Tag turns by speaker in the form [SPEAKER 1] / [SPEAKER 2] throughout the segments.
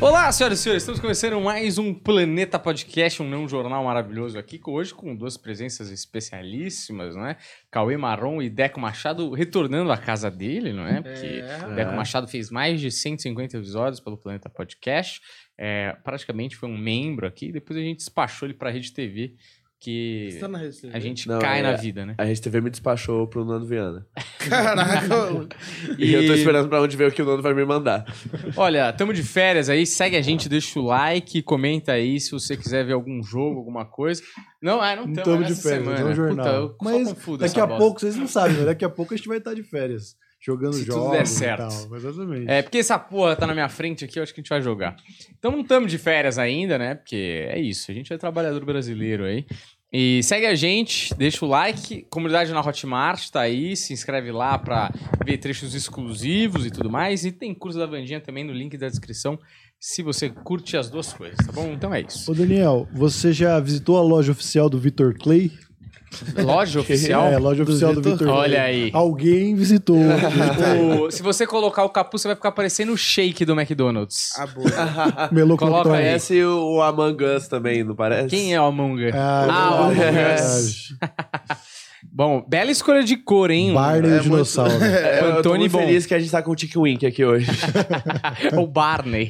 [SPEAKER 1] Olá, senhoras e senhores, estamos começando mais um Planeta Podcast, um não jornal maravilhoso aqui, hoje com duas presenças especialíssimas, não é? Cauê Marron e Deco Machado retornando à casa dele, não é? Porque
[SPEAKER 2] É.
[SPEAKER 1] Deco Machado fez mais de 150 episódios pelo Planeta Podcast, é, praticamente foi um membro aqui, depois a gente despachou ele pra Rede TV, que
[SPEAKER 2] Você tá na Rede TV?
[SPEAKER 1] a gente
[SPEAKER 3] Não,
[SPEAKER 1] cai
[SPEAKER 3] é-
[SPEAKER 1] na vida, né?
[SPEAKER 3] A Rede TV me despachou pro Nando Viana.
[SPEAKER 2] Caraca, mano.
[SPEAKER 3] E, eu tô esperando pra onde ver o que o Nando vai me mandar.
[SPEAKER 1] Olha, tamo de férias aí, segue a gente, deixa o like, comenta aí se você quiser ver algum jogo, alguma coisa. Não, ah, não
[SPEAKER 4] Não
[SPEAKER 1] tamo,
[SPEAKER 4] estamos
[SPEAKER 1] nessa
[SPEAKER 4] de férias,
[SPEAKER 1] semana.
[SPEAKER 4] é um jornal.
[SPEAKER 1] Puta, eu só
[SPEAKER 4] Mas
[SPEAKER 1] confundo
[SPEAKER 4] daqui
[SPEAKER 1] essa
[SPEAKER 4] a
[SPEAKER 1] bosta.
[SPEAKER 4] pouco, vocês não sabem, né? daqui a pouco a gente vai estar de férias, jogando
[SPEAKER 1] Se tudo
[SPEAKER 4] jogos
[SPEAKER 1] der
[SPEAKER 4] e
[SPEAKER 1] certo.
[SPEAKER 4] tal. Exatamente.
[SPEAKER 1] É, porque essa porra tá na minha frente aqui, eu acho que a gente vai jogar. Então não tamo de férias ainda, né? Porque é isso, a gente é trabalhador brasileiro aí. E segue a gente, deixa o like, comunidade na Hotmart tá aí, se inscreve lá pra ver trechos exclusivos e tudo mais. E tem curso da Vandinha também no link da descrição, se você curte as duas coisas, tá bom? Então é isso.
[SPEAKER 4] Ô Daniel, você já visitou a loja oficial do Vitor Clay?
[SPEAKER 1] Loja
[SPEAKER 4] É, a
[SPEAKER 1] oficial.
[SPEAKER 4] loja oficial do Vitor Clay.
[SPEAKER 1] Olha aí.
[SPEAKER 4] Alguém visitou.
[SPEAKER 1] O- Tipo, se você colocar o capuz, você vai ficar parecendo o shake do McDonald's.
[SPEAKER 2] A boca.
[SPEAKER 4] Melocotron.
[SPEAKER 1] Coloca essa.
[SPEAKER 3] Parece o o Among Us também, não parece?
[SPEAKER 1] Quem é o Among Us?
[SPEAKER 4] Ah,
[SPEAKER 1] Ah,
[SPEAKER 4] é
[SPEAKER 3] o
[SPEAKER 4] verdade.
[SPEAKER 1] Among Bom, bela escolha de cor, hein?
[SPEAKER 4] Barney e o
[SPEAKER 2] É muito-
[SPEAKER 4] dinossauro.
[SPEAKER 3] É, eu tô
[SPEAKER 1] Pantone
[SPEAKER 3] muito
[SPEAKER 1] bom.
[SPEAKER 3] feliz que a gente tá com o Tick Wink aqui hoje.
[SPEAKER 1] Ou Barney.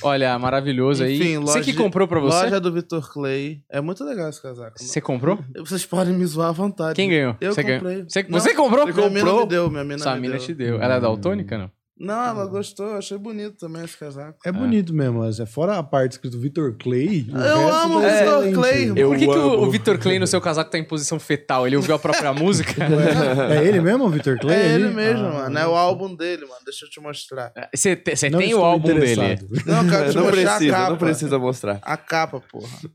[SPEAKER 1] Olha, maravilhoso aí.
[SPEAKER 2] Enfim,
[SPEAKER 1] você
[SPEAKER 2] loja
[SPEAKER 1] que
[SPEAKER 2] de-
[SPEAKER 1] comprou pra você?
[SPEAKER 2] Loja do Vitor Clay. É muito legal esse casaco.
[SPEAKER 1] Você comprou?
[SPEAKER 2] Vocês podem me zoar à vontade.
[SPEAKER 1] Quem ganhou?
[SPEAKER 2] Eu
[SPEAKER 1] você
[SPEAKER 2] comprei.
[SPEAKER 1] Ganhou. Você,
[SPEAKER 2] Não,
[SPEAKER 1] você comprou?
[SPEAKER 2] Minha mina me
[SPEAKER 1] comprou?
[SPEAKER 2] deu, minha mina
[SPEAKER 1] Sua
[SPEAKER 2] me
[SPEAKER 1] mina
[SPEAKER 2] deu.
[SPEAKER 1] te deu. Ela é daltônica, não?
[SPEAKER 2] Não, ela gostou, eu achei bonito também esse casaco.
[SPEAKER 4] É bonito mesmo, mas é fora a parte escrito Vitor Clay. o
[SPEAKER 2] Eu
[SPEAKER 4] resto
[SPEAKER 2] amo o
[SPEAKER 4] é
[SPEAKER 2] Vitor
[SPEAKER 4] excelente.
[SPEAKER 2] Clay.
[SPEAKER 3] Eu
[SPEAKER 1] Por que, que o,
[SPEAKER 3] amo.
[SPEAKER 1] o Vitor Clay no seu casaco tá em posição fetal? Ele ouviu a própria música?
[SPEAKER 4] É ele mesmo, o Vitor Clay?
[SPEAKER 2] é ele
[SPEAKER 4] ali?
[SPEAKER 2] mesmo,
[SPEAKER 4] Ah,
[SPEAKER 2] mano. É o álbum dele, mano. Deixa eu te mostrar.
[SPEAKER 1] Você te- você
[SPEAKER 4] não
[SPEAKER 1] tem o
[SPEAKER 4] estou
[SPEAKER 1] álbum dele?
[SPEAKER 4] interessado.
[SPEAKER 2] Não, eu quero te mostrar
[SPEAKER 3] não
[SPEAKER 2] a
[SPEAKER 3] precisa,
[SPEAKER 2] capa.
[SPEAKER 3] não precisa mostrar.
[SPEAKER 2] A capa, porra.
[SPEAKER 1] Cê-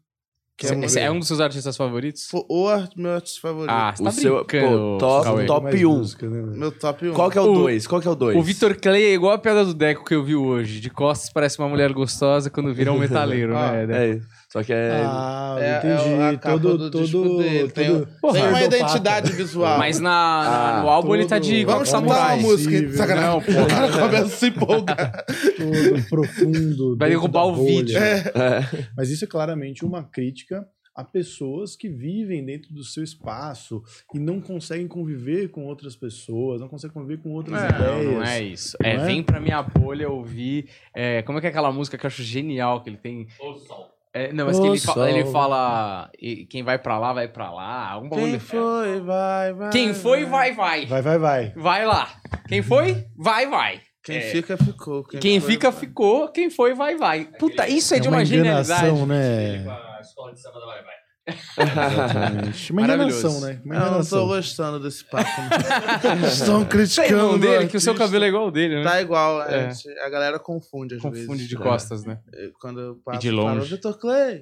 [SPEAKER 2] Quer
[SPEAKER 1] cê-
[SPEAKER 2] ver?
[SPEAKER 1] é um dos seus artistas favoritos?
[SPEAKER 2] Foi o art- meu artista favorito.
[SPEAKER 1] Ah, você tá
[SPEAKER 3] O seu-
[SPEAKER 1] brincando,
[SPEAKER 3] pô, top-
[SPEAKER 1] Cauê.
[SPEAKER 3] top.
[SPEAKER 4] Mais
[SPEAKER 3] um.
[SPEAKER 4] música, né, velho?
[SPEAKER 2] Meu top 1.
[SPEAKER 3] Qual que é o
[SPEAKER 1] O-
[SPEAKER 3] 2? Qual que é o 2?
[SPEAKER 1] O Vitor Clay é igual a piada do Deco que eu vi hoje. De costas parece uma mulher gostosa quando vira um metaleiro, né?
[SPEAKER 2] Ah,
[SPEAKER 1] Deco?
[SPEAKER 3] É, só que é...
[SPEAKER 4] Ah,
[SPEAKER 2] É- é
[SPEAKER 4] entendi.
[SPEAKER 2] a capa
[SPEAKER 4] todo,
[SPEAKER 2] do
[SPEAKER 4] todo,
[SPEAKER 2] disco dele.
[SPEAKER 4] todo,
[SPEAKER 2] Tem o- Tem uma identidade visual.
[SPEAKER 1] Mas na, na-
[SPEAKER 3] Ah,
[SPEAKER 1] no álbum ele tá
[SPEAKER 4] todo-
[SPEAKER 1] de
[SPEAKER 2] Vamos
[SPEAKER 1] copo
[SPEAKER 2] cantar uma
[SPEAKER 1] samurai.
[SPEAKER 4] Compreensível.
[SPEAKER 2] música. Sacanagem.
[SPEAKER 1] Não, porra.
[SPEAKER 2] O cara começa a se empolgar.
[SPEAKER 4] todo profundo.
[SPEAKER 1] Vai
[SPEAKER 4] dentro
[SPEAKER 1] derrubar
[SPEAKER 4] da
[SPEAKER 1] o
[SPEAKER 4] bolha.
[SPEAKER 1] vídeo.
[SPEAKER 3] é.
[SPEAKER 4] Mas isso é claramente uma crítica a pessoas que vivem dentro do seu espaço e não conseguem conviver com outras pessoas, não conseguem conviver com outras
[SPEAKER 1] Não,
[SPEAKER 4] ideias.
[SPEAKER 1] não é isso. É,
[SPEAKER 4] Não é?
[SPEAKER 1] vem pra minha bolha ouvir. é, como é que é aquela música que eu acho genial que ele tem? O sol. não, mas que
[SPEAKER 4] O
[SPEAKER 1] ele,
[SPEAKER 4] sol.
[SPEAKER 1] fala, ele fala. e Quem vai pra lá, vai pra lá. algum bagulho-
[SPEAKER 2] Quem foi, vai, vai.
[SPEAKER 1] Quem foi, vai, vai.
[SPEAKER 4] Vai, vai, vai.
[SPEAKER 1] Vai lá. Quem foi, vai, vai.
[SPEAKER 2] Quem
[SPEAKER 1] É.
[SPEAKER 2] fica, ficou.
[SPEAKER 1] Quem, fica,
[SPEAKER 2] ficou.
[SPEAKER 1] ficou. Quem foi, vai, vai. Puta, isso é, de uma, genialidade.
[SPEAKER 4] enganação, né? Exatamente. Uma enganação,
[SPEAKER 1] Maravilhoso.
[SPEAKER 4] né? Uma
[SPEAKER 2] Eu não tô
[SPEAKER 4] enganação.
[SPEAKER 2] gostando desse papo. não. Estão
[SPEAKER 1] Você é irmão
[SPEAKER 2] criticando.
[SPEAKER 1] dele,
[SPEAKER 2] o
[SPEAKER 1] que o seu
[SPEAKER 2] artista.
[SPEAKER 1] cabelo é igual ao dele, né?
[SPEAKER 2] Tá igual, a
[SPEAKER 1] É.
[SPEAKER 2] gente- a galera confunde às
[SPEAKER 1] Confunde
[SPEAKER 2] vezes.
[SPEAKER 1] de costas, né?
[SPEAKER 2] É, Quando eu passo,
[SPEAKER 1] E de longe.
[SPEAKER 2] falo, Vitor Clay.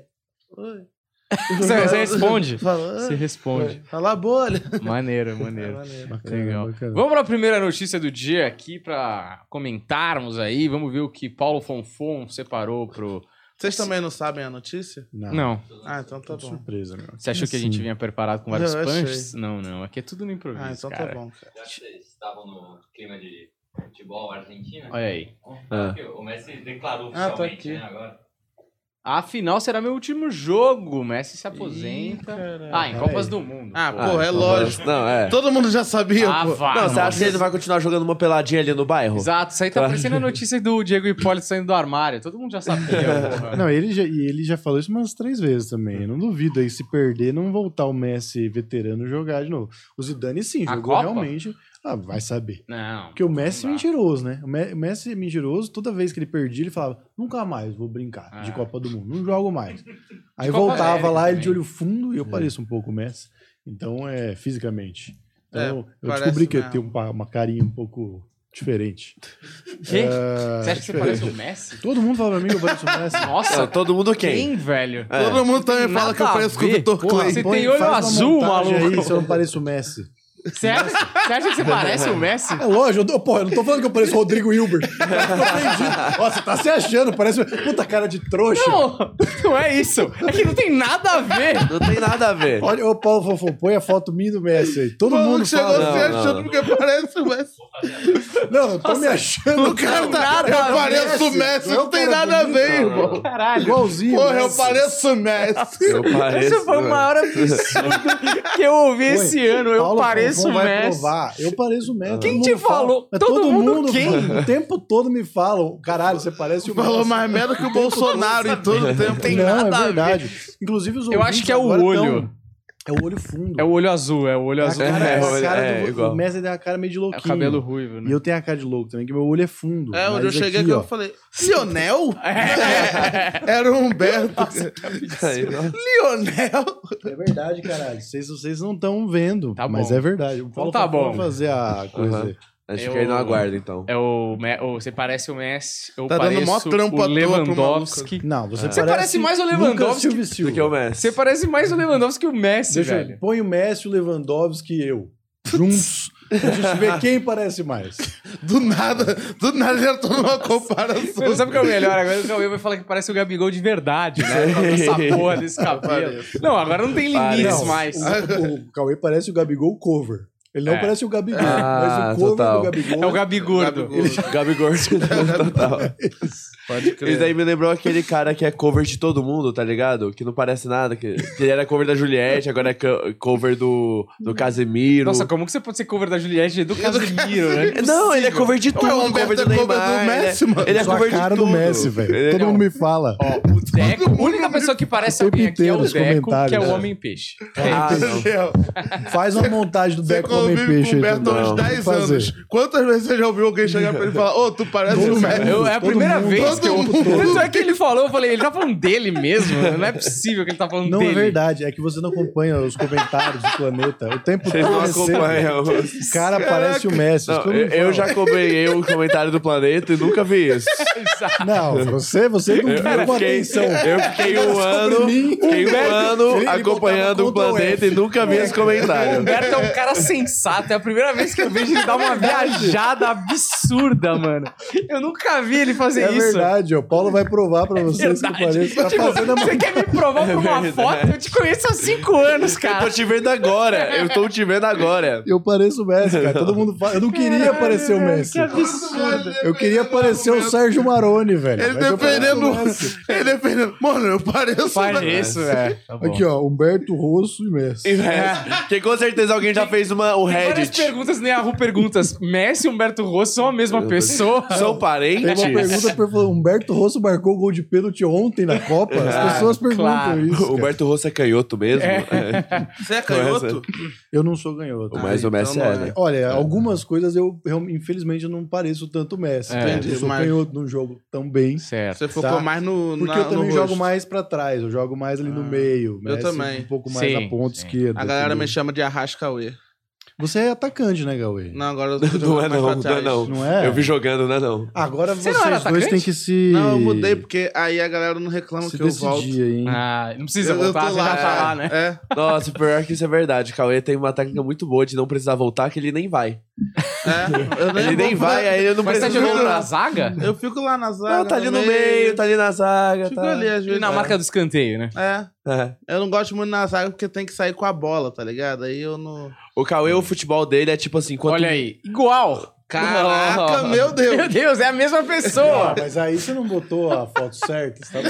[SPEAKER 2] Oi.
[SPEAKER 1] Você, você responde.
[SPEAKER 2] Fala,
[SPEAKER 1] Você
[SPEAKER 2] oi.
[SPEAKER 1] responde.
[SPEAKER 2] Fala a bolha.
[SPEAKER 1] Maneiro,
[SPEAKER 2] É
[SPEAKER 1] maneiro.
[SPEAKER 2] maneiro.
[SPEAKER 4] Bacana,
[SPEAKER 1] Legal.
[SPEAKER 4] bacana.
[SPEAKER 1] Vamos para a primeira notícia do dia aqui para comentarmos aí. Vamos ver o que Paulo Fonfon separou pro.
[SPEAKER 2] Vocês também não sabem a notícia?
[SPEAKER 1] Não.
[SPEAKER 2] Ah, então tá
[SPEAKER 4] Tô
[SPEAKER 2] bom.
[SPEAKER 4] surpresa, meu.
[SPEAKER 1] Você achou que a gente vinha preparado com
[SPEAKER 2] Eu
[SPEAKER 1] vários
[SPEAKER 2] achei.
[SPEAKER 1] punches? Não, não. Aqui é tudo no improviso.
[SPEAKER 2] Ah, então
[SPEAKER 1] cara.
[SPEAKER 2] tá bom, cara.
[SPEAKER 5] Já que vocês estavam no clima de futebol argentino, Tá
[SPEAKER 1] Olha aí.
[SPEAKER 3] Ah.
[SPEAKER 5] o Messi declarou
[SPEAKER 4] tá
[SPEAKER 2] Ah, tô
[SPEAKER 5] oficialmente,
[SPEAKER 2] aqui.
[SPEAKER 5] né, agora.
[SPEAKER 1] Afinal, será meu último jogo. O Messi se aposenta. ah, em
[SPEAKER 4] Pera
[SPEAKER 1] Copas
[SPEAKER 4] aí.
[SPEAKER 1] do Mundo.
[SPEAKER 2] Ah,
[SPEAKER 1] pô.
[SPEAKER 2] Porra, é
[SPEAKER 3] então,
[SPEAKER 2] lógico.
[SPEAKER 3] Não, é.
[SPEAKER 2] Todo mundo já sabia,
[SPEAKER 1] Ah,
[SPEAKER 2] pô.
[SPEAKER 1] vá.
[SPEAKER 3] Não, você
[SPEAKER 1] mano.
[SPEAKER 3] acha que ele vai continuar jogando uma peladinha ali no bairro?
[SPEAKER 1] Exato, isso aí tá
[SPEAKER 3] Claro.
[SPEAKER 1] parecendo a notícia do Diego Hipólito saindo do armário. Todo mundo já sabia, porra.
[SPEAKER 4] Não, ele já, e ele já falou isso umas três vezes também.
[SPEAKER 1] É.
[SPEAKER 4] Eu não duvido aí, se perder, não voltar o Messi veterano jogar de novo. O Zidane, sim,
[SPEAKER 1] A
[SPEAKER 4] jogou
[SPEAKER 1] Copa?
[SPEAKER 4] realmente. Ah, vai saber.
[SPEAKER 1] Não.
[SPEAKER 4] Porque o Messi é
[SPEAKER 1] Não dá.
[SPEAKER 4] mentiroso, né? O Me- o Messi é mentiroso, toda vez que ele perdia, ele falava: nunca mais vou brincar de
[SPEAKER 1] Ah.
[SPEAKER 4] Copa do Mundo, não jogo mais. Aí
[SPEAKER 1] Copa
[SPEAKER 4] voltava
[SPEAKER 1] América
[SPEAKER 4] lá, ele
[SPEAKER 1] também. É.
[SPEAKER 4] de olho fundo, e eu pareço um pouco o Messi. Então, é fisicamente.
[SPEAKER 2] É,
[SPEAKER 4] Então, eu
[SPEAKER 2] parece
[SPEAKER 4] descobri que eu
[SPEAKER 2] mesmo.
[SPEAKER 4] tenho uma, uma carinha um pouco diferente.
[SPEAKER 1] Gente,
[SPEAKER 2] É,
[SPEAKER 1] é
[SPEAKER 4] Ah,
[SPEAKER 1] você acha que você
[SPEAKER 4] diferente.
[SPEAKER 1] parece o Messi?
[SPEAKER 4] Todo mundo fala pra mim que eu pareço o Messi.
[SPEAKER 1] Nossa,
[SPEAKER 3] Não, todo mundo quem?
[SPEAKER 1] quem, velho?
[SPEAKER 2] É. Todo mundo também
[SPEAKER 1] Nada
[SPEAKER 2] fala que eu
[SPEAKER 1] a
[SPEAKER 2] pareço com o
[SPEAKER 1] ver.
[SPEAKER 2] Vitor
[SPEAKER 1] Porra,
[SPEAKER 2] Clay.
[SPEAKER 1] você
[SPEAKER 4] Põe-
[SPEAKER 1] tem olho
[SPEAKER 4] faz uma
[SPEAKER 1] azul,
[SPEAKER 4] montagem
[SPEAKER 1] maluco.
[SPEAKER 4] Aí, se eu não pareço o Messi.
[SPEAKER 1] Você acha, você acha que você parece o Messi?
[SPEAKER 4] É lógico, eu, tô- pô, eu não tô falando que eu pareço o Rodrigo Hilbert. Eu tô ofendido. Ó, você tá se achando, parece. Puta cara de trouxa.
[SPEAKER 1] Não, não é isso. É que não tem nada a ver.
[SPEAKER 3] Não tem nada a ver.
[SPEAKER 4] Olha, ô Paulo Fofo, põe a foto minha e do Messi aí. Todo
[SPEAKER 2] Todo
[SPEAKER 4] mundo
[SPEAKER 2] mundo chegou
[SPEAKER 4] fala.
[SPEAKER 3] Não,
[SPEAKER 2] se
[SPEAKER 3] não,
[SPEAKER 2] achando
[SPEAKER 3] não.
[SPEAKER 2] que parece o Messi.
[SPEAKER 4] Não, eu tô me achando.
[SPEAKER 2] O cara tá.
[SPEAKER 3] nada a ver,
[SPEAKER 2] eu pareço o
[SPEAKER 4] Messi.
[SPEAKER 2] Messi,
[SPEAKER 4] Não é
[SPEAKER 2] não
[SPEAKER 4] um
[SPEAKER 2] tem
[SPEAKER 4] cara
[SPEAKER 2] nada a
[SPEAKER 4] bonito,
[SPEAKER 2] ver,
[SPEAKER 4] cara.
[SPEAKER 2] irmão.
[SPEAKER 1] Caralho.
[SPEAKER 4] Igualzinho.
[SPEAKER 2] Porra, eu
[SPEAKER 4] Messi.
[SPEAKER 2] pareço o Messi.
[SPEAKER 3] Eu pareço.
[SPEAKER 1] Esse Então, foi um o
[SPEAKER 3] né?
[SPEAKER 1] maior absurdo que eu ouvi
[SPEAKER 4] Oi,
[SPEAKER 1] esse ano. Eu
[SPEAKER 4] Paulo
[SPEAKER 1] pareço
[SPEAKER 4] Falcão
[SPEAKER 1] o
[SPEAKER 4] vai
[SPEAKER 1] Messi.
[SPEAKER 4] provar. Eu pareço o Messi.
[SPEAKER 1] Quem
[SPEAKER 4] Todo
[SPEAKER 1] te
[SPEAKER 4] mundo fala.
[SPEAKER 1] falou?
[SPEAKER 4] Mas
[SPEAKER 1] Todo mundo quem?
[SPEAKER 4] fala. O tempo todo me falam. Caralho, você parece o
[SPEAKER 2] Falou
[SPEAKER 4] Messi.
[SPEAKER 2] mais merda que o Bolsonaro em todo o tempo.
[SPEAKER 1] tem
[SPEAKER 4] não,
[SPEAKER 1] nada a
[SPEAKER 4] é
[SPEAKER 1] ver.
[SPEAKER 4] verdade. Inclusive os
[SPEAKER 1] Eu acho
[SPEAKER 4] ouvintes
[SPEAKER 1] que é o
[SPEAKER 4] agora
[SPEAKER 1] olho.
[SPEAKER 4] tão- É o olho fundo.
[SPEAKER 1] É o olho azul, é o olho
[SPEAKER 4] A
[SPEAKER 1] azul.
[SPEAKER 4] cara,
[SPEAKER 3] É,
[SPEAKER 4] a
[SPEAKER 3] olho-
[SPEAKER 4] cara
[SPEAKER 3] é,
[SPEAKER 4] do-
[SPEAKER 3] igual.
[SPEAKER 4] O Messi tem a cara meio de
[SPEAKER 1] É o
[SPEAKER 4] louquinho.
[SPEAKER 1] cabelo ruivo,
[SPEAKER 4] E
[SPEAKER 1] né?
[SPEAKER 4] eu tenho a cara de louco também, que meu olho é fundo.
[SPEAKER 2] É, onde eu
[SPEAKER 4] Mas
[SPEAKER 2] cheguei
[SPEAKER 4] aqui,
[SPEAKER 2] aqui,
[SPEAKER 4] ó,
[SPEAKER 2] eu falei. Lionel? Era o Humberto.
[SPEAKER 3] Aí, não.
[SPEAKER 2] Lionel?
[SPEAKER 4] É verdade, caralho. Vocês, vocês não estão vendo.
[SPEAKER 1] Tá
[SPEAKER 4] mas
[SPEAKER 1] bom.
[SPEAKER 4] é verdade. O Paulo
[SPEAKER 1] tá
[SPEAKER 4] Falcão
[SPEAKER 1] bom.
[SPEAKER 4] vai fazer a coisa.
[SPEAKER 3] Aham.
[SPEAKER 4] aí.
[SPEAKER 3] Acho
[SPEAKER 1] Eu-
[SPEAKER 3] que aí não aguarda, então.
[SPEAKER 1] É o, Me- ou você parece o Messi, eu
[SPEAKER 2] Tá dando
[SPEAKER 1] pareço
[SPEAKER 2] mó trampo
[SPEAKER 1] o
[SPEAKER 2] à toa pro
[SPEAKER 1] Lewandowski.
[SPEAKER 4] Não, você
[SPEAKER 1] Você parece mais o Lewandowski
[SPEAKER 4] Lucas Silva e
[SPEAKER 3] Do que o
[SPEAKER 4] Silva.
[SPEAKER 3] Messi.
[SPEAKER 1] Você parece mais o Lewandowski que o Messi,
[SPEAKER 4] Deixa eu-
[SPEAKER 1] velho.
[SPEAKER 4] Põe o Messi, o Lewandowski e eu. Juntos. Pra gente ver quem parece mais.
[SPEAKER 2] Do nada, do nada já tô numa comparação.
[SPEAKER 1] Mano, sabe o que é o melhor? Agora o Cauê vai falar que parece o Gabigol de verdade, né? Com Essa porra desse cabelo. Não, agora não tem limites
[SPEAKER 3] Parece.
[SPEAKER 1] mais.
[SPEAKER 4] O, o Cauê parece o Gabigol cover. Ele não
[SPEAKER 1] É.
[SPEAKER 4] parece o Gabigol,
[SPEAKER 3] Ah,
[SPEAKER 4] mas o cover
[SPEAKER 3] total.
[SPEAKER 4] do Gabigol.
[SPEAKER 1] É o Gabigordo.
[SPEAKER 2] Gabigol.
[SPEAKER 3] Gabigol. total.
[SPEAKER 2] Pode
[SPEAKER 3] Isso daí me lembrou aquele cara que é cover de todo mundo, tá ligado? Que não parece nada. Que, que ele era cover da Juliette, agora é co- cover do, do Casemiro.
[SPEAKER 1] Nossa, como que você pode ser cover da Juliette e do Casemiro, né?
[SPEAKER 3] não, ele é cover de tudo.
[SPEAKER 2] Ué, o
[SPEAKER 3] cover
[SPEAKER 2] Humberto
[SPEAKER 3] do
[SPEAKER 2] é cover
[SPEAKER 3] Neymar,
[SPEAKER 2] do
[SPEAKER 3] né?
[SPEAKER 2] Messi, mano.
[SPEAKER 3] Ele é
[SPEAKER 4] Sou a
[SPEAKER 3] cover
[SPEAKER 4] cara
[SPEAKER 3] de
[SPEAKER 4] do
[SPEAKER 3] tudo.
[SPEAKER 4] Messi, velho.
[SPEAKER 3] Ele-
[SPEAKER 4] Todo
[SPEAKER 3] não,
[SPEAKER 4] mundo me fala.
[SPEAKER 1] O Deco, a única pessoa que parece
[SPEAKER 4] O tempo
[SPEAKER 1] alguém aqui é
[SPEAKER 4] inteiro,
[SPEAKER 1] o
[SPEAKER 4] os
[SPEAKER 1] Deco, que é
[SPEAKER 4] comentários. né?
[SPEAKER 1] o Homem-Peixe.
[SPEAKER 3] Ah, não.
[SPEAKER 4] Faz uma montagem do
[SPEAKER 2] é, Você
[SPEAKER 4] Deco Homem
[SPEAKER 2] convive com o
[SPEAKER 4] Peixe. aí,
[SPEAKER 2] Humberto há
[SPEAKER 4] Dudu.
[SPEAKER 2] uns
[SPEAKER 4] Vamos
[SPEAKER 2] 10
[SPEAKER 4] fazer.
[SPEAKER 2] anos. Quantas vezes você já ouviu alguém chegar pra ele e falar, ô, tu parece um
[SPEAKER 4] Todo
[SPEAKER 2] o Messi?
[SPEAKER 4] mundo.
[SPEAKER 1] Eu- é a
[SPEAKER 4] Todo
[SPEAKER 1] primeira
[SPEAKER 4] mundo,
[SPEAKER 1] vez
[SPEAKER 2] todo
[SPEAKER 1] que eu.
[SPEAKER 2] mundo.
[SPEAKER 1] Tanto é que ele falou, eu falei, ele tá falando dele mesmo? Não é possível que ele tá falando
[SPEAKER 4] Não
[SPEAKER 1] dele.
[SPEAKER 4] é verdade, é que você não acompanha os comentários do planeta. O tempo
[SPEAKER 3] Vocês não
[SPEAKER 4] todo recebe.
[SPEAKER 3] acompanham.
[SPEAKER 4] O cara parece o Messi.
[SPEAKER 3] Não,
[SPEAKER 4] todo mundo
[SPEAKER 3] eu, eu
[SPEAKER 4] fala.
[SPEAKER 3] já acompanhei o comentário do planeta e nunca vi isso.
[SPEAKER 4] Não, você, você não
[SPEAKER 3] Eu, eu
[SPEAKER 4] viu com
[SPEAKER 3] fiquei,
[SPEAKER 4] atenção.
[SPEAKER 3] eu fiquei um
[SPEAKER 4] Sobre
[SPEAKER 3] ano,
[SPEAKER 4] mim.
[SPEAKER 3] fiquei um ano
[SPEAKER 4] ele
[SPEAKER 3] acompanhando
[SPEAKER 4] botava
[SPEAKER 3] o planeta e nunca vi esse
[SPEAKER 1] O
[SPEAKER 3] comentário.
[SPEAKER 1] Humberto é um cara sensato. É a primeira vez que eu vejo ele dar uma viajada absurda, mano. Eu nunca vi ele fazer
[SPEAKER 4] É
[SPEAKER 1] isso.
[SPEAKER 4] verdade, ó. O Paulo vai provar pra vocês que eu
[SPEAKER 1] Verdade.
[SPEAKER 4] pareço. Tá
[SPEAKER 1] Tipo,
[SPEAKER 4] fazendo a
[SPEAKER 1] você quer me provar por uma
[SPEAKER 3] É
[SPEAKER 1] foto?
[SPEAKER 3] verdade.
[SPEAKER 1] Eu te conheço há cinco anos, cara.
[SPEAKER 3] Tô te vendo agora, eu tô te vendo agora.
[SPEAKER 4] Eu pareço o Messi, cara. Todo mundo fala. Eu não queria parecer o Messi.
[SPEAKER 1] Que absurdo.
[SPEAKER 4] Eu queria parecer o Sérgio Maroni, velho.
[SPEAKER 2] Ele
[SPEAKER 4] Mas eu pareço
[SPEAKER 2] defendendo.
[SPEAKER 4] o Messi.
[SPEAKER 2] Ele defendendo. Mano, eu pareço.
[SPEAKER 1] Faz
[SPEAKER 2] Messi.
[SPEAKER 1] isso, velho.
[SPEAKER 4] Aqui, ó. Humberto Rosso e Messi.
[SPEAKER 3] Porque com certeza alguém já fez uma, o
[SPEAKER 1] Várias
[SPEAKER 3] Reddit.
[SPEAKER 1] perguntas, nem arru perguntas. Messi e Humberto Rosso são a mesma pessoa?
[SPEAKER 3] São
[SPEAKER 4] Tem
[SPEAKER 3] parentes?
[SPEAKER 4] uma pergunta pra falar, Humberto Rosso marcou o gol de pênalti ontem na Copa? As
[SPEAKER 3] Ah,
[SPEAKER 4] pessoas perguntam
[SPEAKER 1] claro.
[SPEAKER 4] isso.
[SPEAKER 3] O
[SPEAKER 4] cara.
[SPEAKER 3] Humberto Rosso é canhoto mesmo?
[SPEAKER 2] Você é canhoto?
[SPEAKER 4] Eu não sou ganhoto.
[SPEAKER 3] É. Mas
[SPEAKER 2] Ah,
[SPEAKER 3] o Messi
[SPEAKER 2] então
[SPEAKER 3] é,
[SPEAKER 2] não é.
[SPEAKER 3] né?
[SPEAKER 4] Olha, algumas coisas eu, eu, infelizmente, eu não pareço tanto Messi.
[SPEAKER 1] É,
[SPEAKER 4] Entendi. eu
[SPEAKER 2] entendi,
[SPEAKER 4] sou
[SPEAKER 2] mas-
[SPEAKER 4] canhoto num jogo tão bem.
[SPEAKER 1] Certo.
[SPEAKER 2] Você focou
[SPEAKER 4] Tá.
[SPEAKER 2] mais no.
[SPEAKER 4] Porque
[SPEAKER 2] na-
[SPEAKER 4] eu também
[SPEAKER 2] no
[SPEAKER 4] jogo
[SPEAKER 2] rosto.
[SPEAKER 4] mais pra trás, eu jogo mais ali no
[SPEAKER 2] Ah,
[SPEAKER 4] meio. Messi
[SPEAKER 2] também.
[SPEAKER 4] Um pouco mais
[SPEAKER 1] Sim,
[SPEAKER 4] na ponta
[SPEAKER 1] sim.
[SPEAKER 4] esquerda.
[SPEAKER 2] A galera
[SPEAKER 4] entendeu?
[SPEAKER 2] me chama de Arrascaue.
[SPEAKER 4] Você é atacante, né, Gauê?
[SPEAKER 2] Não, agora eu tô
[SPEAKER 3] Não é
[SPEAKER 2] jogando mais
[SPEAKER 3] não,
[SPEAKER 2] pra
[SPEAKER 3] não é
[SPEAKER 2] trás.
[SPEAKER 3] não.
[SPEAKER 4] Não é?
[SPEAKER 3] Eu vi jogando, não é não.
[SPEAKER 4] Agora
[SPEAKER 1] Você não era
[SPEAKER 4] vocês dois
[SPEAKER 1] atacante?
[SPEAKER 4] têm que se.
[SPEAKER 2] Não, eu mudei porque aí a galera não reclama
[SPEAKER 4] se
[SPEAKER 2] que eu volto.
[SPEAKER 4] decidir, hein?
[SPEAKER 1] Ah, não precisa voltar, você já tá
[SPEAKER 2] é,
[SPEAKER 1] lá, né?
[SPEAKER 2] É.
[SPEAKER 3] Nossa, pior que isso é verdade. Cauê tem uma técnica muito boa de não precisar voltar, que ele nem vai.
[SPEAKER 2] É, eu
[SPEAKER 3] Ele nem
[SPEAKER 2] vou-
[SPEAKER 3] vai, aí ele não
[SPEAKER 1] Mas tá
[SPEAKER 3] precisa
[SPEAKER 1] jogando na
[SPEAKER 3] voltar.
[SPEAKER 1] zaga?
[SPEAKER 2] Eu fico lá na zaga.
[SPEAKER 3] Não, tá ali no meio, tá ali na zaga,
[SPEAKER 2] Fico
[SPEAKER 3] tá...
[SPEAKER 2] ali, às
[SPEAKER 1] E
[SPEAKER 2] vezes.
[SPEAKER 1] na marca do escanteio, né?
[SPEAKER 2] É.
[SPEAKER 3] É.
[SPEAKER 2] Eu não gosto muito na zaga porque tem que sair com a bola, tá ligado? Aí eu não.
[SPEAKER 3] O Cauê, o futebol dele é tipo assim, quanto...
[SPEAKER 1] Olha aí, igual.
[SPEAKER 2] Caraca,
[SPEAKER 3] Não.
[SPEAKER 2] meu Deus!
[SPEAKER 1] Meu Deus, é a mesma
[SPEAKER 4] Ah,
[SPEAKER 1] pessoa.
[SPEAKER 4] mas aí você não botou a foto certa, você tá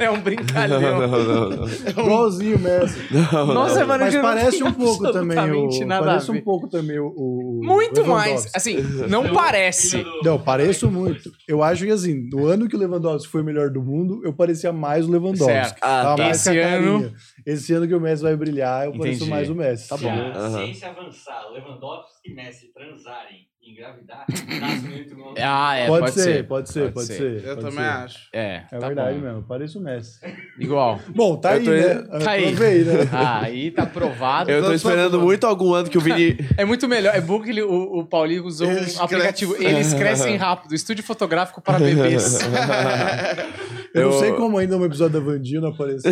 [SPEAKER 1] é um
[SPEAKER 3] Não, não,
[SPEAKER 1] brincalhão.
[SPEAKER 3] não, não.
[SPEAKER 4] igualzinho o Messi.
[SPEAKER 1] Nossa, mano,
[SPEAKER 4] Mas
[SPEAKER 1] eu não
[SPEAKER 4] parece
[SPEAKER 1] tenho
[SPEAKER 4] um pouco também
[SPEAKER 1] absolutamente
[SPEAKER 4] o.
[SPEAKER 1] nada a
[SPEAKER 4] Parece
[SPEAKER 1] ver.
[SPEAKER 4] um pouco também o. o- o
[SPEAKER 1] Muito mais.
[SPEAKER 4] Lewandowski.
[SPEAKER 1] Assim, não parece.
[SPEAKER 4] Não, pareço muito. Eu acho que assim, no ano que o Lewandowski foi o melhor do mundo, eu parecia mais o Lewandowski.
[SPEAKER 1] Certo.
[SPEAKER 3] Ah,
[SPEAKER 4] Tava
[SPEAKER 3] tá.
[SPEAKER 4] mais com a
[SPEAKER 1] Esse
[SPEAKER 4] carinha.
[SPEAKER 1] ano-
[SPEAKER 4] Esse ano que o Messi vai brilhar, eu pareço
[SPEAKER 1] Entendi.
[SPEAKER 4] mais o Messi. Tá
[SPEAKER 5] Se
[SPEAKER 4] bom.
[SPEAKER 5] a
[SPEAKER 3] Aham.
[SPEAKER 5] ciência avançar, Lewandowski e Messi transarem e engravidar, nasce um outro novo.
[SPEAKER 1] Ah, é,
[SPEAKER 4] pode,
[SPEAKER 1] pode,
[SPEAKER 4] ser, pode ser, pode ser.
[SPEAKER 2] Eu
[SPEAKER 4] pode
[SPEAKER 2] também
[SPEAKER 4] ser.
[SPEAKER 2] acho.
[SPEAKER 1] É,
[SPEAKER 4] É
[SPEAKER 1] tá
[SPEAKER 4] verdade
[SPEAKER 1] bom.
[SPEAKER 4] mesmo, parece o Messi.
[SPEAKER 1] Igual.
[SPEAKER 4] Bom, tá
[SPEAKER 3] Eu
[SPEAKER 4] aí,
[SPEAKER 3] tô
[SPEAKER 4] né?
[SPEAKER 3] indo-
[SPEAKER 1] Tá aí.
[SPEAKER 4] Aprovei, né?
[SPEAKER 1] Ah, aí tá aprovado.
[SPEAKER 3] Eu tô esperando muito algum ano que o Vini...
[SPEAKER 1] É muito melhor. É bom que ele- o, o Paulinho usou um
[SPEAKER 2] Eles
[SPEAKER 1] aplicativo.
[SPEAKER 2] crescem.
[SPEAKER 1] Eles crescem rápido. Estúdio fotográfico para bebês.
[SPEAKER 4] Eu, não
[SPEAKER 3] Eu-
[SPEAKER 4] sei como ainda um episódio da Vandinha não apareceu.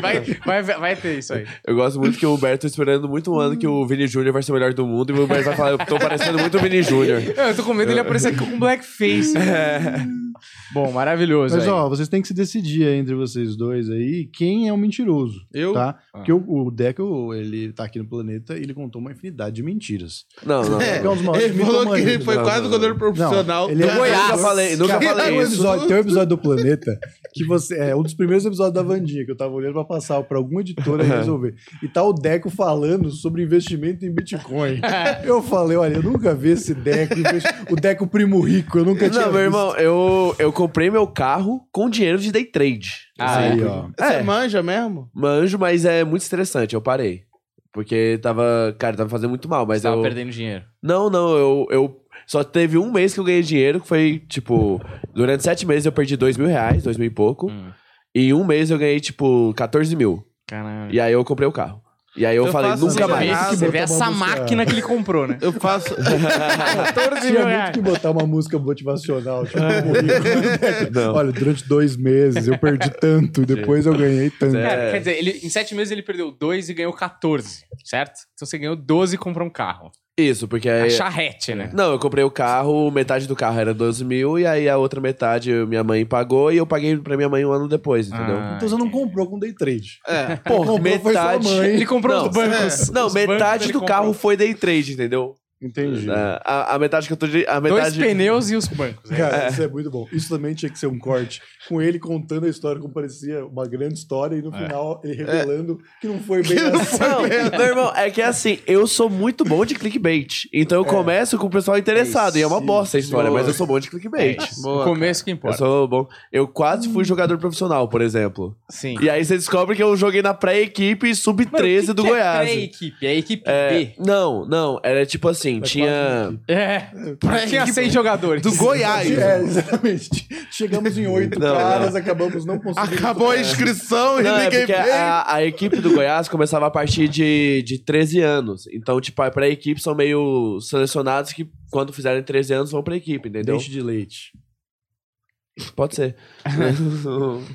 [SPEAKER 1] vai, É, vai, vai ter isso aí.
[SPEAKER 3] Eu gosto muito que o Humberto tá esperando muito um ano que o Vini Júnior vai ser o melhor do mundo e o Humberto vai falar, eu tô parecendo muito o Vini Júnior.
[SPEAKER 1] Eu tô com medo dele aparecer aqui com blackface. um Bom, maravilhoso.
[SPEAKER 4] Mas
[SPEAKER 1] aí.
[SPEAKER 4] ó, vocês têm que se decidir aí entre vocês dois aí quem é o mentiroso,
[SPEAKER 1] eu.
[SPEAKER 4] tá?
[SPEAKER 1] Ah.
[SPEAKER 4] Porque o, o Deco, ele tá aqui no planeta e ele contou uma infinidade de mentiras.
[SPEAKER 3] Não, não.
[SPEAKER 2] É,
[SPEAKER 4] Deco um dos maiores
[SPEAKER 2] Ele falou que ele
[SPEAKER 4] mitomaníacos.
[SPEAKER 2] foi
[SPEAKER 3] Não,
[SPEAKER 2] quase
[SPEAKER 3] não,
[SPEAKER 2] um
[SPEAKER 3] não.
[SPEAKER 2] goleiro profissional.
[SPEAKER 4] Não, ele é
[SPEAKER 2] Cara,
[SPEAKER 3] Goiás. Nunca falei, nunca
[SPEAKER 4] Cara,
[SPEAKER 3] falei
[SPEAKER 4] tem um
[SPEAKER 3] isso.
[SPEAKER 4] episódio- tem um episódio do Planeta que você. É um dos primeiros episódios da Vandinha que eu tava olhando pra passar pra alguma editora e resolver. E tá o Deco falando sobre investimento em Bitcoin. Eu falei, olha, eu nunca vi esse Deco. investi- O Deco Primo Rico, eu nunca tinha
[SPEAKER 3] Não, meu
[SPEAKER 4] visto.
[SPEAKER 3] irmão, eu, eu comprei meu carro com dinheiro de day trade.
[SPEAKER 1] Ah,
[SPEAKER 3] Assim,
[SPEAKER 4] Aí,
[SPEAKER 1] é.
[SPEAKER 4] ó.
[SPEAKER 2] Você
[SPEAKER 3] É.
[SPEAKER 2] manja mesmo?
[SPEAKER 3] Manjo, mas é muito estressante, eu parei. Porque tava, cara, tava fazendo muito mal, mas
[SPEAKER 1] Tava
[SPEAKER 3] eu...
[SPEAKER 1] perdendo dinheiro.
[SPEAKER 3] Não, não, eu, eu... Só teve um mês que eu ganhei dinheiro, que foi, tipo... Durante sete meses eu perdi dois mil reais, dois mil e pouco.
[SPEAKER 1] Hum,
[SPEAKER 3] E em um mês eu ganhei, tipo, 14 mil.
[SPEAKER 1] caralho.
[SPEAKER 3] E aí eu comprei o carro. E aí eu,
[SPEAKER 2] Eu
[SPEAKER 3] falei,
[SPEAKER 2] faço
[SPEAKER 3] nunca
[SPEAKER 1] Você
[SPEAKER 2] assim,
[SPEAKER 1] vê,
[SPEAKER 3] mais.
[SPEAKER 2] né?
[SPEAKER 1] você vê
[SPEAKER 4] botar uma
[SPEAKER 1] essa
[SPEAKER 4] música-
[SPEAKER 1] máquina que ele comprou, né?
[SPEAKER 2] Eu faço.
[SPEAKER 1] 14
[SPEAKER 4] Tinha muito que botar uma música motivacional. Tipo, Primo Rico.
[SPEAKER 3] Não.
[SPEAKER 4] olha, durante dois meses eu perdi tanto, depois eu ganhei tanto.
[SPEAKER 3] É.
[SPEAKER 1] Cara, quer dizer, ele, em sete meses ele perdeu dois e ganhou 14, certo? Então você ganhou 12 e comprou um carro.
[SPEAKER 3] Isso, porque
[SPEAKER 1] A
[SPEAKER 3] aí...
[SPEAKER 1] charrete, né?
[SPEAKER 3] Não, eu comprei o carro, metade do carro era 12 mil, e aí a outra metade minha mãe pagou e eu paguei pra minha mãe um ano depois, entendeu?
[SPEAKER 1] Ah,
[SPEAKER 4] Então você não comprou com day trade.
[SPEAKER 2] É.
[SPEAKER 4] Pô, comprou foi sua
[SPEAKER 3] metade.
[SPEAKER 4] mãe.
[SPEAKER 1] Ele comprou
[SPEAKER 3] Não,
[SPEAKER 1] os bancos.
[SPEAKER 3] Não,
[SPEAKER 1] Os bancos
[SPEAKER 3] metade
[SPEAKER 1] ele
[SPEAKER 3] do
[SPEAKER 1] comprou.
[SPEAKER 3] carro foi day trade, entendeu?
[SPEAKER 4] Entendi.
[SPEAKER 3] Ah, A, a metade que eu tô de. A
[SPEAKER 1] Dois
[SPEAKER 3] metade.
[SPEAKER 1] pneus e os bancos. né?
[SPEAKER 4] Cara, isso é muito bom. Isso também tinha que ser um corte. Com ele contando a história como parecia uma grande história e no final ele revelando que não foi bem assim.
[SPEAKER 3] Não, meu irmão, é que assim, eu sou muito bom de clickbait. Então
[SPEAKER 1] É.
[SPEAKER 3] eu começo com o pessoal interessado. e é uma
[SPEAKER 4] Isso.
[SPEAKER 3] bosta a história, mas eu sou bom de
[SPEAKER 1] É
[SPEAKER 3] clickbait.
[SPEAKER 1] isso.
[SPEAKER 2] Boa,
[SPEAKER 1] o começo que
[SPEAKER 3] Eu
[SPEAKER 1] importa.
[SPEAKER 3] sou bom. Eu quase fui jogador profissional, por exemplo.
[SPEAKER 1] Hum. Sim.
[SPEAKER 3] E aí você descobre que eu joguei na pré-equipe
[SPEAKER 1] Mano, o
[SPEAKER 3] sub-13
[SPEAKER 1] que
[SPEAKER 3] do
[SPEAKER 1] que é
[SPEAKER 3] Goiás.
[SPEAKER 1] pré-equipe, é a equipe
[SPEAKER 3] É,
[SPEAKER 1] B.
[SPEAKER 3] não, não. Era tipo assim,
[SPEAKER 4] Mas
[SPEAKER 3] tinha.
[SPEAKER 4] quase que-
[SPEAKER 1] É. Tinha seis jogadores.
[SPEAKER 2] Do Goiás.
[SPEAKER 4] É, exatamente. Chegamos em oito
[SPEAKER 3] Não,
[SPEAKER 4] caras, acabamos não conseguindo.
[SPEAKER 2] Acabou a inscrição e
[SPEAKER 3] Não, é
[SPEAKER 2] ninguém
[SPEAKER 3] porque
[SPEAKER 2] veio.
[SPEAKER 3] a, a equipe do Goiás começava a partir de, de 13 anos. Então, tipo, pra equipe são meio selecionados que quando fizerem 13 anos vão pra equipe, entendeu?
[SPEAKER 4] Dente de leite.
[SPEAKER 3] Pode ser.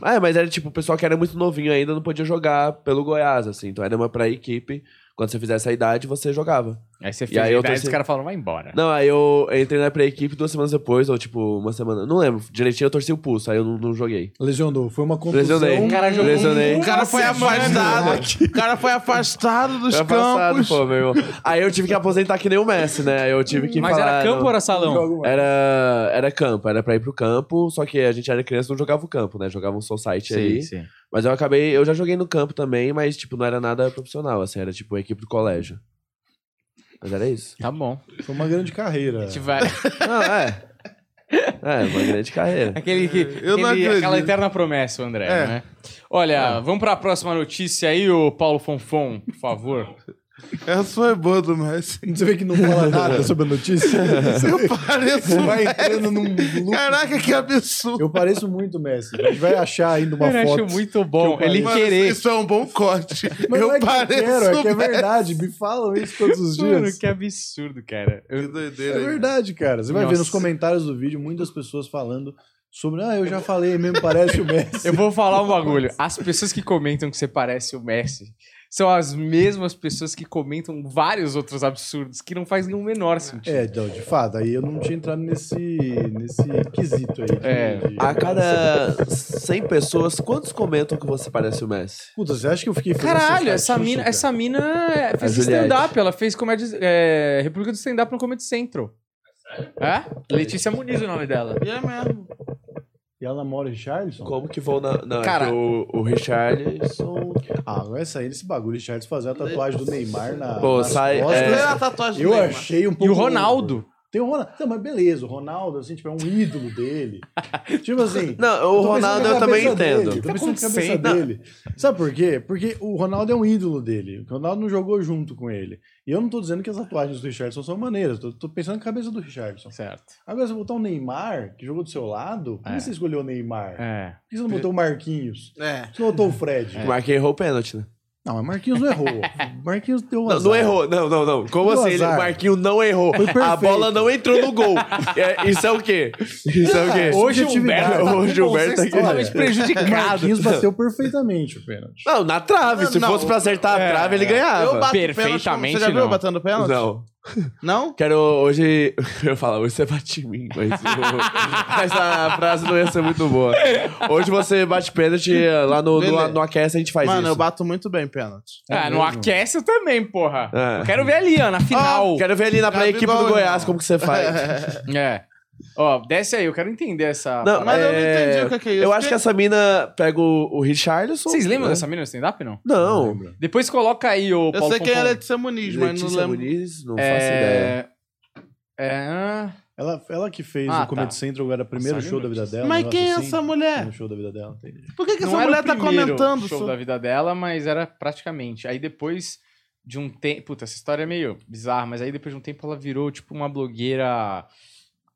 [SPEAKER 3] ah, mas era tipo, o pessoal que era muito novinho ainda não podia jogar pelo Goiás, assim. Então era uma pra equipe. Quando você fizesse a idade, você jogava.
[SPEAKER 1] Aí você fez
[SPEAKER 3] E aí
[SPEAKER 1] a
[SPEAKER 3] eu
[SPEAKER 1] idade,
[SPEAKER 3] torci-
[SPEAKER 1] os caras falaram, vai embora.
[SPEAKER 3] Não, aí eu entrei na pré-equipe duas semanas depois, ou tipo, uma semana. Não lembro. Direitinho eu torci o pulso, aí eu não, não joguei.
[SPEAKER 4] Lesionou. Foi uma confusão.
[SPEAKER 3] Lesionei. Lesionei.
[SPEAKER 2] O cara foi afastado. O cara foi afastado dos
[SPEAKER 3] Foi afastado,
[SPEAKER 2] campos.
[SPEAKER 3] pô, meu irmão. Aí eu tive que aposentar que nem o Messi, né? Aí eu tive que
[SPEAKER 1] Mas
[SPEAKER 3] falar,
[SPEAKER 1] era campo
[SPEAKER 3] não.
[SPEAKER 1] ou era salão?
[SPEAKER 4] Jogo mais.
[SPEAKER 3] Era, era campo, era pra ir pro campo, só que a gente era criança e não jogava o campo, né? Jogava um society aí.
[SPEAKER 1] sim.
[SPEAKER 3] Mas eu acabei, eu já joguei no campo também, mas tipo, não era nada profissional, assim, era tipo a equipe do colégio. Mas era isso.
[SPEAKER 1] Tá bom.
[SPEAKER 4] Foi uma grande carreira.
[SPEAKER 1] A gente vai...
[SPEAKER 3] Não, é. É, uma grande carreira.
[SPEAKER 1] Aquele que.
[SPEAKER 2] Eu não
[SPEAKER 1] aquele- aquela
[SPEAKER 2] acredito.
[SPEAKER 1] eterna promessa, o André,
[SPEAKER 2] É.
[SPEAKER 1] né? Olha, vamos pra próxima notícia aí, ô Paulo Fonfon, por favor.
[SPEAKER 2] Essa foi boa do Messi.
[SPEAKER 4] Você vê que não fala nada sobre a notícia.
[SPEAKER 2] Eu pareço.
[SPEAKER 4] Você vai entrando num loop.
[SPEAKER 2] Caraca, que absurdo.
[SPEAKER 4] Eu pareço muito Messi. A gente vai achar ainda uma
[SPEAKER 1] Cara, eu
[SPEAKER 4] foto.
[SPEAKER 1] acho muito bom.
[SPEAKER 4] que eu
[SPEAKER 1] Ele
[SPEAKER 2] Mas
[SPEAKER 1] querer.
[SPEAKER 2] Isso é um bom corte.
[SPEAKER 4] Mas
[SPEAKER 2] eu
[SPEAKER 4] não é que
[SPEAKER 2] pareço. um
[SPEAKER 4] eu quero, é que é
[SPEAKER 2] Messi.
[SPEAKER 4] verdade. Me falam isso todos os
[SPEAKER 1] Mano,
[SPEAKER 4] dias.
[SPEAKER 1] que absurdo, cara.
[SPEAKER 2] Que
[SPEAKER 1] Eu-
[SPEAKER 2] doideira.
[SPEAKER 4] É
[SPEAKER 2] hein?
[SPEAKER 4] verdade, cara. Você vai ver
[SPEAKER 1] né? Nossa.
[SPEAKER 4] nos comentários do vídeo muitas pessoas falando sobre. Ah, eu já falei mesmo, parece o Messi.
[SPEAKER 1] eu vou falar um bagulho. As pessoas que comentam que você parece o Messi são as mesmas pessoas que comentam vários outros absurdos que não faz nenhum menor sentido.
[SPEAKER 4] É, não, de fato, aí eu não tinha entrado nesse, nesse quesito aí. de-
[SPEAKER 1] É.
[SPEAKER 4] de-
[SPEAKER 3] A cada 100 pessoas, quantos comentam que você parece o Messi?
[SPEAKER 4] Puta, você acha que eu fiquei fazendo
[SPEAKER 1] Caralho, essa
[SPEAKER 4] estatística?
[SPEAKER 1] mina, essa mina é- fez
[SPEAKER 3] Juliette.
[SPEAKER 1] stand-up, ela fez comédia, é, República do Stand-up no Comedy Central. É? Letícia Muniz o nome dela.
[SPEAKER 2] E É mesmo.
[SPEAKER 4] E ela namora o Richardson?
[SPEAKER 3] Como que vão na. na
[SPEAKER 1] Cara-
[SPEAKER 3] que o, o Richarlison.
[SPEAKER 4] Ah, vai sair desse bagulho. Richardson fazer a tatuagem do Neymar na.
[SPEAKER 3] Pô,
[SPEAKER 4] nas
[SPEAKER 3] sai-
[SPEAKER 4] costas.
[SPEAKER 2] Olha
[SPEAKER 3] É.
[SPEAKER 2] a tatuagem
[SPEAKER 4] Eu
[SPEAKER 2] do Neymar.
[SPEAKER 4] achei um pouco.
[SPEAKER 1] E o Ronaldo.
[SPEAKER 4] Tem o Ronaldo. Não, mas beleza, o Ronaldo, assim, tipo, é um ídolo dele. tipo assim.
[SPEAKER 3] Não, o
[SPEAKER 4] tô pensando
[SPEAKER 3] Ronaldo
[SPEAKER 4] na
[SPEAKER 3] eu também
[SPEAKER 4] cabeça
[SPEAKER 3] entendo.
[SPEAKER 4] Dele, tô
[SPEAKER 1] Tá
[SPEAKER 4] pensando na cabeça
[SPEAKER 1] acontecendo?
[SPEAKER 4] dele. Sabe por quê? Porque o Ronaldo é um ídolo dele. O Ronaldo não jogou junto com ele. E eu não tô dizendo que as tatuagens do Richardson são maneiras. Tô, tô pensando na cabeça do Richardson.
[SPEAKER 1] Certo.
[SPEAKER 4] Agora, se eu botar o Neymar, que jogou do seu lado, por que
[SPEAKER 1] É.
[SPEAKER 4] você escolheu o Neymar?
[SPEAKER 1] É.
[SPEAKER 4] Por que você não botou o Marquinhos?
[SPEAKER 2] É.
[SPEAKER 4] Por que Você não botou o Fred?
[SPEAKER 3] Marquei errou o pênalti, né?
[SPEAKER 4] Não, mas Marquinhos não errou. Marquinhos deu
[SPEAKER 3] Não, não
[SPEAKER 4] azar.
[SPEAKER 3] errou, não, não, não. Como
[SPEAKER 4] Deu
[SPEAKER 3] assim? Ele, o
[SPEAKER 4] azar.
[SPEAKER 3] Marquinho não errou.
[SPEAKER 4] Foi
[SPEAKER 3] A
[SPEAKER 4] perfeito.
[SPEAKER 3] bola não entrou no gol. É, isso é o quê? Isso é o quê?
[SPEAKER 1] Hoje o
[SPEAKER 4] Subjetividade.
[SPEAKER 1] Humberto-
[SPEAKER 3] hoje o tá Humberto
[SPEAKER 1] Vocês estão
[SPEAKER 3] aqui.
[SPEAKER 2] É.
[SPEAKER 1] totalmente
[SPEAKER 4] O
[SPEAKER 1] prejudicado.
[SPEAKER 4] Marquinhos bateu perfeitamente o pênalti.
[SPEAKER 3] Não, na trave. Se
[SPEAKER 2] Não,
[SPEAKER 3] fosse pra acertar a
[SPEAKER 1] é,
[SPEAKER 3] trave, ele
[SPEAKER 1] é.
[SPEAKER 3] ganhava.
[SPEAKER 2] Eu bato pênalti,
[SPEAKER 1] Perfeitamente
[SPEAKER 2] Você já viu eu
[SPEAKER 1] não.
[SPEAKER 2] batendo pênalti?
[SPEAKER 3] Não.
[SPEAKER 2] Não?
[SPEAKER 3] Quero hoje. Eu ia falar, hoje você bate em mim, mas. eu- essa frase não ia ser muito boa. Hoje você bate pênalti eh, lá no, no,
[SPEAKER 2] Beleza.
[SPEAKER 3] no aquece, a gente faz
[SPEAKER 2] Mano,
[SPEAKER 3] isso.
[SPEAKER 2] eu bato muito bem pênalti.
[SPEAKER 1] Ah, não aquece eu também, porra.
[SPEAKER 3] É.
[SPEAKER 1] Eu quero ver ali, ó, na
[SPEAKER 2] Ah.
[SPEAKER 1] final.
[SPEAKER 3] Quero ver ali na pra equipe do
[SPEAKER 2] Gabigol,
[SPEAKER 3] Goiás
[SPEAKER 2] irmão.
[SPEAKER 3] como que você faz.
[SPEAKER 1] É. Ó, desce aí, eu quero entender essa.
[SPEAKER 3] Não,
[SPEAKER 1] parada.
[SPEAKER 2] Mas eu não
[SPEAKER 3] É,
[SPEAKER 2] entendi o que que é isso.
[SPEAKER 3] Eu acho que essa mina pega o, o Richarlison.
[SPEAKER 1] Vocês lembram
[SPEAKER 3] né?
[SPEAKER 1] dessa mina no stand-up, não?
[SPEAKER 3] Não.
[SPEAKER 1] Depois coloca aí o
[SPEAKER 2] Eu
[SPEAKER 1] Paulo
[SPEAKER 2] sei quem é
[SPEAKER 1] Fontoura.
[SPEAKER 2] Letícia Muniz, mas não
[SPEAKER 3] Letícia
[SPEAKER 2] lembro.
[SPEAKER 3] Muniz, não faço ideia.
[SPEAKER 1] É... é...
[SPEAKER 4] Ela, ela que fez
[SPEAKER 1] Ah,
[SPEAKER 4] o Comedy
[SPEAKER 1] tá.
[SPEAKER 4] Central, era o primeiro
[SPEAKER 1] Nossa,
[SPEAKER 4] show
[SPEAKER 1] eu
[SPEAKER 4] da vida dela. um
[SPEAKER 2] Mas
[SPEAKER 4] negócio
[SPEAKER 2] quem é
[SPEAKER 4] assim.
[SPEAKER 2] essa mulher?
[SPEAKER 4] Primeiro show da vida dela, entendi.
[SPEAKER 2] Por que, que
[SPEAKER 1] não
[SPEAKER 2] essa
[SPEAKER 1] era
[SPEAKER 2] mulher
[SPEAKER 1] o
[SPEAKER 2] tá
[SPEAKER 1] primeiro
[SPEAKER 2] comentando
[SPEAKER 1] show
[SPEAKER 2] isso?
[SPEAKER 1] da vida dela, mas era praticamente. Aí depois de um tempo, puta, essa história é meio bizarra, mas aí depois de um tempo ela virou tipo uma blogueira,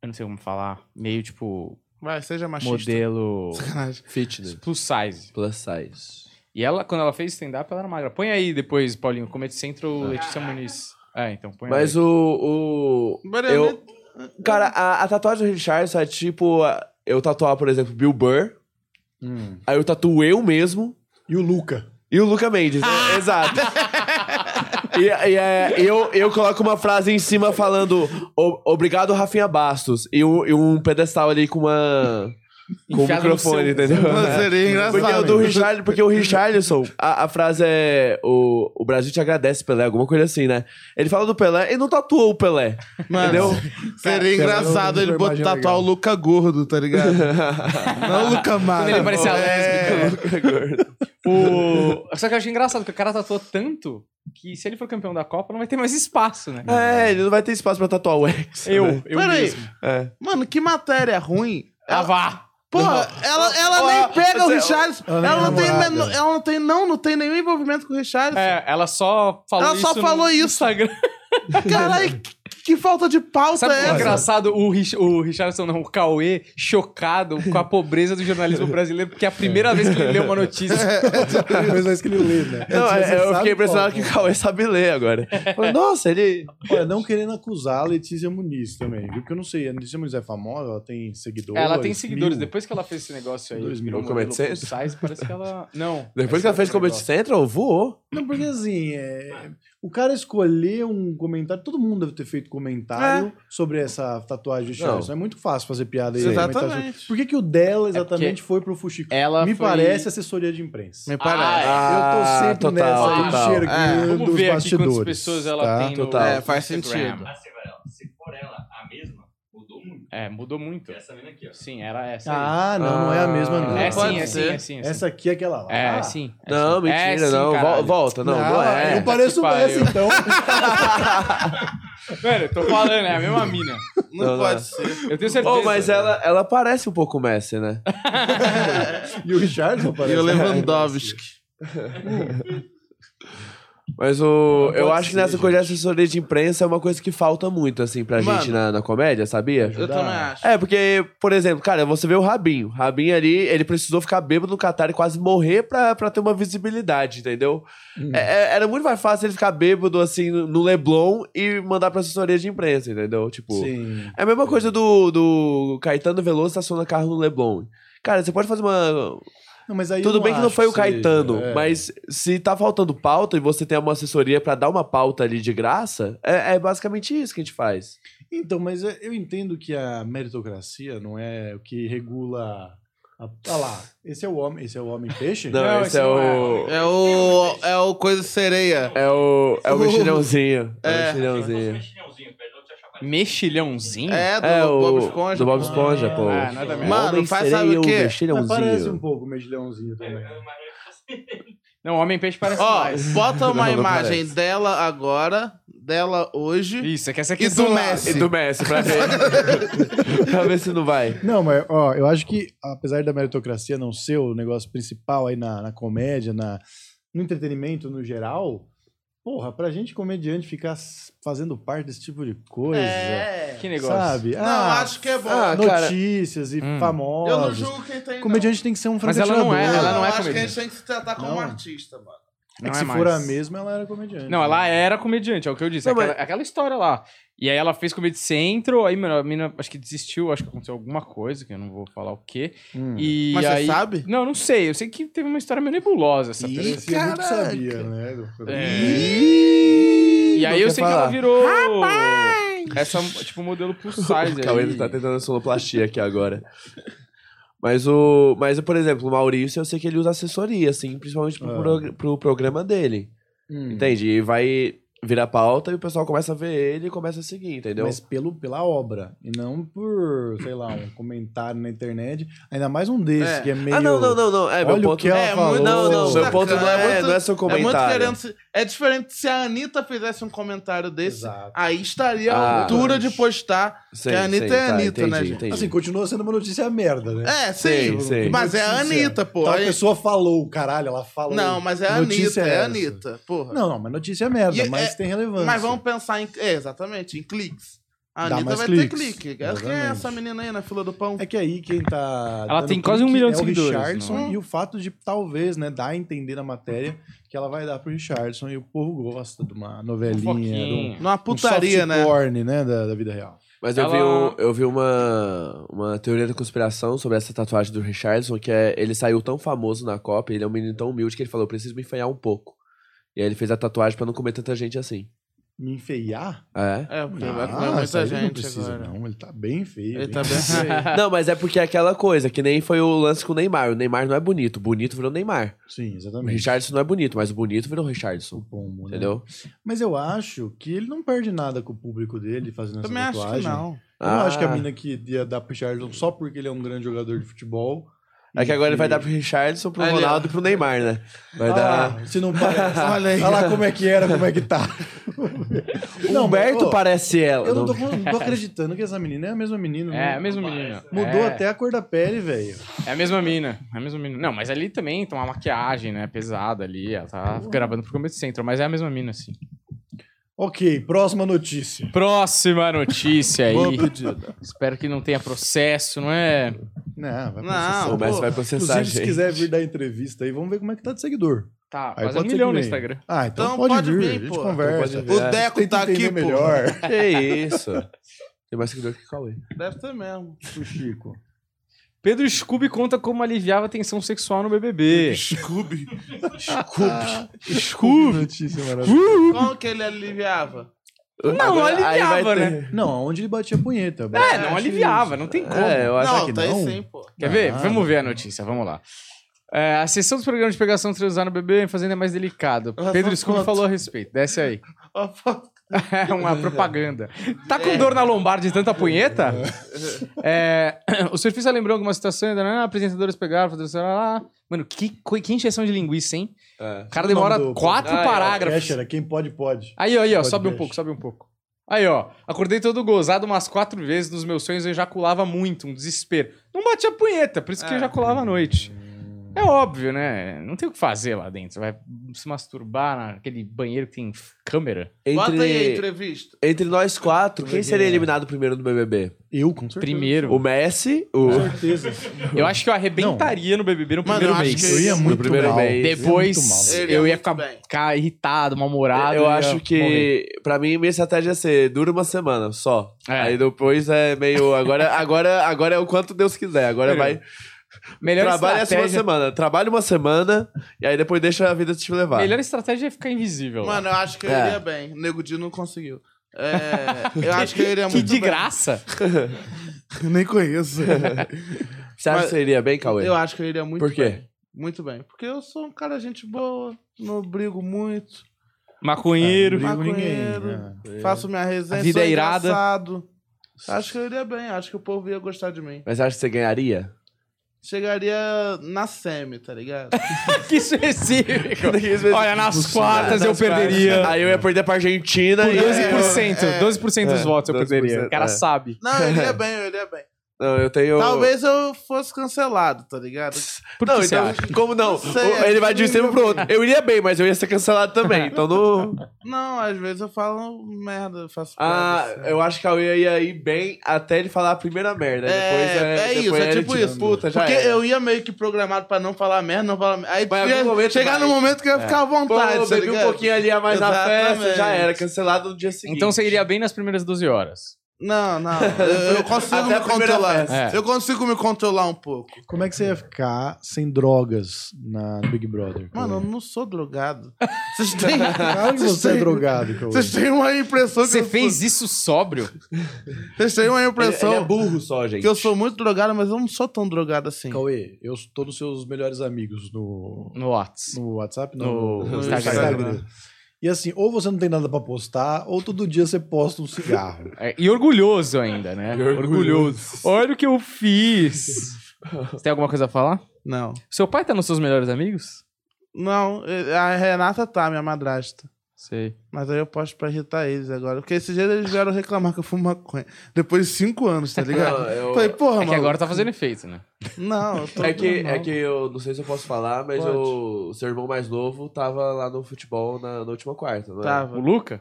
[SPEAKER 1] eu não sei como falar, meio tipo
[SPEAKER 2] Vai, seja machista.
[SPEAKER 1] modelo
[SPEAKER 2] Sacanagem.
[SPEAKER 3] Fitness.
[SPEAKER 1] plus size.
[SPEAKER 3] Plus size.
[SPEAKER 1] E ela quando ela fez stand up ela era magra. Põe aí depois, Paulinho, é Comedy Central, Letícia Muniz. É, então põe
[SPEAKER 3] Mas
[SPEAKER 1] aí.
[SPEAKER 3] o. o
[SPEAKER 2] Mas é eu
[SPEAKER 3] eu, cara, a, a tatuagem do Richardson é tipo. a- Eu tatuar, por exemplo, Bill Burr.
[SPEAKER 1] Hum.
[SPEAKER 3] Aí eu tatuo eu mesmo.
[SPEAKER 4] E o Luca.
[SPEAKER 3] E o Luca Mendes, né?
[SPEAKER 1] Ah!
[SPEAKER 3] Exato. E, e, é, eu, eu coloco uma frase em cima falando "O- obrigado, Rafinha Bastos. E um, e um pedestal ali com uma. Com um
[SPEAKER 1] Enfiado no
[SPEAKER 3] microfone,
[SPEAKER 1] seu-
[SPEAKER 3] entendeu? É.
[SPEAKER 2] Seria
[SPEAKER 3] Porque o,
[SPEAKER 2] engraçado.
[SPEAKER 3] do Richard, porque o Richarlison, a, a frase é o, o Brasil te agradece, Pelé, alguma coisa assim, né? Ele fala do Pelé e não tatua o Pelé, entendeu?
[SPEAKER 2] Mano, seria engraçado
[SPEAKER 4] eu
[SPEAKER 2] ele
[SPEAKER 4] não
[SPEAKER 2] botar
[SPEAKER 4] imagino
[SPEAKER 2] tatuar
[SPEAKER 4] legal.
[SPEAKER 2] o Luca gordo, tá ligado? não o Luca magro.
[SPEAKER 1] Quando ele parecia lésbica.
[SPEAKER 3] Gordo.
[SPEAKER 1] O... Só que eu achei engraçado que o cara tatuou tanto que se ele for campeão da Copa não vai ter mais espaço, né?
[SPEAKER 3] é, ele não vai ter espaço pra tatuar o né? ex.
[SPEAKER 1] Eu, eu
[SPEAKER 2] Peraí.
[SPEAKER 1] mesmo.
[SPEAKER 3] É.
[SPEAKER 2] Mano, que matéria ruim.
[SPEAKER 1] Ah, vá.
[SPEAKER 2] Porra, ela, ela
[SPEAKER 3] Ó,
[SPEAKER 2] nem pega o
[SPEAKER 3] você-
[SPEAKER 2] Richarlison.
[SPEAKER 4] Ela
[SPEAKER 2] Ela,
[SPEAKER 4] nem
[SPEAKER 2] não tem
[SPEAKER 4] namorada.
[SPEAKER 2] menor- ela não tem, não, não tem nenhum envolvimento com o Richarlison.
[SPEAKER 1] É, ela só falou
[SPEAKER 2] Ela
[SPEAKER 1] isso.
[SPEAKER 2] só falou
[SPEAKER 1] no
[SPEAKER 2] isso.
[SPEAKER 1] Instagram.
[SPEAKER 2] Caralho, que, que falta de pauta
[SPEAKER 1] Sabe o
[SPEAKER 2] é
[SPEAKER 1] que é
[SPEAKER 2] essa?
[SPEAKER 1] engraçado? O, Rich, o Richardson, não, o Cauê, chocado com a pobreza do jornalismo brasileiro, porque é a primeira vez que ele leu uma notícia.
[SPEAKER 4] Depois nós que ele lê, né?
[SPEAKER 3] Não,
[SPEAKER 4] Você
[SPEAKER 3] é, eu
[SPEAKER 4] sabe É.
[SPEAKER 3] fiquei impressionado
[SPEAKER 4] qual,
[SPEAKER 3] que
[SPEAKER 4] né?
[SPEAKER 3] o Cauê sabe ler agora. Falei, Nossa, ele.
[SPEAKER 4] Olha, não querendo acusar a Letícia Muniz também, viu? Porque eu não sei, a Letícia Muniz é famosa, ela tem seguidores.
[SPEAKER 1] ela tem seguidores.
[SPEAKER 4] mil.
[SPEAKER 1] Depois que ela fez esse negócio aí,
[SPEAKER 4] Dois mil.
[SPEAKER 1] virou
[SPEAKER 3] No Comedy
[SPEAKER 1] modelo
[SPEAKER 3] Central?
[SPEAKER 1] plus size, parece que ela... Não.
[SPEAKER 3] Depois que ela fez Comedy
[SPEAKER 1] negócio.
[SPEAKER 3] Central, voou.
[SPEAKER 4] Não, porque assim, é, o cara escolher um comentário, todo mundo deve ter feito comentário sobre essa tatuagem de Charles. É muito fácil fazer piada aí.
[SPEAKER 2] Sim.
[SPEAKER 4] comentar
[SPEAKER 2] Exatamente.
[SPEAKER 4] sobre- Por que, que o dela
[SPEAKER 1] porque
[SPEAKER 4] exatamente foi pro Fuxico?
[SPEAKER 1] Ela
[SPEAKER 4] Me
[SPEAKER 1] foi-
[SPEAKER 4] parece assessoria de imprensa.
[SPEAKER 2] Me parece.
[SPEAKER 3] é.
[SPEAKER 1] Ah,
[SPEAKER 4] eu tô sempre
[SPEAKER 3] total,
[SPEAKER 4] nessa, aí,
[SPEAKER 3] total.
[SPEAKER 4] enxergando
[SPEAKER 1] É, Vamos
[SPEAKER 4] os
[SPEAKER 1] ver aqui
[SPEAKER 4] bastidores.
[SPEAKER 1] quantas pessoas ela
[SPEAKER 4] tá?
[SPEAKER 1] tem no
[SPEAKER 3] Total.
[SPEAKER 2] É, faz
[SPEAKER 1] Instagram.
[SPEAKER 2] sentido.
[SPEAKER 5] Ah, Severela, se for ela a mesma, mudou muito.
[SPEAKER 1] É, mudou
[SPEAKER 3] Então.
[SPEAKER 1] muito.
[SPEAKER 5] Essa menina aqui, ó.
[SPEAKER 1] Sim, era essa aí.
[SPEAKER 4] Ah, não, não é a mesma. Não.
[SPEAKER 1] é,
[SPEAKER 2] pode
[SPEAKER 1] sim, é sim,
[SPEAKER 2] ser.
[SPEAKER 1] é sim, é sim.
[SPEAKER 4] Essa aqui é aquela lá.
[SPEAKER 1] É,
[SPEAKER 4] Ah,
[SPEAKER 1] sim. é
[SPEAKER 3] Não,
[SPEAKER 1] sim. É,
[SPEAKER 3] mentira,
[SPEAKER 1] sim,
[SPEAKER 3] não. Vol-
[SPEAKER 1] caralho.
[SPEAKER 3] volta, não.
[SPEAKER 4] não, ah,
[SPEAKER 3] boa, é.
[SPEAKER 4] eu pareço
[SPEAKER 1] que
[SPEAKER 4] essa,
[SPEAKER 1] pariu.
[SPEAKER 4] então.
[SPEAKER 1] Mano, eu tô falando, é a mesma mina.
[SPEAKER 2] Não,
[SPEAKER 3] Não, não.
[SPEAKER 2] pode ser.
[SPEAKER 1] Eu tenho certeza.
[SPEAKER 3] Oh, mas ela, ela parece um pouco o Messi, né?
[SPEAKER 4] E o Richardson
[SPEAKER 2] E
[SPEAKER 3] é
[SPEAKER 4] parece.
[SPEAKER 2] o Lewandowski.
[SPEAKER 3] Mas o, eu
[SPEAKER 4] pode
[SPEAKER 3] acho que
[SPEAKER 4] ser,
[SPEAKER 3] nessa
[SPEAKER 4] gente.
[SPEAKER 3] coisa de assessoria de imprensa é uma coisa que falta muito, assim, pra
[SPEAKER 2] Mano.
[SPEAKER 3] gente na, na comédia, sabia?
[SPEAKER 2] Eu
[SPEAKER 4] Dá.
[SPEAKER 2] também acho.
[SPEAKER 3] É, porque, por exemplo, cara, você vê o Rabinho. Rabinho ali, ele precisou ficar bêbado no Catar e quase morrer pra, pra ter uma visibilidade, entendeu?
[SPEAKER 4] Hum.
[SPEAKER 3] É- é- era muito mais fácil ele ficar bêbado, assim, no Leblon e mandar pra assessoria de imprensa, entendeu? Tipo.
[SPEAKER 4] Sim.
[SPEAKER 3] É a mesma coisa do, do Caetano Veloso estaciona carro no Leblon. Cara, você pode fazer uma,
[SPEAKER 4] Não, mas aí eu
[SPEAKER 3] Tudo bem que não
[SPEAKER 4] acho
[SPEAKER 3] foi o
[SPEAKER 4] seja,
[SPEAKER 3] Caetano,
[SPEAKER 4] é.
[SPEAKER 3] mas se tá faltando pauta e você tem uma assessoria pra dar uma pauta ali de graça, é, é basicamente isso que a gente faz.
[SPEAKER 4] Então, mas é- eu entendo que a meritocracia não é o que regula. A... Ah lá, esse é o homem, esse é o homem peixe?
[SPEAKER 3] Não,
[SPEAKER 1] Não,
[SPEAKER 3] esse
[SPEAKER 1] esse
[SPEAKER 3] é
[SPEAKER 1] não
[SPEAKER 3] o.
[SPEAKER 2] É o. É o coisa sereia.
[SPEAKER 3] É o. É o
[SPEAKER 2] Uh.
[SPEAKER 3] mexilhãozinho. É o
[SPEAKER 2] É.
[SPEAKER 5] Nossa, um
[SPEAKER 3] mexilhãozinho.
[SPEAKER 5] mexilhãozinho, perdão te achar parecido.
[SPEAKER 1] Mexilhãozinho?
[SPEAKER 2] É, do
[SPEAKER 3] É o.
[SPEAKER 2] Bob Esponja.
[SPEAKER 3] Do Bob
[SPEAKER 2] É,
[SPEAKER 3] Esponja, pô.
[SPEAKER 1] Ah, nada mesmo.
[SPEAKER 2] Mano,
[SPEAKER 3] Homem
[SPEAKER 2] faz sabe
[SPEAKER 3] sereia,
[SPEAKER 2] o quê?
[SPEAKER 3] um
[SPEAKER 4] Mas parece um
[SPEAKER 3] Mexilhãozinho.
[SPEAKER 4] pouco o medilhãozinho também.
[SPEAKER 5] É, mas é assim.
[SPEAKER 1] Não, Homem-Peixe parece
[SPEAKER 2] Ó,
[SPEAKER 1] mais.
[SPEAKER 2] bota uma
[SPEAKER 3] Não, não
[SPEAKER 2] imagem
[SPEAKER 3] parece.
[SPEAKER 2] dela agora, dela hoje.
[SPEAKER 1] Isso, é que essa aqui
[SPEAKER 2] E
[SPEAKER 1] é
[SPEAKER 2] do
[SPEAKER 1] só-
[SPEAKER 2] Messi.
[SPEAKER 3] E do Messi, pra ver. pra ver se não vai.
[SPEAKER 4] Não, mas ó, eu acho que apesar da meritocracia não ser o negócio principal aí na, na comédia, na, no entretenimento no geral, porra, pra gente comediante ficar s- fazendo parte desse tipo de coisa,
[SPEAKER 3] é.
[SPEAKER 1] Que negócio.
[SPEAKER 4] sabe?
[SPEAKER 2] É. Não, acho que é bom.
[SPEAKER 3] ah, cara.
[SPEAKER 4] notícias e
[SPEAKER 1] Hum.
[SPEAKER 4] famosos.
[SPEAKER 2] eu não julgo quem tem. não.
[SPEAKER 4] Comediante tem que ser um
[SPEAKER 1] Mas ela não é,
[SPEAKER 4] franqueador.
[SPEAKER 1] ela não
[SPEAKER 2] eu
[SPEAKER 1] é
[SPEAKER 2] acho que a
[SPEAKER 1] comediante.
[SPEAKER 2] gente tem que se tratar como
[SPEAKER 4] Não.
[SPEAKER 2] artista, mano.
[SPEAKER 4] É que
[SPEAKER 1] Não
[SPEAKER 4] se
[SPEAKER 1] é mais.
[SPEAKER 4] for a mesma, ela era comediante.
[SPEAKER 1] Não, ela era comediante, é o que eu disse.
[SPEAKER 3] Não, mas-
[SPEAKER 1] aquela, aquela história lá. E aí ela fez Comedy Central, aí mano, a menina acho que desistiu, acho que aconteceu alguma coisa, que eu não vou falar o quê.
[SPEAKER 4] Hum.
[SPEAKER 1] E
[SPEAKER 2] Mas
[SPEAKER 1] aí...
[SPEAKER 2] você sabe?
[SPEAKER 1] Não, não sei. Eu sei que teve uma história meio nebulosa essa
[SPEAKER 4] Ih,
[SPEAKER 1] treta.
[SPEAKER 4] Parecia muito
[SPEAKER 2] caraca.
[SPEAKER 4] sabia, né?
[SPEAKER 1] É.
[SPEAKER 4] Ih,
[SPEAKER 1] E aí
[SPEAKER 3] não
[SPEAKER 1] eu
[SPEAKER 3] quer
[SPEAKER 1] sei que ela
[SPEAKER 3] falar.
[SPEAKER 1] virou. Essa, tipo, modelo plus size.
[SPEAKER 3] O Cauê ele
[SPEAKER 1] aí.
[SPEAKER 3] tá tentando a sonoplastia aqui agora. Mas o. Mas, por exemplo, o Maurício, eu sei que ele usa assessoria, assim, principalmente pro,
[SPEAKER 4] Ah.
[SPEAKER 3] prog- pro programa dele.
[SPEAKER 1] Hum.
[SPEAKER 3] Entende? E vai virar pauta e o pessoal começa a ver ele e começa a seguir, entendeu?
[SPEAKER 4] Mas pelo, pela obra, e não por, sei lá, um comentário na internet. Ainda mais um desse, que é meio...
[SPEAKER 3] Ah, não, não, não, não. É,
[SPEAKER 4] Olha
[SPEAKER 3] meu
[SPEAKER 4] o
[SPEAKER 3] ponto
[SPEAKER 4] que ela
[SPEAKER 3] é.
[SPEAKER 4] falou.
[SPEAKER 3] muito- Não, não. Meu
[SPEAKER 4] Destacando.
[SPEAKER 3] ponto não é,
[SPEAKER 2] É muito-
[SPEAKER 3] não é seu
[SPEAKER 2] É muito
[SPEAKER 3] comentário.
[SPEAKER 2] diferente. se- É diferente se a Anitta fizesse um comentário desse.
[SPEAKER 4] Exato.
[SPEAKER 2] Aí estaria
[SPEAKER 3] Ah.
[SPEAKER 2] a altura de postar.
[SPEAKER 3] Sim,
[SPEAKER 2] que a Anitta
[SPEAKER 3] sim,
[SPEAKER 2] é a
[SPEAKER 3] tá,
[SPEAKER 2] Anitta, né,
[SPEAKER 3] entendi,
[SPEAKER 2] gente?
[SPEAKER 3] entendi.
[SPEAKER 4] Assim, continua sendo uma notícia merda, né?
[SPEAKER 2] É, sim.
[SPEAKER 3] Sim, sim.
[SPEAKER 2] Mas é a
[SPEAKER 4] Notícia.
[SPEAKER 2] Anitta, pô.
[SPEAKER 4] Tal
[SPEAKER 2] Aí-
[SPEAKER 4] pessoa falou, caralho, ela fala.
[SPEAKER 2] Não, mas é a Anitta,
[SPEAKER 4] Notícia
[SPEAKER 2] é a
[SPEAKER 4] essa.
[SPEAKER 2] Anitta, porra.
[SPEAKER 4] Não, não, mas notícia é merda,
[SPEAKER 2] E
[SPEAKER 4] mas
[SPEAKER 2] é-
[SPEAKER 4] tem relevância.
[SPEAKER 2] Mas vamos pensar em. É, exatamente, em cliques. A
[SPEAKER 4] Dá
[SPEAKER 2] Anitta
[SPEAKER 4] mais
[SPEAKER 2] vai ter
[SPEAKER 4] cliques.
[SPEAKER 2] clique. Acho que é
[SPEAKER 4] Exatamente.
[SPEAKER 2] essa menina aí na fila do pão.
[SPEAKER 4] É que aí quem tá.
[SPEAKER 1] Ela
[SPEAKER 4] dando
[SPEAKER 1] tem quase um
[SPEAKER 4] clique
[SPEAKER 1] milhão de
[SPEAKER 4] é
[SPEAKER 1] seguidores,
[SPEAKER 4] O Richardson
[SPEAKER 2] não é?
[SPEAKER 4] e o fato de talvez, né, dar a entender na matéria que ela vai dar pro Richardson e o povo gosta de uma novelinha. de um-
[SPEAKER 1] Foquinha.
[SPEAKER 2] Numa
[SPEAKER 4] um
[SPEAKER 2] putaria,
[SPEAKER 4] soft
[SPEAKER 2] né?
[SPEAKER 4] porn, né, da, da vida real.
[SPEAKER 3] Mas eu vi,
[SPEAKER 1] Ela-
[SPEAKER 3] um- eu vi uma, uma teoria da conspiração sobre essa tatuagem do Richardson, que é ele saiu tão famoso na Copa, ele é um menino tão humilde que ele falou, eu preciso me enfeiar um pouco. E aí ele fez a tatuagem pra não comer tanta gente assim.
[SPEAKER 4] Me enfeiar?
[SPEAKER 3] É.
[SPEAKER 2] É, porque
[SPEAKER 4] Ah,
[SPEAKER 2] vai comer muita
[SPEAKER 4] essa aí não
[SPEAKER 2] gente
[SPEAKER 4] precisa,
[SPEAKER 2] agora.
[SPEAKER 4] não. Ele tá bem feio.
[SPEAKER 2] Ele tá bem.
[SPEAKER 3] Não, mas é porque é aquela coisa, que nem foi o lance com o Neymar. O Neymar não é bonito, bonito virou Neymar.
[SPEAKER 4] Sim,
[SPEAKER 3] O
[SPEAKER 4] exatamente.
[SPEAKER 3] Richardson não é bonito, mas o bonito virou o Richardson.
[SPEAKER 4] pombo, né?
[SPEAKER 3] Entendeu?
[SPEAKER 4] Mas eu acho que ele não perde nada com o público dele fazendo essa
[SPEAKER 2] Também acho que
[SPEAKER 4] tatuagem.
[SPEAKER 2] não.
[SPEAKER 4] Eu não acho que a
[SPEAKER 3] Ah,
[SPEAKER 4] mina que ia dar pro Richardson só porque ele é um grande jogador de futebol.
[SPEAKER 3] É que agora ele vai dar
[SPEAKER 4] pro.
[SPEAKER 3] pro Richardson, pro
[SPEAKER 2] Ali, ó.
[SPEAKER 3] Ronaldo e pro Neymar, né?
[SPEAKER 4] Ah.
[SPEAKER 3] Vai dar.
[SPEAKER 4] Se não parece. Olha aí. Olha lá como é que era, como é que tá.
[SPEAKER 3] Não, Humberto
[SPEAKER 4] mas, pô,
[SPEAKER 3] parece ela.
[SPEAKER 4] Eu não tô, falando- não tô acreditando que essa menina é a mesma
[SPEAKER 3] um
[SPEAKER 4] menina.
[SPEAKER 1] É, a
[SPEAKER 4] né?
[SPEAKER 1] mesma menina.
[SPEAKER 4] Mudou
[SPEAKER 1] É,
[SPEAKER 4] até a cor da pele, velho.
[SPEAKER 1] É a mesma mina. É a mesma mina. Não, mas ali também tem uma maquiagem, né? Pesada ali. Ela tá gravando pro Comedy Central, mas é a mesma mina, assim.
[SPEAKER 4] Ok, próxima notícia.
[SPEAKER 1] Próxima notícia aí.
[SPEAKER 2] Boa pedida.
[SPEAKER 1] Espero que não tenha processo, não é?
[SPEAKER 4] Não, vai
[SPEAKER 2] Não,
[SPEAKER 3] O Messi
[SPEAKER 2] pô.
[SPEAKER 3] vai processar a
[SPEAKER 4] Inclusive, se
[SPEAKER 3] gente.
[SPEAKER 4] quiser vir dar entrevista aí, vamos ver como é que tá de seguidor.
[SPEAKER 1] Tá, mas
[SPEAKER 4] Aí
[SPEAKER 1] é um
[SPEAKER 4] pode ser
[SPEAKER 1] milhão no
[SPEAKER 4] que venha.
[SPEAKER 1] Instagram.
[SPEAKER 4] Ah, então,
[SPEAKER 2] Então
[SPEAKER 4] pode,
[SPEAKER 2] pode
[SPEAKER 4] vir,
[SPEAKER 2] vir,
[SPEAKER 4] a gente
[SPEAKER 2] pô.
[SPEAKER 4] conversa.
[SPEAKER 3] Então pode vir.
[SPEAKER 2] O Deco
[SPEAKER 4] É, Tenta
[SPEAKER 2] tá aqui,
[SPEAKER 4] entender
[SPEAKER 2] pô.
[SPEAKER 4] melhor.
[SPEAKER 3] Que isso? Tem mais seguidor que o Cauê.
[SPEAKER 2] Deve ter mesmo.
[SPEAKER 4] O Chico.
[SPEAKER 1] Pedro Scooby conta como aliviava a tensão sexual no BBB.
[SPEAKER 2] Scooby.
[SPEAKER 4] Desculpe.
[SPEAKER 1] Scooby.
[SPEAKER 4] Notícia maravilhosa.
[SPEAKER 2] Como que ele aliviava?
[SPEAKER 1] Não, não
[SPEAKER 3] aí vai
[SPEAKER 1] aliviava,
[SPEAKER 3] ter-
[SPEAKER 1] né?
[SPEAKER 4] Não, onde ele batia punheta.
[SPEAKER 1] É, não aliviava, não tem como.
[SPEAKER 3] É, eu acho
[SPEAKER 2] não,
[SPEAKER 3] que
[SPEAKER 2] tá aí
[SPEAKER 3] não.
[SPEAKER 2] sim, pô.
[SPEAKER 1] Quer ver?
[SPEAKER 4] Ah,
[SPEAKER 1] Vamos ver a notícia, vamos lá. É, a sessão dos programas de pegação transar no bebê em Fazenda é mais delicado.
[SPEAKER 2] Ah,
[SPEAKER 1] Pedro
[SPEAKER 2] só
[SPEAKER 1] Scooby
[SPEAKER 2] foto.
[SPEAKER 1] falou a respeito. Desce aí.
[SPEAKER 2] Ó, pô.
[SPEAKER 1] É uma propaganda. Tá com dor na lombar de tanta punheta? É, o surfista lembrou algumas situações. né? Apresentadores pegaram, fazendo sei lá. Mano, que, coi- que encheção de linguiça, hein?
[SPEAKER 3] É.
[SPEAKER 1] O cara demora
[SPEAKER 4] Não, do-
[SPEAKER 1] quatro
[SPEAKER 3] Ah, é,
[SPEAKER 1] parágrafos.
[SPEAKER 4] Cash era quem pode, pode.
[SPEAKER 1] Aí, ó, aí, ó,
[SPEAKER 4] Pode
[SPEAKER 1] sobe um
[SPEAKER 4] deixa.
[SPEAKER 1] pouco, sobe um pouco. Aí, ó, acordei todo gozado umas quatro vezes nos meus sonhos, eu ejaculava muito, um desespero. Não batia punheta, por isso que eu
[SPEAKER 2] É.
[SPEAKER 1] ejaculava à noite. É óbvio, né? Não tem o que fazer lá dentro. Vai se masturbar naquele banheiro que tem câmera.
[SPEAKER 2] Bota aí a
[SPEAKER 3] é. Entre,
[SPEAKER 2] entrevista.
[SPEAKER 3] entre nós quatro, quem
[SPEAKER 4] Ninguém
[SPEAKER 3] seria
[SPEAKER 4] é.
[SPEAKER 3] eliminado primeiro do BBB?
[SPEAKER 4] Eu, com certeza.
[SPEAKER 1] Primeiro.
[SPEAKER 3] O Messi? O...
[SPEAKER 4] Com certeza.
[SPEAKER 1] Eu acho que eu arrebentaria no BBB no
[SPEAKER 2] Mano,
[SPEAKER 1] primeiro
[SPEAKER 2] eu acho
[SPEAKER 1] mês.
[SPEAKER 2] que
[SPEAKER 4] Eu ia
[SPEAKER 2] No
[SPEAKER 4] muito
[SPEAKER 3] primeiro
[SPEAKER 4] mal.
[SPEAKER 3] mês.
[SPEAKER 4] Eu ia muito mal.
[SPEAKER 1] Depois
[SPEAKER 2] Ele
[SPEAKER 1] eu
[SPEAKER 2] ia
[SPEAKER 1] ia
[SPEAKER 2] muito
[SPEAKER 1] ficar,
[SPEAKER 2] bem.
[SPEAKER 1] ficar irritado, mal-humorado.
[SPEAKER 3] Ah, Eu
[SPEAKER 1] ia
[SPEAKER 3] acho
[SPEAKER 1] morrer.
[SPEAKER 3] que, pra mim, minha estratégia é ser, dura uma semana só.
[SPEAKER 1] É.
[SPEAKER 3] Aí depois é meio, agora, agora, agora é o quanto Deus quiser. Agora
[SPEAKER 1] Melhor.
[SPEAKER 3] vai,
[SPEAKER 1] Melhor
[SPEAKER 3] trabalha essa uma
[SPEAKER 1] estratégia,
[SPEAKER 3] semana. Trabalha uma semana, e aí depois deixa a vida te levar.
[SPEAKER 1] melhor estratégia é ficar invisível. lá.
[SPEAKER 2] Mano, eu acho que eu
[SPEAKER 3] É.
[SPEAKER 2] iria bem. O Nego Di não conseguiu. É, eu acho que eu iria
[SPEAKER 1] que
[SPEAKER 2] muito
[SPEAKER 1] de
[SPEAKER 2] bem.
[SPEAKER 1] graça.
[SPEAKER 2] Nem conheço.
[SPEAKER 3] Você acha
[SPEAKER 2] Mas-
[SPEAKER 3] que seria bem, Cauê?
[SPEAKER 2] Eu acho que eu iria muito
[SPEAKER 3] Por quê?
[SPEAKER 2] bem. Muito bem. Porque eu sou um cara gente boa, não brigo muito,
[SPEAKER 1] Maconheiro.
[SPEAKER 4] Não brigo ninguém.
[SPEAKER 2] Maconheiro.
[SPEAKER 4] né?
[SPEAKER 2] faço minha resenha,
[SPEAKER 1] A vida
[SPEAKER 2] sou
[SPEAKER 1] é irada.
[SPEAKER 2] engraçado. Acho que eu iria bem, acho que o povo ia gostar de mim.
[SPEAKER 3] Mas você acha que você ganharia?
[SPEAKER 2] Chegaria na semi, tá ligado?
[SPEAKER 1] Que específico. Olha, nas quartas eu
[SPEAKER 3] Nas quartas.
[SPEAKER 1] perderia.
[SPEAKER 3] Aí eu ia perder pra Argentina.
[SPEAKER 1] Por
[SPEAKER 3] e-
[SPEAKER 1] 12%.
[SPEAKER 2] É, é.
[SPEAKER 1] 12% dos
[SPEAKER 3] É,
[SPEAKER 1] votos eu
[SPEAKER 3] 12%,
[SPEAKER 1] perderia. O cara
[SPEAKER 3] é.
[SPEAKER 1] sabe.
[SPEAKER 2] Não, eu iria bem, eu iria bem.
[SPEAKER 3] Não, eu tenho.
[SPEAKER 2] Talvez eu fosse cancelado, tá ligado?
[SPEAKER 1] Por que
[SPEAKER 3] Não,
[SPEAKER 1] você
[SPEAKER 3] então,
[SPEAKER 1] acha?
[SPEAKER 3] como não?
[SPEAKER 2] sei,
[SPEAKER 3] O- ele vai de um extremo pro outro. Eu iria bem, mas eu ia ser cancelado também. Então não.
[SPEAKER 2] Não, às vezes eu falo merda, eu faço
[SPEAKER 3] Ah,
[SPEAKER 2] piada, assim.
[SPEAKER 3] eu acho que a Cauê ia ir bem até ele falar a primeira merda.
[SPEAKER 2] É,
[SPEAKER 3] depois
[SPEAKER 2] é isso,
[SPEAKER 3] depois
[SPEAKER 2] é
[SPEAKER 3] ele
[SPEAKER 2] tipo
[SPEAKER 3] tira.
[SPEAKER 2] isso.
[SPEAKER 3] Puta, já
[SPEAKER 2] Porque
[SPEAKER 3] era.
[SPEAKER 2] eu ia meio que programado pra não falar merda, não falar merda. Aí
[SPEAKER 3] Mas
[SPEAKER 2] tu ia
[SPEAKER 3] algum momento
[SPEAKER 2] chegar
[SPEAKER 3] vai.
[SPEAKER 2] no momento que eu ia ficar à
[SPEAKER 3] Pô,
[SPEAKER 2] vontade, tá
[SPEAKER 3] bebi um
[SPEAKER 2] ligado?
[SPEAKER 3] pouquinho ali a mais na
[SPEAKER 2] Exatamente.
[SPEAKER 3] festa, já era. Cancelado no dia seguinte.
[SPEAKER 1] Então você iria bem nas primeiras 12 horas.
[SPEAKER 2] Não, não. Eu, eu consigo
[SPEAKER 3] Até a
[SPEAKER 2] me
[SPEAKER 3] primeira
[SPEAKER 2] controlar.
[SPEAKER 1] festa. É.
[SPEAKER 2] Eu consigo me controlar um pouco.
[SPEAKER 4] Como é que você ia ficar sem drogas na no Big Brother?
[SPEAKER 2] Mano, eu
[SPEAKER 4] Cauê?
[SPEAKER 2] não sou drogado. Vocês têm.
[SPEAKER 4] claro que
[SPEAKER 2] vocês
[SPEAKER 4] você é
[SPEAKER 2] têm-
[SPEAKER 4] drogado, Cauê.
[SPEAKER 2] Vocês têm uma impressão que
[SPEAKER 1] Você
[SPEAKER 2] Então eu sou-
[SPEAKER 1] fez isso sóbrio?
[SPEAKER 2] Vocês têm uma
[SPEAKER 3] Ele,
[SPEAKER 2] impressão
[SPEAKER 3] ele é burro só, gente.
[SPEAKER 2] que eu sou muito drogado, mas eu não sou tão drogado assim.
[SPEAKER 4] Cauê, eu tô nos seus melhores amigos no,
[SPEAKER 1] No Whats.
[SPEAKER 4] no WhatsApp,
[SPEAKER 1] No
[SPEAKER 4] não,
[SPEAKER 1] Instagram.
[SPEAKER 4] E assim, ou você não tem nada pra postar, ou todo dia você posta um cigarro.
[SPEAKER 1] É, E orgulhoso ainda, né? orgulhoso. Olha o que eu fiz. Você tem alguma coisa a falar?
[SPEAKER 2] Não.
[SPEAKER 1] Seu pai tá nos seus melhores amigos?
[SPEAKER 2] Não, eh, a Renata tá, minha madrasta.
[SPEAKER 1] Sei.
[SPEAKER 2] Mas aí eu posto pra irritar eles agora. Porque esses dias eles vieram reclamar que eu fumo maconha. Depois de cinco anos, tá ligado?
[SPEAKER 3] Não, eu-
[SPEAKER 2] Eu Falei, porra,
[SPEAKER 1] É que
[SPEAKER 2] mano.
[SPEAKER 1] agora tá fazendo efeito, né?
[SPEAKER 2] Não, eu tô
[SPEAKER 3] É que,
[SPEAKER 2] normal.
[SPEAKER 3] é que eu não sei se eu posso falar, mas
[SPEAKER 2] Pode.
[SPEAKER 3] o seu irmão mais novo tava lá no futebol na, na última quarta, não é?
[SPEAKER 2] Tava.
[SPEAKER 1] O Luca?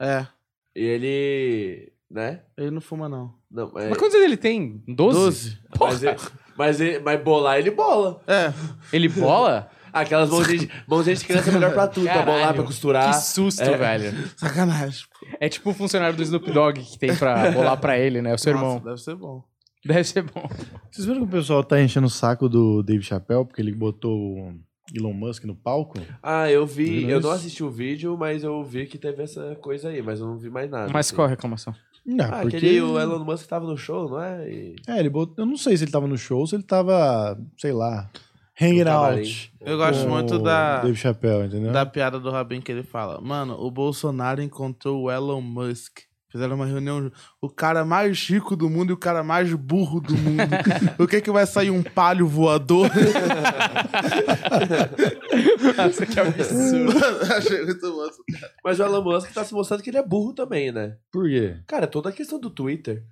[SPEAKER 2] É,
[SPEAKER 3] E ele. né?
[SPEAKER 2] ele não fuma, não.
[SPEAKER 3] Não, é,
[SPEAKER 1] Mas quantos anos ele tem? 12?
[SPEAKER 2] Doze.
[SPEAKER 3] mas, ele, mas, ele- mas bolar ele bola.
[SPEAKER 2] É.
[SPEAKER 1] Ele bola?
[SPEAKER 3] Aquelas mãozinhas de, mãozinhas de criança é melhor pra tudo, pra bolar,
[SPEAKER 1] Caralho.
[SPEAKER 3] pra costurar.
[SPEAKER 1] Que susto,
[SPEAKER 3] É.
[SPEAKER 1] velho.
[SPEAKER 2] Sacanagem. pô.
[SPEAKER 1] É tipo o funcionário do Snoop Dogg que tem pra bolar pra ele, né? O seu
[SPEAKER 2] Nossa,
[SPEAKER 1] irmão.
[SPEAKER 2] Deve ser bom.
[SPEAKER 1] Deve ser bom.
[SPEAKER 4] Vocês viram que o pessoal tá enchendo o saco do Dave Chappelle porque ele botou o Elon Musk no palco?
[SPEAKER 3] Ah, eu vi.
[SPEAKER 4] Viu
[SPEAKER 3] Eu não
[SPEAKER 4] isso?
[SPEAKER 3] assisti o vídeo, mas eu vi que teve essa coisa aí, mas eu não vi mais
[SPEAKER 2] Tá
[SPEAKER 3] nada.
[SPEAKER 1] Mas
[SPEAKER 3] assim.
[SPEAKER 1] qual é? a reclamação?
[SPEAKER 4] Não,
[SPEAKER 3] Ah,
[SPEAKER 4] porque...
[SPEAKER 3] aquele o Elon Musk tava no show, não é? E-
[SPEAKER 4] É, ele botou... Eu não sei se ele tava no show, se ele tava, sei lá, hanging
[SPEAKER 3] No camarim.
[SPEAKER 4] out.
[SPEAKER 2] Eu gosto
[SPEAKER 4] com
[SPEAKER 2] muito
[SPEAKER 4] o né?
[SPEAKER 2] da,
[SPEAKER 4] Dave Chappelle, entendeu?
[SPEAKER 2] da piada do Rabin que ele fala. Mano, o Bolsonaro encontrou o Elon Musk. Fizeram uma reunião. O cara mais rico do mundo e o cara mais burro do mundo. o que que vai sair? Um palho voador?
[SPEAKER 1] Nossa, que absurdo.
[SPEAKER 2] Achei muito bom.
[SPEAKER 3] Mas o Elon Musk tá se mostrando que ele é burro também, né?
[SPEAKER 4] Por quê?
[SPEAKER 3] Cara, toda a questão do Twitter.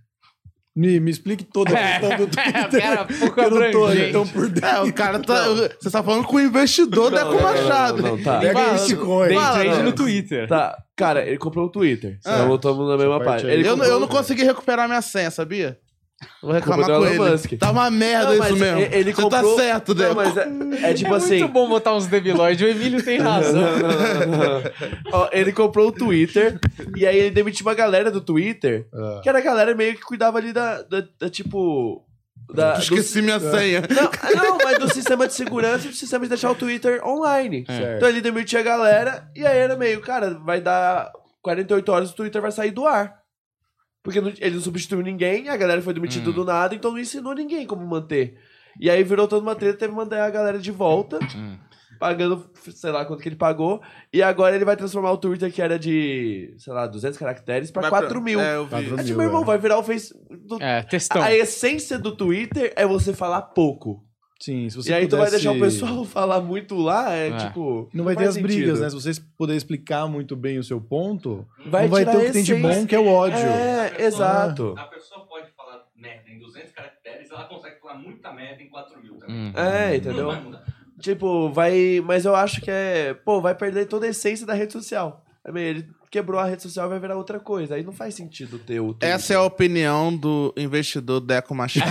[SPEAKER 4] Me, me explique toda a questão do
[SPEAKER 1] É,
[SPEAKER 4] Twitter.
[SPEAKER 1] pera, pouco
[SPEAKER 4] eu não tô
[SPEAKER 1] abrangente.
[SPEAKER 4] então por dentro.
[SPEAKER 2] É, o cara tá. Você tá falando com o investidor da Eco Machado.
[SPEAKER 3] Não, não, não, tá.
[SPEAKER 2] Ele
[SPEAKER 4] Pega
[SPEAKER 2] fala-
[SPEAKER 4] Bitcoin.
[SPEAKER 1] Day
[SPEAKER 2] Fala,
[SPEAKER 1] trade
[SPEAKER 2] não.
[SPEAKER 1] no Twitter.
[SPEAKER 3] Tá, cara, ele comprou o Twitter.
[SPEAKER 2] Ah.
[SPEAKER 3] Então estamos na mesma
[SPEAKER 4] parte
[SPEAKER 3] página.
[SPEAKER 4] aí.
[SPEAKER 3] Ele
[SPEAKER 2] Eu, não-
[SPEAKER 3] comprou
[SPEAKER 2] eu não
[SPEAKER 3] o Twitter.
[SPEAKER 2] consegui recuperar minha senha, sabia? Vou reclamar
[SPEAKER 3] Comprou
[SPEAKER 2] com
[SPEAKER 3] do Elon
[SPEAKER 2] ele.
[SPEAKER 3] Musk.
[SPEAKER 2] Tá uma merda
[SPEAKER 3] mas
[SPEAKER 2] isso mesmo.
[SPEAKER 3] Ele, ele
[SPEAKER 2] Você
[SPEAKER 3] comprou...
[SPEAKER 2] tá certo, Deco.
[SPEAKER 3] Não, mas é, é tipo
[SPEAKER 1] é
[SPEAKER 3] assim...
[SPEAKER 1] muito bom botar uns debilóides. O Emílio tem razão.
[SPEAKER 3] Não, não, não, não. Ó, ele comprou o Twitter e aí ele demitiu uma galera do Twitter,
[SPEAKER 4] Ah.
[SPEAKER 3] que era a galera meio que cuidava ali da, da, da, tipo... Da, do-
[SPEAKER 2] Esqueci minha senha.
[SPEAKER 3] não, ah, não, mas do sistema de segurança e do sistema de deixar o Twitter online.
[SPEAKER 1] É.
[SPEAKER 4] Certo.
[SPEAKER 3] Então ele demitia a galera e aí era meio, cara, vai dar 48 horas o Twitter vai sair do ar. Porque não- ele não substituiu ninguém, a galera foi demitida
[SPEAKER 1] Hum.
[SPEAKER 3] do nada, então não ensinou ninguém como manter. E aí virou toda uma treta, teve que mandar a galera de volta,
[SPEAKER 1] Hum.
[SPEAKER 3] pagando, sei lá quanto que ele pagou. E agora ele vai transformar o Twitter, que era de, sei lá, 200 caracteres, pra
[SPEAKER 2] Vai
[SPEAKER 3] 4 mil.
[SPEAKER 2] É, eu vi.
[SPEAKER 4] Quatro
[SPEAKER 3] Aí,
[SPEAKER 4] mil,
[SPEAKER 3] meu irmão,
[SPEAKER 4] é.
[SPEAKER 3] vai virar o Face... do-
[SPEAKER 1] É,
[SPEAKER 4] Então.
[SPEAKER 1] textão.
[SPEAKER 3] A essência do Twitter é você falar pouco.
[SPEAKER 4] Sim, se você
[SPEAKER 3] e aí tu vai
[SPEAKER 4] pudesse-
[SPEAKER 3] deixar o pessoal falar muito lá, é,
[SPEAKER 1] É.
[SPEAKER 3] tipo...
[SPEAKER 4] Não vai ter
[SPEAKER 3] faz
[SPEAKER 4] as brigas,
[SPEAKER 3] sentido.
[SPEAKER 4] né? Se vocês puderem explicar muito bem o seu ponto,
[SPEAKER 3] Vai
[SPEAKER 4] não vai
[SPEAKER 3] tirar
[SPEAKER 4] ter o que tem de
[SPEAKER 3] essência.
[SPEAKER 4] bom, que é o ódio.
[SPEAKER 3] É, exato.
[SPEAKER 5] A pessoa pode falar merda em 200 caracteres, ela consegue falar muita merda em 4 mil também.
[SPEAKER 1] Hum.
[SPEAKER 2] Ah.
[SPEAKER 3] É,
[SPEAKER 5] Não
[SPEAKER 3] entendeu?
[SPEAKER 5] vai mudar.
[SPEAKER 3] Tipo, vai. Mas eu acho que é. Pô, vai perder toda a essência da rede social. É meio, Ele quebrou a rede social e vai virar outra coisa. Aí não faz sentido ter o. Twitter.
[SPEAKER 2] Essa é a opinião do investidor Deco Machado.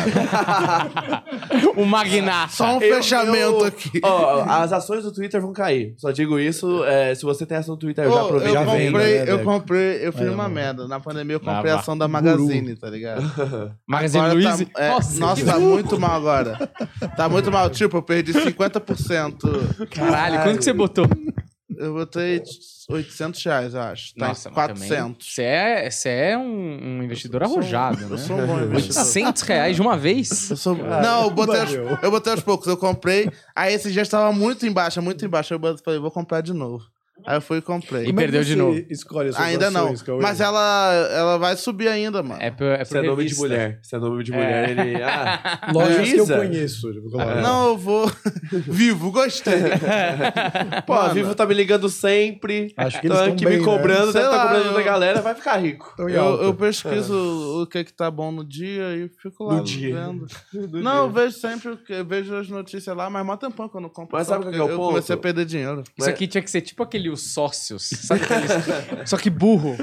[SPEAKER 1] O magnata.
[SPEAKER 2] Só um
[SPEAKER 3] Eu-
[SPEAKER 2] fechamento
[SPEAKER 3] eu-
[SPEAKER 2] aqui.
[SPEAKER 3] Ó, as ações do Twitter vão cair. Só digo isso. é, se você tem ação no Twitter, eu já
[SPEAKER 2] Ô,
[SPEAKER 3] aproveito.
[SPEAKER 2] eu
[SPEAKER 4] já
[SPEAKER 2] comprei,
[SPEAKER 4] vendo, né,
[SPEAKER 2] eu
[SPEAKER 4] Deco?
[SPEAKER 2] comprei, eu fiz
[SPEAKER 4] Vai,
[SPEAKER 2] uma
[SPEAKER 4] amor.
[SPEAKER 2] merda. Na pandemia eu
[SPEAKER 3] Ah,
[SPEAKER 1] Vai,
[SPEAKER 2] comprei a
[SPEAKER 1] vai.
[SPEAKER 2] ação da Magazine, tá ligado?
[SPEAKER 1] Magazine
[SPEAKER 2] Agora
[SPEAKER 1] Luiza.
[SPEAKER 2] Tá, é, nossa,
[SPEAKER 1] que
[SPEAKER 2] tá muito mal agora. Tá muito mal. Tipo, eu perdi 50%.
[SPEAKER 1] Caralho, quanto que você botou?
[SPEAKER 2] Eu botei 800 reais, eu acho. Tá em
[SPEAKER 1] mas também
[SPEAKER 2] 400.
[SPEAKER 1] Você é, você é um, um investidor
[SPEAKER 2] Eu sou um-
[SPEAKER 1] arrojado, né?
[SPEAKER 2] Eu sou um bom investidor.
[SPEAKER 1] 800 reais de uma vez?
[SPEAKER 2] Eu sou- um Não, eu botei, aos,
[SPEAKER 4] valeu.
[SPEAKER 2] eu botei aos poucos. Eu comprei. Aí esse dia estava muito embaixo, muito embaixo. Eu botei- falei, vou comprar de novo. Aí eu fui e comprei.
[SPEAKER 1] E
[SPEAKER 4] Como é que
[SPEAKER 1] perdeu de
[SPEAKER 4] você
[SPEAKER 1] novo.
[SPEAKER 4] Escolhe as suas
[SPEAKER 2] Ainda não.
[SPEAKER 4] ações, Cauê?
[SPEAKER 2] Mas ela, ela vai subir ainda, mano.
[SPEAKER 1] É, por, é por
[SPEAKER 3] Se é nome de
[SPEAKER 1] revista.
[SPEAKER 3] mulher. Se é nome de mulher, ele. Ah,
[SPEAKER 4] Lojas que eu
[SPEAKER 3] Luiza?
[SPEAKER 4] conheço. eu vou colocar.
[SPEAKER 2] Não, eu vou. Vivo, gostei.
[SPEAKER 3] Pô, a Vivo tá me ligando sempre.
[SPEAKER 4] Acho que eles
[SPEAKER 3] Tá
[SPEAKER 4] estão
[SPEAKER 3] aqui
[SPEAKER 4] bem,
[SPEAKER 3] me
[SPEAKER 4] Né?
[SPEAKER 3] cobrando,
[SPEAKER 2] Sei
[SPEAKER 3] deve tá
[SPEAKER 2] lá,
[SPEAKER 3] cobrando
[SPEAKER 2] eu-
[SPEAKER 3] da galera, vai ficar rico.
[SPEAKER 4] Estão em
[SPEAKER 2] Eu,
[SPEAKER 4] alta.
[SPEAKER 2] eu pesquiso o que que tá bom no dia e fico lá
[SPEAKER 3] No dia.
[SPEAKER 2] vendo. não, eu vejo sempre, o que- eu vejo as notícias lá, mas mó tempão que eu não compro.
[SPEAKER 3] Mas
[SPEAKER 2] só
[SPEAKER 3] sabe qual
[SPEAKER 2] porque
[SPEAKER 3] que é o
[SPEAKER 2] Eu
[SPEAKER 3] ponto?
[SPEAKER 2] comecei a perder dinheiro.
[SPEAKER 1] Isso aqui tinha que ser tipo aquele Os Sócios. Sabe aqueles- Só que burro.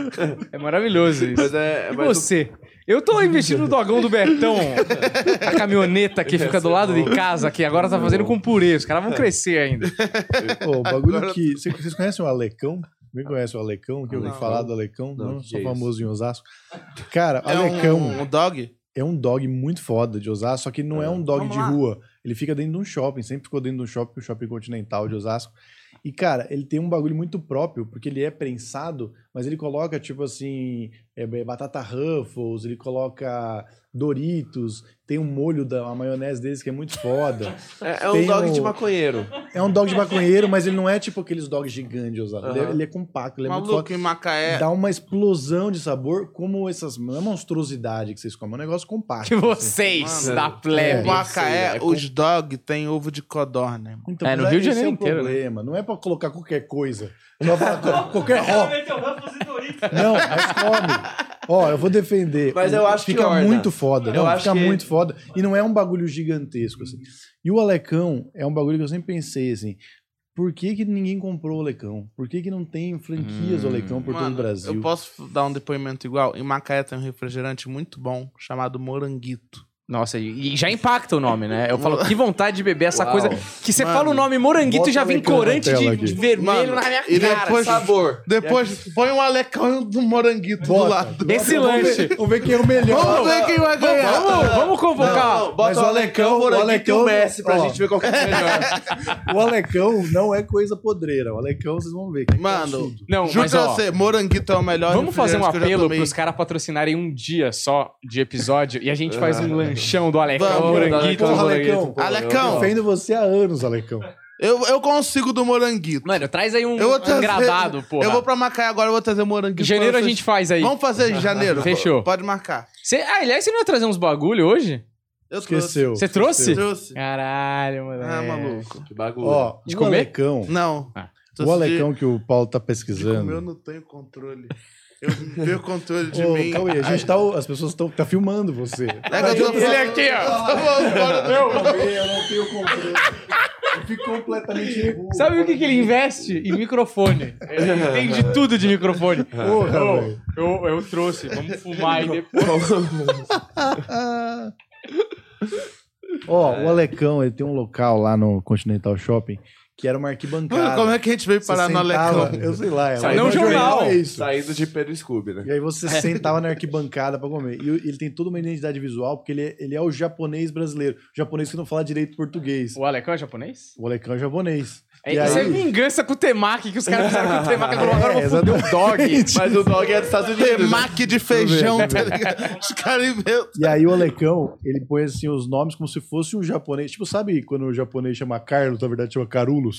[SPEAKER 1] É maravilhoso isso.
[SPEAKER 3] Mas é.
[SPEAKER 1] E
[SPEAKER 3] mas o
[SPEAKER 1] você? Eu tô investindo no dogão do Bertão. A caminhoneta que fica do lado de casa, que agora tá fazendo com purê. Os caras vão crescer ainda.
[SPEAKER 4] é Ô, o bagulho que... Vocês vocês conhecem o Alecão? Ninguém conhece o Alecão? Que eu ouvi
[SPEAKER 2] Não.
[SPEAKER 4] falar do Alecão?
[SPEAKER 3] Não,
[SPEAKER 4] Não,
[SPEAKER 3] que
[SPEAKER 4] sou
[SPEAKER 3] é
[SPEAKER 4] famoso em Osasco. Cara,
[SPEAKER 2] É
[SPEAKER 4] Alecão
[SPEAKER 2] um, um dog?
[SPEAKER 4] é um dog muito foda de Osasco, só que não é, um dog
[SPEAKER 2] Vamos
[SPEAKER 4] de
[SPEAKER 2] lá.
[SPEAKER 4] rua. Ele fica dentro de um shopping, sempre ficou dentro de um shopping, o shopping continental de Osasco. E, cara, ele tem um bagulho muito próprio, porque ele é prensado, mas ele coloca, tipo assim, é, é, batata Ruffles, ele coloca Doritos, tem um molho da a maionese deles que é muito foda.
[SPEAKER 3] É, é um
[SPEAKER 4] Tem
[SPEAKER 3] dog de
[SPEAKER 4] o-
[SPEAKER 3] maconheiro.
[SPEAKER 4] É um dog de maconheiro, mas ele não é tipo aqueles dogs gigantes de Osasco. Ele, é,
[SPEAKER 3] Aham.
[SPEAKER 4] ele é compacto, ele é muito foda
[SPEAKER 2] Maluco em Macaé.
[SPEAKER 4] dá uma explosão de sabor, como essas não é monstruosidade que vocês comem, é um negócio compacto.
[SPEAKER 1] Que
[SPEAKER 4] assim.
[SPEAKER 1] vocês
[SPEAKER 2] Mano,
[SPEAKER 1] da
[SPEAKER 2] Em
[SPEAKER 1] plebe.
[SPEAKER 2] Macaé,
[SPEAKER 1] É com-
[SPEAKER 2] os dog tem ovo de codorna, irmão.
[SPEAKER 4] Então,
[SPEAKER 1] É,
[SPEAKER 4] mas
[SPEAKER 1] no Rio de
[SPEAKER 4] esse é
[SPEAKER 1] Janeiro
[SPEAKER 4] o
[SPEAKER 1] inteiro, né?
[SPEAKER 4] Problema. Não é pra colocar qualquer coisa. Não é pra colocar qualquer
[SPEAKER 5] Ela
[SPEAKER 4] ó.
[SPEAKER 5] meteu Ruffles e Doritos.
[SPEAKER 4] Não, mas come. Ó, eu vou defender.
[SPEAKER 3] Mas eu acho que
[SPEAKER 4] fica
[SPEAKER 3] orna.
[SPEAKER 4] muito foda.
[SPEAKER 3] Eu
[SPEAKER 4] Não,
[SPEAKER 3] acho
[SPEAKER 4] fica
[SPEAKER 3] que-
[SPEAKER 4] muito foda. E não é um bagulho gigantesco, assim. E o Alecão é um bagulho que eu sempre pensei, assim. Por que, que ninguém comprou o Alecão? Por que, que não tem franquias do
[SPEAKER 1] Hum.
[SPEAKER 4] Alecão por todo o
[SPEAKER 2] Mano,
[SPEAKER 4] Brasil?
[SPEAKER 2] Eu posso dar um depoimento igual? Em Macaé tem um refrigerante muito bom chamado Moranguito.
[SPEAKER 1] Nossa, e e já impacta o nome, né? Eu falo, que vontade de beber essa
[SPEAKER 3] Uau.
[SPEAKER 1] coisa. Que você
[SPEAKER 2] Mano,
[SPEAKER 1] fala o nome moranguito e já vem
[SPEAKER 4] bota o leite
[SPEAKER 1] corante
[SPEAKER 4] na
[SPEAKER 1] de,
[SPEAKER 4] tela
[SPEAKER 1] de
[SPEAKER 4] aqui.
[SPEAKER 1] vermelho
[SPEAKER 2] Mano,
[SPEAKER 1] na minha
[SPEAKER 2] e
[SPEAKER 1] cara.
[SPEAKER 2] depois-
[SPEAKER 1] sabe?
[SPEAKER 3] Sabor.
[SPEAKER 2] Depois põe um alecão do Moranguito do
[SPEAKER 4] Bota.
[SPEAKER 2] lado.
[SPEAKER 1] Esse
[SPEAKER 4] Vamos
[SPEAKER 1] lanche.
[SPEAKER 4] ver, vamos ver quem é o melhor.
[SPEAKER 2] Vamos ver quem vai ganhar.
[SPEAKER 1] Vamos, vamos convocar.
[SPEAKER 3] Não, não, bota
[SPEAKER 4] Mas
[SPEAKER 3] o
[SPEAKER 4] o
[SPEAKER 3] Alecão,
[SPEAKER 4] Alecão-
[SPEAKER 3] o Moranguito
[SPEAKER 4] o Alecão-
[SPEAKER 3] e o Messi pra
[SPEAKER 4] ó.
[SPEAKER 3] gente ver qual que é o melhor.
[SPEAKER 4] O Alecão não é coisa podreira. O Alecão, vocês vão ver.
[SPEAKER 2] Mano,
[SPEAKER 1] Não,
[SPEAKER 2] juro
[SPEAKER 1] mas
[SPEAKER 2] pra
[SPEAKER 1] ó,
[SPEAKER 2] você, Moranguito é o melhor
[SPEAKER 1] vamos fazer um
[SPEAKER 2] refrigerante que eu já
[SPEAKER 1] apelo
[SPEAKER 2] tomei.
[SPEAKER 1] pros caras patrocinarem um dia só de episódio e a gente faz um lanchão do Alecão,
[SPEAKER 2] Vamos,
[SPEAKER 1] moranguito,
[SPEAKER 3] Alecão,
[SPEAKER 4] Porra,
[SPEAKER 1] moranguito.
[SPEAKER 4] Alecão.
[SPEAKER 2] Alecão.
[SPEAKER 4] Defendo você há anos, Alecão.
[SPEAKER 2] Eu, eu consigo do Moranguito.
[SPEAKER 1] Mano, traz aí um
[SPEAKER 2] Eu vou trazer-
[SPEAKER 1] engradado, porra.
[SPEAKER 2] Eu vou pra Macaé agora, eu vou trazer Moranguito.
[SPEAKER 1] Em janeiro
[SPEAKER 2] pra
[SPEAKER 1] a
[SPEAKER 2] vocês.
[SPEAKER 1] gente faz aí.
[SPEAKER 2] Vamos fazer em janeiro?
[SPEAKER 1] Fechou.
[SPEAKER 2] Pode marcar.
[SPEAKER 1] Cê, ah, aliás, você não ia trazer uns bagulho hoje?
[SPEAKER 2] Eu
[SPEAKER 4] Esqueceu. É.
[SPEAKER 1] Você trouxe?
[SPEAKER 2] Trouxe. Trouxe.
[SPEAKER 1] Caralho, mano.
[SPEAKER 2] Ah, maluco.
[SPEAKER 3] Que bagulho.
[SPEAKER 4] Ó,
[SPEAKER 1] De
[SPEAKER 4] o
[SPEAKER 1] comer?
[SPEAKER 4] Alecão,
[SPEAKER 2] Não.
[SPEAKER 1] Ah.
[SPEAKER 2] Trouxe
[SPEAKER 4] o Alecão
[SPEAKER 2] de-
[SPEAKER 4] que o Paulo tá
[SPEAKER 2] de comer eu
[SPEAKER 4] pesquisando.
[SPEAKER 2] não tenho controle. Eu não tenho controle de
[SPEAKER 4] Ô,
[SPEAKER 2] mim.
[SPEAKER 4] Cauê, a gente tá, as pessoas estão tá filmando você.
[SPEAKER 2] É que eu tô- Tá
[SPEAKER 1] Ele aqui, ó.
[SPEAKER 4] Eu não tenho controle. Eu fico completamente burro.
[SPEAKER 1] Sabe o que, que ele investe? Em microfone. Ele entende tudo de microfone.
[SPEAKER 4] Porra,
[SPEAKER 1] Ô,
[SPEAKER 4] velho.
[SPEAKER 1] eu, eu trouxe, vamos fumar aí depois.
[SPEAKER 4] Ó, o Alecão, ele tem um local lá no Continental Shopping que era uma
[SPEAKER 2] Mano,
[SPEAKER 4] arquibancada.
[SPEAKER 2] como é que a gente veio
[SPEAKER 4] Você
[SPEAKER 2] parar no
[SPEAKER 4] sentava-
[SPEAKER 2] Alecão?
[SPEAKER 4] Eu sei lá. é
[SPEAKER 1] Saiu
[SPEAKER 4] lá
[SPEAKER 1] no
[SPEAKER 4] no
[SPEAKER 1] jornal.
[SPEAKER 4] É isso.
[SPEAKER 3] né? Saindo de Pedro Scooby, né?
[SPEAKER 4] E aí você sentava na arquibancada pra comer. E ele tem toda uma identidade visual, porque ele é, ele é o japonês brasileiro. O japonês que não fala direito português.
[SPEAKER 1] O Alecão é japonês?
[SPEAKER 4] O Alecão é japonês.
[SPEAKER 1] É,
[SPEAKER 4] E
[SPEAKER 1] isso é
[SPEAKER 4] aí-
[SPEAKER 1] vingança com o Temaki, que os caras fizeram com o Temaki. Agora eu
[SPEAKER 4] É,
[SPEAKER 1] vou um foder o dog.
[SPEAKER 3] Mas o dog é dos Estados Unidos. né?
[SPEAKER 2] Temaki de feijão, tá ligado? Os caras inventam.
[SPEAKER 4] E aí o Alecão, ele põe assim os nomes como se fosse um japonês. Tipo, sabe quando o japonês chama Carlos, na verdade chama Carulos?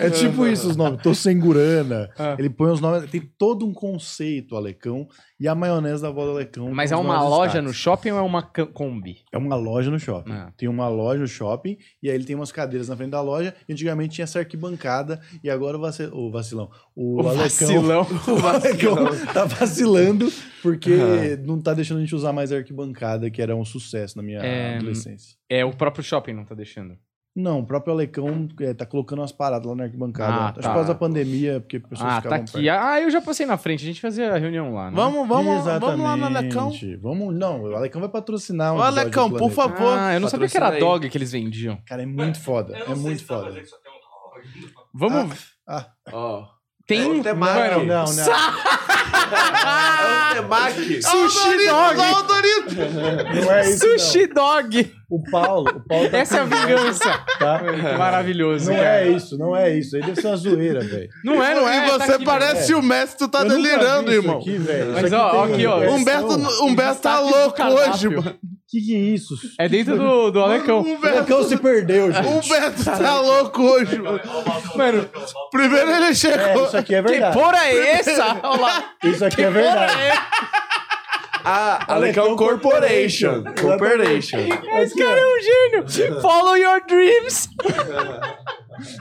[SPEAKER 4] É tipo isso os nomes. Tô sem gurana.
[SPEAKER 1] Ah.
[SPEAKER 4] Ele põe os nomes. Tem todo um conceito, Alecão. E a maionese da avó do Alecão.
[SPEAKER 1] Mas é
[SPEAKER 4] com os
[SPEAKER 1] uma
[SPEAKER 4] maiores
[SPEAKER 1] loja
[SPEAKER 4] destaques.
[SPEAKER 1] no shopping ou é uma cam- Kombi?
[SPEAKER 4] É uma loja no shopping.
[SPEAKER 1] Ah.
[SPEAKER 4] Tem uma loja no shopping e aí ele tem umas cadeiras na frente da loja. E antigamente tinha essa arquibancada e agora o, vaci- o vacilão. O, Alecão,
[SPEAKER 1] vacilão.
[SPEAKER 4] o Alecão tá vacilando porque não tá deixando a gente usar mais a arquibancada, que era um sucesso na minha
[SPEAKER 1] É,
[SPEAKER 4] adolescência.
[SPEAKER 1] É, o próprio shopping não tá deixando.
[SPEAKER 4] Não, o próprio Alecão é, tá colocando umas paradas lá na arquibancada.
[SPEAKER 1] Ah,
[SPEAKER 4] Acho que
[SPEAKER 1] tá.
[SPEAKER 4] por causa da pandemia, porque as pessoas
[SPEAKER 1] Ah, tá
[SPEAKER 4] ficavam
[SPEAKER 1] aqui. Ah, eu já passei na frente. A gente fazia a reunião lá, né?
[SPEAKER 2] Ah, Vamos, vamos, vamos lá no Alecão.
[SPEAKER 4] Exatamente. Vamos, não, o Alecão vai patrocinar um
[SPEAKER 2] Ô,
[SPEAKER 4] episódio do
[SPEAKER 2] Alecão, por
[SPEAKER 4] Planeta.
[SPEAKER 2] favor.
[SPEAKER 1] Ah, eu não sabia que era
[SPEAKER 3] patrocina aí.
[SPEAKER 1] dog que eles vendiam.
[SPEAKER 4] Cara, é muito foda.
[SPEAKER 5] Eu
[SPEAKER 4] É
[SPEAKER 5] não sei
[SPEAKER 4] muito
[SPEAKER 5] se dá pra
[SPEAKER 4] foda.
[SPEAKER 5] dizer que só tem um dog.
[SPEAKER 1] Vamos.
[SPEAKER 2] Ah,
[SPEAKER 3] Ó.
[SPEAKER 1] tem
[SPEAKER 3] é o
[SPEAKER 1] um.
[SPEAKER 3] Temaki.
[SPEAKER 1] Mano,
[SPEAKER 4] não, não.
[SPEAKER 3] É o Temaki.
[SPEAKER 1] Ah, Sushi
[SPEAKER 2] Doritos,
[SPEAKER 1] dog!
[SPEAKER 2] ó, o Doritos.
[SPEAKER 4] Não é isso, não.
[SPEAKER 1] Sushi dog!
[SPEAKER 4] O Paulo, o Paulo tá
[SPEAKER 1] Essa é a vingança.
[SPEAKER 4] tá?
[SPEAKER 1] Maravilhoso, é
[SPEAKER 4] Não
[SPEAKER 1] cara.
[SPEAKER 4] é isso, não é isso. Aí deve ser uma zoeira, velho.
[SPEAKER 1] Não é, não é.
[SPEAKER 2] E
[SPEAKER 1] tá
[SPEAKER 2] você
[SPEAKER 1] aqui,
[SPEAKER 2] parece o Messi, tu tá
[SPEAKER 4] Eu nunca
[SPEAKER 2] delirando,
[SPEAKER 4] vi isso
[SPEAKER 2] irmão.
[SPEAKER 4] Aqui, velho.
[SPEAKER 1] Mas,
[SPEAKER 4] Isso
[SPEAKER 1] ó,
[SPEAKER 4] tem
[SPEAKER 1] aqui, ó,
[SPEAKER 4] versão.
[SPEAKER 2] Humberto,
[SPEAKER 4] É.
[SPEAKER 2] Humberto
[SPEAKER 1] destaque
[SPEAKER 2] tá
[SPEAKER 1] do
[SPEAKER 2] louco
[SPEAKER 1] cardápio.
[SPEAKER 2] hoje, mano.
[SPEAKER 4] Que que é isso?
[SPEAKER 1] É dentro do, do Alecão.
[SPEAKER 4] O Alecão é se perdeu, gente.
[SPEAKER 2] Humberto tá louco hoje, mano.
[SPEAKER 1] Mano,
[SPEAKER 2] Primeiro ele
[SPEAKER 4] É,
[SPEAKER 2] chegou.
[SPEAKER 4] isso aqui é
[SPEAKER 1] que
[SPEAKER 4] verdade.
[SPEAKER 1] porra é essa? Olha lá.
[SPEAKER 4] Isso aqui é verdade.
[SPEAKER 3] Ah, Alecão Corporation. Corporation.
[SPEAKER 1] Esse cara é um gênio. Follow your dreams.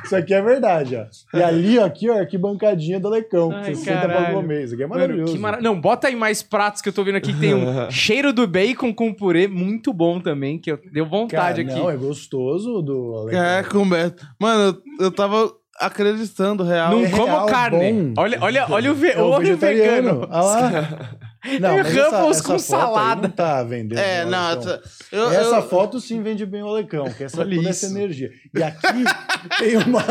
[SPEAKER 4] Isso aqui é verdade, ó. E ali, ó, aqui, ó, a arquibancadinha do Alecão.
[SPEAKER 1] Ai,
[SPEAKER 4] que você senta pra
[SPEAKER 1] caralho.
[SPEAKER 4] comer. Isso aqui é
[SPEAKER 1] Mano,
[SPEAKER 4] maravilhoso.
[SPEAKER 1] que mara... Não, bota aí mais pratos que eu tô vendo aqui. que Tem um cheiro do bacon com purê muito bom também, que eu... deu vontade
[SPEAKER 4] Cara,
[SPEAKER 1] aqui.
[SPEAKER 4] Não, é gostoso do Alecão.
[SPEAKER 2] É, com o Humberto. Mano, eu eu tava acreditando, real.
[SPEAKER 1] Não
[SPEAKER 4] é
[SPEAKER 1] como
[SPEAKER 4] real,
[SPEAKER 1] carne.
[SPEAKER 4] bom.
[SPEAKER 1] Olha, olha, olha o, ve...
[SPEAKER 4] É o
[SPEAKER 1] olha o vegano.
[SPEAKER 4] vegetariano. Olha lá. Não,
[SPEAKER 1] E
[SPEAKER 4] mas essa,
[SPEAKER 1] Ruffles
[SPEAKER 4] essa
[SPEAKER 1] com
[SPEAKER 4] foto aí
[SPEAKER 1] salada.
[SPEAKER 4] não tá vendendo.
[SPEAKER 2] É,
[SPEAKER 4] bem o
[SPEAKER 2] não,
[SPEAKER 4] Alecão.
[SPEAKER 2] eu- eu-
[SPEAKER 4] essa foto sim vende bem o Alecão, que essa,
[SPEAKER 2] Olha
[SPEAKER 4] toda
[SPEAKER 2] isso.
[SPEAKER 4] essa energia. E aqui tem uma.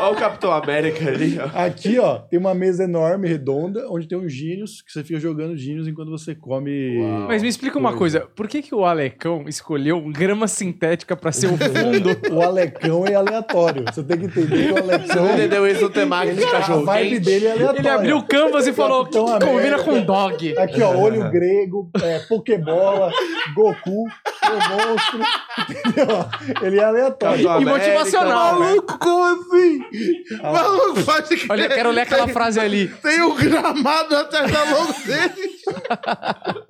[SPEAKER 3] Olha o Capitão América ali, ó.
[SPEAKER 4] Aqui, ó, tem uma mesa enorme, redonda, onde tem uns gínios, que você fica jogando gínios enquanto você come.
[SPEAKER 3] Uau.
[SPEAKER 1] Mas me explica uma coisa, por que, que o Alecão escolheu grama sintética pra ser o fundo?
[SPEAKER 4] O Alecão é aleatório. Você tem que entender que o Alecão.
[SPEAKER 3] Entendeu isso no temático de
[SPEAKER 4] A
[SPEAKER 3] cachorro
[SPEAKER 4] vibe
[SPEAKER 3] quente?
[SPEAKER 4] dele é aleatória.
[SPEAKER 1] Ele abriu o canvas e falou, o que,
[SPEAKER 4] Capitão
[SPEAKER 1] que combina
[SPEAKER 4] Então, América.
[SPEAKER 1] com dog?
[SPEAKER 4] Aqui, ó,
[SPEAKER 1] Uhum.
[SPEAKER 4] olho grego, é, Pokébola, Goku, o monstro. Entendeu? Ele é aleatório.
[SPEAKER 3] Capitão
[SPEAKER 1] E
[SPEAKER 3] América,
[SPEAKER 4] tá
[SPEAKER 1] motivacional, né?
[SPEAKER 2] Maluco, como assim? Maluco, faz que.
[SPEAKER 1] Olha, eu quero ler aquela frase ali.
[SPEAKER 2] Tem um gramado atrás da mão dele.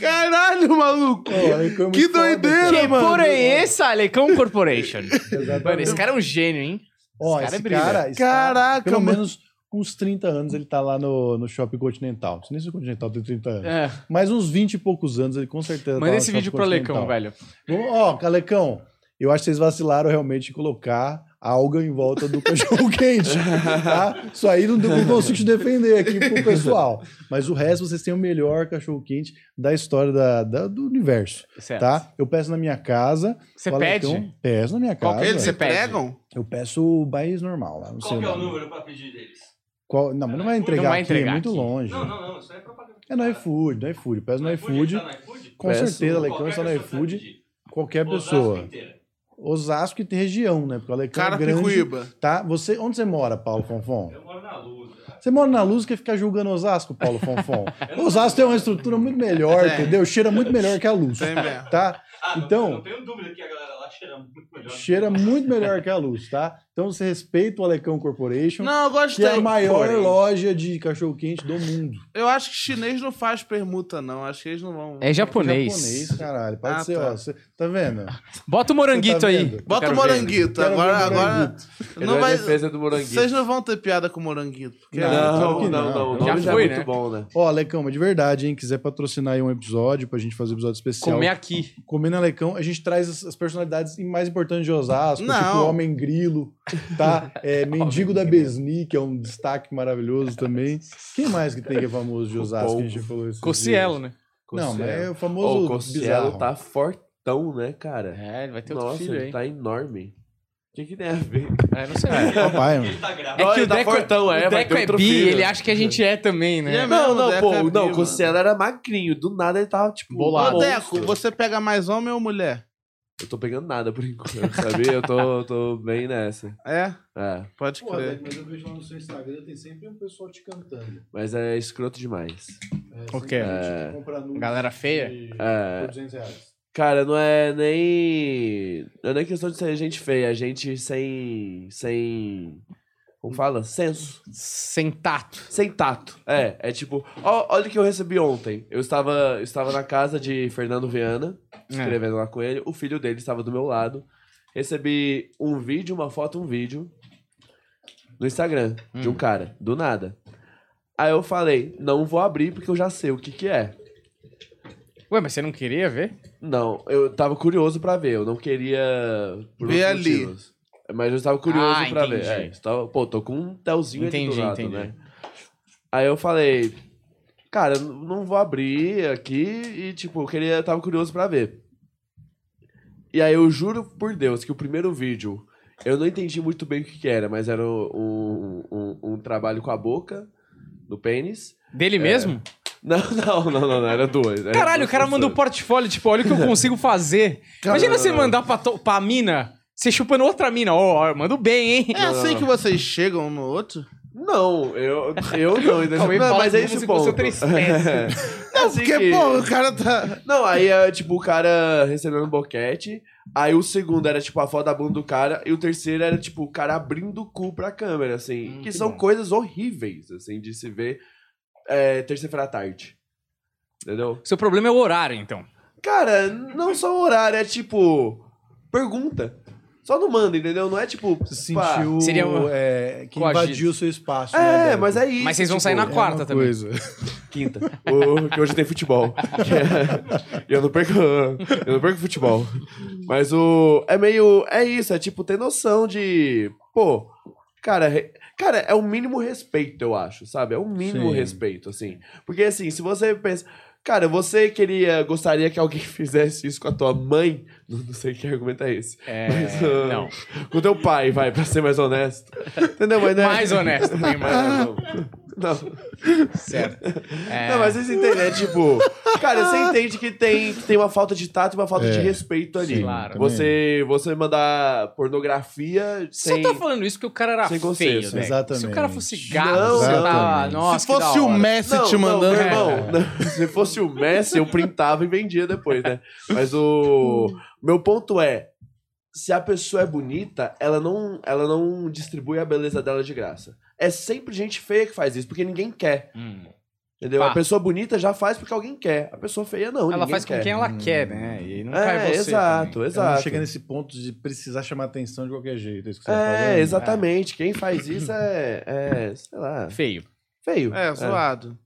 [SPEAKER 2] Caralho, maluco.
[SPEAKER 4] Pô, o Alecão é muito
[SPEAKER 2] Que
[SPEAKER 4] foda,
[SPEAKER 2] doideira,
[SPEAKER 1] Que
[SPEAKER 2] mano.
[SPEAKER 1] porra é essa, Alecão Corporation?
[SPEAKER 4] cara.
[SPEAKER 1] Mano,
[SPEAKER 4] Exatamente.
[SPEAKER 1] esse cara é um gênio, hein?
[SPEAKER 4] Ó,
[SPEAKER 1] esse cara é
[SPEAKER 4] esse
[SPEAKER 1] brilha.
[SPEAKER 4] cara está,
[SPEAKER 2] Caraca,
[SPEAKER 4] pelo
[SPEAKER 2] mano.
[SPEAKER 4] menos com uns 30 anos ele tá lá no, no Shopping Continental. Se nem se o Continental tem 30 anos.
[SPEAKER 1] É.
[SPEAKER 4] Mas uns 20 e poucos anos ele com certeza tá
[SPEAKER 1] Manda
[SPEAKER 4] lá no
[SPEAKER 1] esse vídeo
[SPEAKER 4] Shopping
[SPEAKER 1] pro Alecão,
[SPEAKER 4] Continental.
[SPEAKER 1] velho.
[SPEAKER 4] Vamos- Ó, Calecão, eu acho que vocês vacilaram realmente em colocar alga em volta do cachorro quente, tá? Isso aí não, não consigo te defender aqui pro pessoal. Mas o resto vocês têm o melhor cachorro quente da história da, da- do universo,
[SPEAKER 1] Certo.
[SPEAKER 4] tá? Eu peço na minha casa.
[SPEAKER 1] É. Você
[SPEAKER 4] o Alecão-
[SPEAKER 1] pede?
[SPEAKER 4] Peço na minha
[SPEAKER 1] Qual
[SPEAKER 4] casa.
[SPEAKER 1] que é
[SPEAKER 2] Eles
[SPEAKER 1] Você pede.
[SPEAKER 2] entregam?
[SPEAKER 4] Eu peço o país normal lá, não sei
[SPEAKER 5] Qual
[SPEAKER 4] o
[SPEAKER 5] que é o
[SPEAKER 4] nome.
[SPEAKER 5] número pra pedir deles?
[SPEAKER 4] Qual- Não, mas não vai entregar
[SPEAKER 1] Não vai
[SPEAKER 4] aqui,
[SPEAKER 1] entregar
[SPEAKER 4] é muito
[SPEAKER 1] aqui.
[SPEAKER 4] longe.
[SPEAKER 5] Não, não, não. Isso aí é propaganda.
[SPEAKER 4] É no iFood, no iFood. Eu peço no iFood.
[SPEAKER 5] Tá no iFood?
[SPEAKER 4] Com
[SPEAKER 3] Peço.
[SPEAKER 4] certeza, Alecão está no
[SPEAKER 5] Qualquer pessoa sabe
[SPEAKER 4] iFood.
[SPEAKER 5] pedir.
[SPEAKER 4] Qualquer
[SPEAKER 5] Osasco
[SPEAKER 4] pessoa.
[SPEAKER 5] inteira.
[SPEAKER 4] Osasco e tem região, né? Porque o Alecão
[SPEAKER 2] Cara,
[SPEAKER 4] é grande.
[SPEAKER 2] Picuíba.
[SPEAKER 4] Tá? Você, onde você mora, Paulo Fonfon?
[SPEAKER 5] Eu moro na luz. cara.
[SPEAKER 4] Você mora na Luz e quer ficar julgando Osasco, Paulo Fonfon. Osasco tem uma estrutura muito melhor,
[SPEAKER 2] Tem.
[SPEAKER 4] entendeu? Cheira muito melhor que a Luz,
[SPEAKER 2] É. Tem mesmo.
[SPEAKER 4] tá?
[SPEAKER 5] Ah, não-
[SPEAKER 4] Então-
[SPEAKER 5] Não tenho dúvida que a galera lá cheira muito melhor.
[SPEAKER 4] Cheira muito melhor que a Luz, tá? Então você respeita o Alecão Corporation,
[SPEAKER 2] Não, eu
[SPEAKER 4] que é
[SPEAKER 2] gostei.
[SPEAKER 4] a maior
[SPEAKER 2] Porém,
[SPEAKER 4] loja de cachorro quente do mundo.
[SPEAKER 2] Eu acho que chinês não faz permuta, não. Acho que eles não vão.
[SPEAKER 1] É japonês.
[SPEAKER 4] Japonês, caralho. Pode
[SPEAKER 2] Ah,
[SPEAKER 4] ser,
[SPEAKER 2] tá.
[SPEAKER 4] ó. Você tá vendo?
[SPEAKER 1] Bota o moranguito
[SPEAKER 4] Você tá
[SPEAKER 1] aí.
[SPEAKER 4] vendo?
[SPEAKER 1] Eu
[SPEAKER 2] Bota
[SPEAKER 1] quero
[SPEAKER 2] o
[SPEAKER 1] ver.
[SPEAKER 2] moranguito.
[SPEAKER 4] Quero ver
[SPEAKER 2] Agora,
[SPEAKER 4] o
[SPEAKER 2] agora.
[SPEAKER 4] moranguito.
[SPEAKER 3] Ele
[SPEAKER 2] Não
[SPEAKER 3] é
[SPEAKER 2] vai.
[SPEAKER 3] a defesa do moranguinho.
[SPEAKER 2] Vocês não vão ter piada com moranguito. porque- é
[SPEAKER 4] Não. claro que
[SPEAKER 3] Não, não, não.
[SPEAKER 4] não.
[SPEAKER 3] O
[SPEAKER 1] Já
[SPEAKER 3] nome já
[SPEAKER 1] foi,
[SPEAKER 3] é
[SPEAKER 1] né?
[SPEAKER 3] muito bom, né?
[SPEAKER 4] Ó, Alecão, mas de verdade, hein? Quiser patrocinar aí um episódio pra gente fazer um episódio especial.
[SPEAKER 3] é
[SPEAKER 1] Comer aqui.
[SPEAKER 4] Comendo Alecão, a gente traz as, as personalidades mais importantes de Osasco,
[SPEAKER 2] Não.
[SPEAKER 4] tipo Homem Grilo, tá? É, Mendigo da Besni, que é um destaque maravilhoso também. Quem mais que tem que é famoso de Osasco? Que a gente falou esses
[SPEAKER 1] Cocielo,
[SPEAKER 4] dias?
[SPEAKER 1] né?
[SPEAKER 4] Não, mas é o
[SPEAKER 3] Ô,
[SPEAKER 4] famoso
[SPEAKER 3] O Cossielo
[SPEAKER 4] bizarro.
[SPEAKER 3] tá fortão, né, cara?
[SPEAKER 1] É, ele vai ter outro
[SPEAKER 3] Nossa,
[SPEAKER 1] filho
[SPEAKER 3] ele
[SPEAKER 1] aí.
[SPEAKER 3] tá enorme. O que, que tem a ver?
[SPEAKER 1] É, não sei.
[SPEAKER 4] Papai, mano.
[SPEAKER 5] Ele tá grávido.
[SPEAKER 1] É
[SPEAKER 3] Olha,
[SPEAKER 1] que o
[SPEAKER 3] tá
[SPEAKER 1] Deco,
[SPEAKER 3] fortão, é,
[SPEAKER 1] o
[SPEAKER 3] vai
[SPEAKER 1] Deco
[SPEAKER 3] ter
[SPEAKER 1] é
[SPEAKER 3] outro
[SPEAKER 1] bi,
[SPEAKER 3] filho.
[SPEAKER 1] ele acha que a gente é também,
[SPEAKER 2] É
[SPEAKER 1] né?
[SPEAKER 2] mesmo,
[SPEAKER 3] Não, não,
[SPEAKER 2] Deco
[SPEAKER 3] pô.
[SPEAKER 2] é bi,
[SPEAKER 3] não, o
[SPEAKER 2] mano.
[SPEAKER 3] Cossielo era magrinho. Do nada ele tava, tipo,
[SPEAKER 1] Bolado.
[SPEAKER 2] Ô,
[SPEAKER 3] um
[SPEAKER 2] Deco,
[SPEAKER 3] monstro.
[SPEAKER 2] você pega mais homem ou mulher?
[SPEAKER 3] Eu tô pegando nada por enquanto, sabe? Eu tô, tô bem nessa.
[SPEAKER 2] É?
[SPEAKER 3] É,
[SPEAKER 2] Pode crer.
[SPEAKER 4] mas eu vejo lá no seu Instagram, tem sempre um pessoal te cantando.
[SPEAKER 3] mas é escroto demais.
[SPEAKER 1] O quê?
[SPEAKER 3] gente É.
[SPEAKER 1] Galera feia?
[SPEAKER 3] É. por
[SPEAKER 4] 200 reais.
[SPEAKER 3] Cara, não é nem. Não é nem questão de ser gente feia, é gente sem. sem. Como fala? Senso.
[SPEAKER 1] Sem tato.
[SPEAKER 3] Sem tato. É, é tipo. ó- olha o que eu recebi ontem. Eu estava, eu estava na casa de Fernando Viana, escrevendo lá com ele. O filho dele estava do meu lado. Recebi um vídeo, uma foto, um vídeo no Instagram de um cara, do nada. Aí eu falei, não vou abrir porque eu já sei o que que é.
[SPEAKER 1] Ué, mas você não queria ver?
[SPEAKER 3] Não, eu tava curioso pra ver, eu não queria por
[SPEAKER 2] Ver
[SPEAKER 3] outros
[SPEAKER 2] ali.
[SPEAKER 3] motivos. Mas eu tava curioso
[SPEAKER 1] Ah,
[SPEAKER 3] pra
[SPEAKER 1] entendi.
[SPEAKER 3] ver. É, eu tava- pô, tô com um telzinho aqui
[SPEAKER 1] Entendi,
[SPEAKER 3] do lado,
[SPEAKER 1] entendi.
[SPEAKER 3] né? Aí eu falei, cara, eu n- não vou abrir aqui e tipo, eu queria, eu tava curioso pra ver. E aí eu juro por Deus que o primeiro vídeo, eu não entendi muito bem o que, que era, mas era um, um- um- um trabalho com a boca, do pênis.
[SPEAKER 1] Dele mesmo?
[SPEAKER 3] Não, não, não, não, É, não, era duas. era
[SPEAKER 1] Caralho,
[SPEAKER 3] duas
[SPEAKER 1] o cara manda um
[SPEAKER 3] pessoas.
[SPEAKER 1] portfólio, tipo, olha o que eu consigo fazer. Imagina
[SPEAKER 3] Cara,
[SPEAKER 1] você mandar pra, to- pra mina, você chupando outra mina. Ó, ó, eu mando bem, hein?
[SPEAKER 2] É assim
[SPEAKER 3] não,
[SPEAKER 2] que vocês chegam um no outro?
[SPEAKER 3] Não, eu, eu não, entendeu?
[SPEAKER 1] Calma aí,
[SPEAKER 3] Não,
[SPEAKER 1] fala
[SPEAKER 3] mas é
[SPEAKER 1] como
[SPEAKER 3] esse
[SPEAKER 1] se
[SPEAKER 3] ponto.
[SPEAKER 1] fosse tristeza.
[SPEAKER 3] É assim
[SPEAKER 2] Porque,
[SPEAKER 3] que-
[SPEAKER 2] pô, o cara tá.
[SPEAKER 3] Não, aí é tipo o cara recebendo um boquete, aí o segundo era tipo a foto da bunda do cara, e o terceiro era tipo o cara abrindo o cu pra câmera, assim.
[SPEAKER 1] Hum,
[SPEAKER 3] que,
[SPEAKER 1] que
[SPEAKER 3] são
[SPEAKER 1] bom.
[SPEAKER 3] coisas horríveis, assim, de se ver é, terça-feira à tarde. Entendeu?
[SPEAKER 1] Seu problema é o horário, então.
[SPEAKER 3] Cara, não só o horário, é tipo. Pergunta. Só não manda, entendeu? Não é tipo.
[SPEAKER 4] Você
[SPEAKER 3] pá.
[SPEAKER 4] sentiu né,
[SPEAKER 1] Seria uma-
[SPEAKER 4] é, que
[SPEAKER 1] coagido.
[SPEAKER 4] invadiu o seu espaço. né,
[SPEAKER 3] É,
[SPEAKER 4] Deco?
[SPEAKER 3] mas é isso.
[SPEAKER 1] Mas vocês vão
[SPEAKER 3] tipo,
[SPEAKER 1] sair na
[SPEAKER 4] É
[SPEAKER 1] quarta
[SPEAKER 4] uma
[SPEAKER 1] também.
[SPEAKER 4] coisa.
[SPEAKER 3] Quinta. O, que hoje tem futebol. E eu não perco. Eu não perco futebol. Mas o. É meio. É isso, é tipo, ter noção de. Pô, cara, re- Cara, é o mínimo respeito, eu acho, sabe? É o mínimo
[SPEAKER 1] Sim.
[SPEAKER 3] respeito, assim. Porque, assim, se você pensa. Cara, você queria, gostaria que alguém fizesse isso com a tua mãe? Não, não sei que argumento é esse.
[SPEAKER 1] É,
[SPEAKER 3] Mas, ah,
[SPEAKER 1] não.
[SPEAKER 3] Com teu pai, vai, pra ser mais honesto. Entendeu? Mas não é-
[SPEAKER 1] Mais honesto, bem mais honesto.
[SPEAKER 3] Não.
[SPEAKER 1] Certo. É,
[SPEAKER 3] Não, mas vocês entendem, é tipo. Cara, você entende que tem, que tem uma falta de tato e uma falta
[SPEAKER 4] É,
[SPEAKER 3] de respeito ali.
[SPEAKER 1] sim, claro.
[SPEAKER 3] Você, você mandar pornografia
[SPEAKER 1] Você
[SPEAKER 3] sem.
[SPEAKER 1] tá falando isso porque o cara era
[SPEAKER 3] sem
[SPEAKER 1] feio,
[SPEAKER 3] consenso.
[SPEAKER 1] né?
[SPEAKER 4] Exatamente.
[SPEAKER 1] Se o cara fosse gato,
[SPEAKER 3] Não,
[SPEAKER 1] você tava...
[SPEAKER 4] exatamente.
[SPEAKER 1] Nossa,
[SPEAKER 2] Se
[SPEAKER 1] que da
[SPEAKER 2] fosse o
[SPEAKER 1] hora.
[SPEAKER 2] Messi
[SPEAKER 3] Não,
[SPEAKER 2] te mandando.
[SPEAKER 1] né?
[SPEAKER 3] Não, irmão, não, se fosse o Messi, eu printava e vendia depois, né? Mas o. Meu ponto é. Se a pessoa é bonita, ela não, ela não distribui a beleza dela de graça. É sempre gente feia que faz isso, porque ninguém quer.
[SPEAKER 1] Hum.
[SPEAKER 3] Entendeu?
[SPEAKER 1] Pá.
[SPEAKER 3] A pessoa bonita já faz porque alguém quer. A pessoa feia não.
[SPEAKER 1] Ela
[SPEAKER 3] ninguém
[SPEAKER 1] faz com
[SPEAKER 3] quer. Hum.
[SPEAKER 1] quem ela quer, né? E não cai
[SPEAKER 3] É,
[SPEAKER 1] você também.
[SPEAKER 3] exato,
[SPEAKER 4] Ela não
[SPEAKER 3] exato.
[SPEAKER 4] chega nesse ponto de precisar chamar atenção de qualquer jeito. É, isso que você tá falando?
[SPEAKER 3] É, exatamente. Quem faz isso é, é, sei lá,
[SPEAKER 1] Feio.
[SPEAKER 3] feio.
[SPEAKER 2] É, zoado.